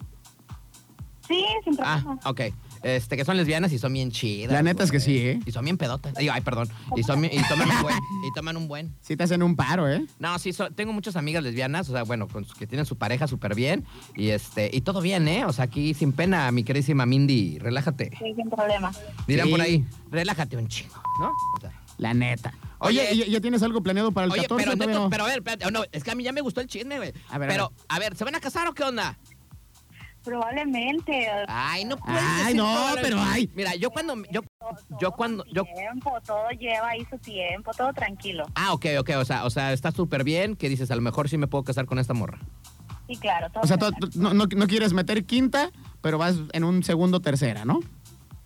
Speaker 13: Sí, sin
Speaker 1: Ah,
Speaker 13: problema.
Speaker 1: ok. Este, que son lesbianas y son bien chidas.
Speaker 2: La neta es que sí, ¿eh?
Speaker 1: Y son bien pedotas. Digo, ay, perdón. Y, son, bien- y toman un buen. Y toman un buen.
Speaker 2: Sí te hacen un paro, ¿eh?
Speaker 1: No, sí, so- tengo muchas amigas lesbianas, o sea, bueno, con, que tienen su pareja súper bien. Y este, y todo bien, ¿eh? O sea, aquí sin pena, mi queridísima Mindy, relájate.
Speaker 13: Sí, sin problema.
Speaker 1: Dirán
Speaker 2: Sí.
Speaker 1: por ahí, relájate un chingo, ¿no? O sea,
Speaker 2: La neta.
Speaker 1: Oye,
Speaker 2: Oye, ¿y- ¿ya, tienes algo planeado para el
Speaker 1: Oye,
Speaker 2: 14?
Speaker 1: pero,
Speaker 2: ¿Todavía
Speaker 1: neto,
Speaker 2: no?
Speaker 1: pero a ver, espérate, oh, no, es que a mí ya me gustó el chisme, güey.
Speaker 2: A ver, a
Speaker 1: pero, a ver, ¿se van a casar o qué onda?
Speaker 13: Probablemente.
Speaker 1: Ay, no puedes
Speaker 13: Ay,
Speaker 1: decir
Speaker 13: no,
Speaker 1: probable-
Speaker 13: pero ay.
Speaker 1: Mira, Ah, yo cuando, yo, yo cuando, yo,
Speaker 13: Tiempo, todo lleva ahí su tiempo, todo tranquilo.
Speaker 1: ah, ok, ok, o sea, o sea, está súper bien que dices, a lo mejor sí me puedo casar con esta morra.
Speaker 13: Sí, claro, todo.
Speaker 2: O sea, tú- tú- no, no- no quieres meter quinta, pero vas en un segundo tercera, ¿no?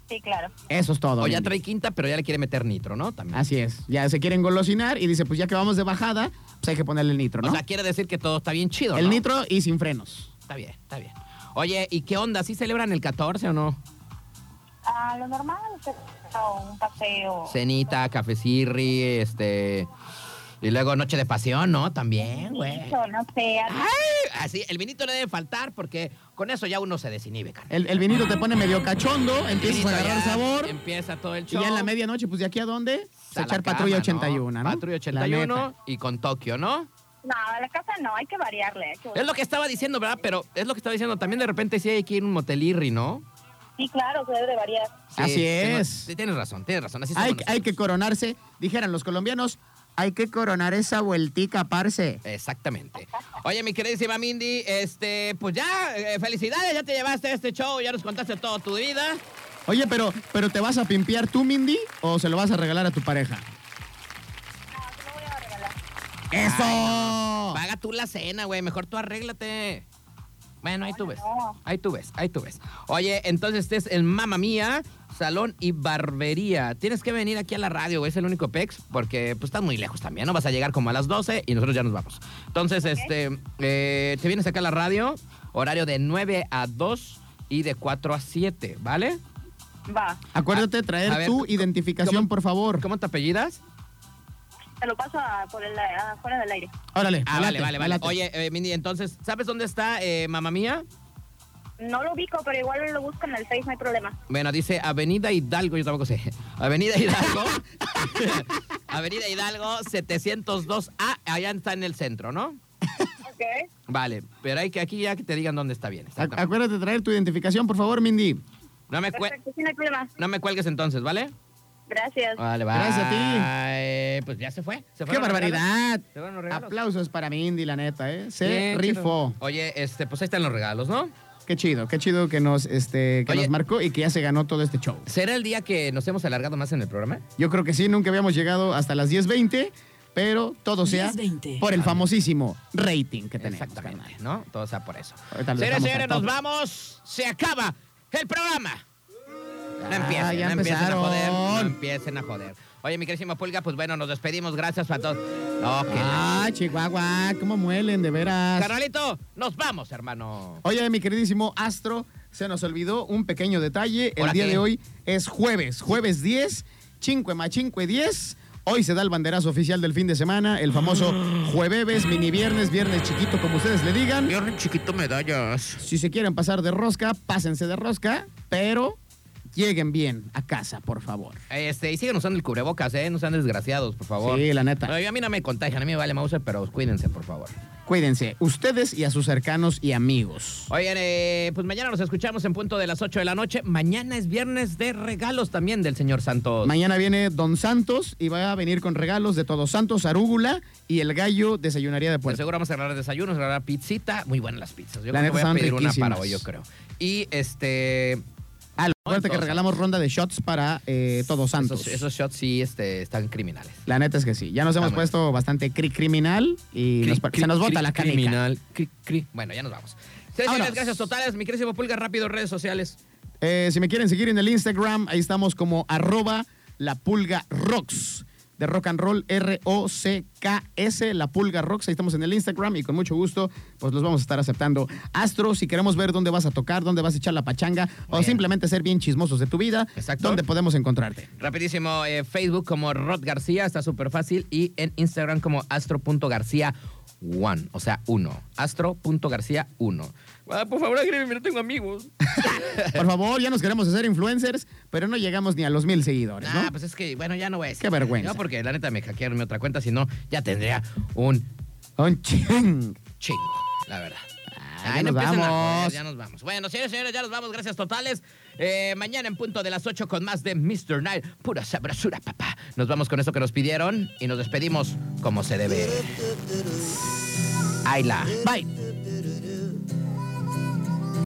Speaker 13: Sí, claro.
Speaker 2: Eso es todo.
Speaker 1: O ya
Speaker 2: Mindy. Ah,
Speaker 1: trae quinta, pero ya le quiere meter nitro, ¿no? También.
Speaker 2: Así es. Ya se quieren golosinar y dice, pues ya que vamos de bajada, pues hay que ponerle el nitro, ¿no?
Speaker 1: O sea, quiere decir que todo está bien chido,
Speaker 2: el
Speaker 1: ¿no?
Speaker 2: nitro y sin frenos.
Speaker 1: Está bien, está bien. Oye, ¿y qué onda? ¿Sí celebran el 14 o no?
Speaker 13: Ah, lo normal, se- o un paseo.
Speaker 1: Cenita, cafecirri, este... Y luego noche de pasión, ¿no? También, güey. Ah.
Speaker 13: Eso, no sé. algo-
Speaker 1: Así, el vinito no debe faltar porque con eso ya uno se desinhibe, carnal.
Speaker 2: El, el vinito te pone medio cachondo, empiezas
Speaker 1: Vinito
Speaker 2: a agarrar
Speaker 1: ya,
Speaker 2: sabor.
Speaker 1: Empieza todo el
Speaker 2: Y
Speaker 1: show.
Speaker 2: ya en la medianoche, pues de aquí a dónde? Pues,
Speaker 1: A la
Speaker 2: echar patrulla
Speaker 1: cama,
Speaker 2: 81, ¿no?
Speaker 1: Patrulla
Speaker 2: La
Speaker 1: 81
Speaker 2: neta.
Speaker 1: y con Tokio, ¿no?
Speaker 13: No, a la casa no, hay que variarle. hay que
Speaker 1: Es lo que estaba diciendo, ¿verdad? Pero es lo que estaba diciendo. También de repente sí hay que ir a un motelirri, ¿no?
Speaker 13: Sí, claro, se debe de variar.
Speaker 1: Sí,
Speaker 2: Así
Speaker 1: tengo-
Speaker 2: es.
Speaker 1: sí, tienes razón, tienes razón. Así somos
Speaker 2: Hay, hay
Speaker 1: nosotros.
Speaker 2: que coronarse, dijeran los colombianos, hay que coronar esa vueltica, parce.
Speaker 1: Exactamente. Oye, mi queridísima Mindy, este, pues ya, eh, felicidades, ya te llevaste este show, ya nos contaste toda tu vida.
Speaker 2: Oye, pero, pero ¿te vas a pimpear tú, Mindy, o se lo vas a regalar a tu pareja?
Speaker 13: Ah,
Speaker 2: ¡Eso!
Speaker 1: Paga tú la cena, güey, mejor tú arréglate. Bueno, ahí tú ves. Ahí tú ves, ahí tú ves. Oye, entonces este es el Mamma Mía, Salón y Barbería. Tienes que venir aquí a la radio, güey, es el único PEX, porque pues estás muy lejos también, ¿no? Vas a llegar como a las 12 y nosotros ya nos vamos. Entonces, este, eh, te vienes acá a la radio, horario de 9 a 2 y de 4 a 7, ¿vale?
Speaker 13: Va,
Speaker 2: Acuérdate traer
Speaker 1: a ver,
Speaker 2: tu identificación, por favor.
Speaker 1: ¿Cómo te apellidas?
Speaker 13: te lo paso a- por el, a- afuera del aire.
Speaker 2: Órale.
Speaker 1: Ah, vale, vale,
Speaker 2: adelante,
Speaker 1: vale.
Speaker 2: adelante.
Speaker 1: Oye, eh, Mindy, entonces, ¿sabes dónde está eh, Mamá Mía?
Speaker 13: No lo ubico, pero igual lo busco en el Face, no hay problema.
Speaker 1: Bueno, dice Avenida Hidalgo, yo tampoco sé. Avenida Hidalgo. Avenida Hidalgo 702A, allá está en el centro, ¿no?
Speaker 13: Ok.
Speaker 1: Vale, pero hay que aquí ya que te digan dónde está bien.
Speaker 2: Ac-
Speaker 1: exactamente.
Speaker 2: Acuérdate traer tu identificación, por favor, Mindy.
Speaker 1: No me, cue-
Speaker 13: Perfecto, sí, no hay problema.
Speaker 1: no me cuelgues entonces, ¿vale?
Speaker 13: Gracias.
Speaker 1: Vale, va.
Speaker 2: Gracias a ti.
Speaker 1: Pues ya se fue. se
Speaker 2: ¡Qué
Speaker 1: fueron los
Speaker 2: barbaridad!
Speaker 1: regalos. Se fueron los regalos.
Speaker 2: Aplausos para Mindy, la neta, ¿eh? Se
Speaker 1: Bien,
Speaker 2: rifó.
Speaker 1: chido. Oye, este, pues ahí están los regalos, ¿no?
Speaker 2: Qué chido, qué chido que nos, este, que
Speaker 1: Oye.
Speaker 2: nos marcó y que ya se ganó todo este show.
Speaker 1: ¿Será el día que nos hemos alargado más en el programa?
Speaker 2: Yo creo que sí, nunca habíamos llegado hasta las 10.20, pero todo sea
Speaker 6: 10:20.
Speaker 2: por el famosísimo rating que tenemos.
Speaker 1: Exactamente,
Speaker 2: carnal.
Speaker 1: ¿no? Todo sea por eso.
Speaker 2: Ahorita lo
Speaker 1: Señores,
Speaker 2: dejamos
Speaker 1: señores,
Speaker 2: al
Speaker 1: nos
Speaker 2: tope.
Speaker 1: vamos. Se acaba el programa. No
Speaker 2: Ah,
Speaker 1: empiecen,
Speaker 2: ya
Speaker 1: no empiecen a
Speaker 2: empezaron.
Speaker 1: joder. No empiecen a joder. Oye, mi querísima Pulga, pues bueno, nos despedimos. Gracias para todos. Ok.
Speaker 2: Ah, Chihuahua, cómo muelen, de veras.
Speaker 1: Carnalito, nos vamos, hermano.
Speaker 2: Oye, mi queridísimo Astro, se nos olvidó un pequeño detalle. El
Speaker 1: Ahora
Speaker 2: día
Speaker 1: qué.
Speaker 2: de hoy es jueves, jueves 10, 5 más 5 y 10. Hoy se da el banderazo oficial del fin de semana, el famoso jueves, mini viernes, viernes chiquito, como ustedes le digan.
Speaker 4: Viernes chiquito medallas.
Speaker 2: Si se quieren pasar de rosca, pásense de rosca, pero lleguen bien a casa, por favor.
Speaker 1: Este, y sigan usando el cubrebocas, ¿eh? No sean desgraciados, por favor.
Speaker 2: Sí, la neta.
Speaker 1: No, yo a mí no me contagian, a mí me vale Mauser, pero cuídense, por favor.
Speaker 2: Cuídense, ustedes y a sus cercanos y amigos.
Speaker 1: Oigan, eh, pues mañana nos escuchamos en punto de las 8 de la noche. Mañana es viernes de regalos también del señor Santos.
Speaker 2: Mañana viene Don Santos y va a venir con regalos de Todos Santos, Arúgula y el gallo desayunaría de
Speaker 1: Pues
Speaker 2: puerto.
Speaker 1: seguro vamos a agarrar desayunos, agarrar pizzita. Muy buenas las pizzas. Yo creo
Speaker 2: La
Speaker 1: que
Speaker 2: neta,
Speaker 1: voy a
Speaker 2: estaban
Speaker 1: pedir una para
Speaker 2: riquísimas.
Speaker 1: hoy, yo creo. Y este.
Speaker 2: Ah, lo- acuérdate que
Speaker 1: entonces.
Speaker 2: regalamos ronda de shots para eh, Todos Santos.
Speaker 1: Esos, esos shots sí este, están criminales.
Speaker 2: La neta es que sí. Ya nos hemos
Speaker 1: Vámonos.
Speaker 2: puesto bastante cri criminal y
Speaker 1: Cri-
Speaker 2: nos pa-
Speaker 1: cri-
Speaker 2: se nos bota
Speaker 1: cri-
Speaker 2: la canica.
Speaker 1: Criminal. cri- cri. Bueno, ya nos vamos. Señores,
Speaker 2: Vámonos.
Speaker 1: señores, gracias totales. Mi querísimo Pulga, rápido, redes sociales.
Speaker 2: Eh, si me quieren seguir en el Instagram, ahí estamos como arroba la pulga rocks. de rock and roll, R-O-C-K-S, La Pulga Rocks. Ahí estamos en el Instagram y con mucho gusto, pues los vamos a estar aceptando. Astro, si queremos ver dónde vas a tocar, dónde vas a echar la pachanga o simplemente ser bien chismosos de tu vida, ¿dónde podemos encontrarte?
Speaker 1: Rapidísimo, eh, Facebook como Rod García, está súper fácil. Y en Instagram como astro.garcía one, o sea, uno. Astro.garcía uno. Ah, por favor, agrégueme, no tengo amigos.
Speaker 2: Por favor, ya nos queremos hacer influencers, pero no llegamos ni a los mil seguidores,
Speaker 1: Ah,
Speaker 2: ¿no?
Speaker 1: pues es que, bueno, ya no voy a decir.
Speaker 2: Qué vergüenza.
Speaker 1: No, porque la neta me hackearon mi otra cuenta, si no, ya tendría un
Speaker 2: Un ching.
Speaker 1: chingo, la verdad.
Speaker 2: ya
Speaker 1: Ay, no
Speaker 2: nos
Speaker 1: empiecen a joder,
Speaker 2: vamos.
Speaker 1: ya nos vamos. Bueno, señores, señores, ya nos vamos. Gracias totales. Eh, mañana en punto de las 8 con más de Mr. Night. Pura sabrosura, papá. Nos vamos con eso que nos pidieron y nos despedimos como se debe. Ayla. Bye.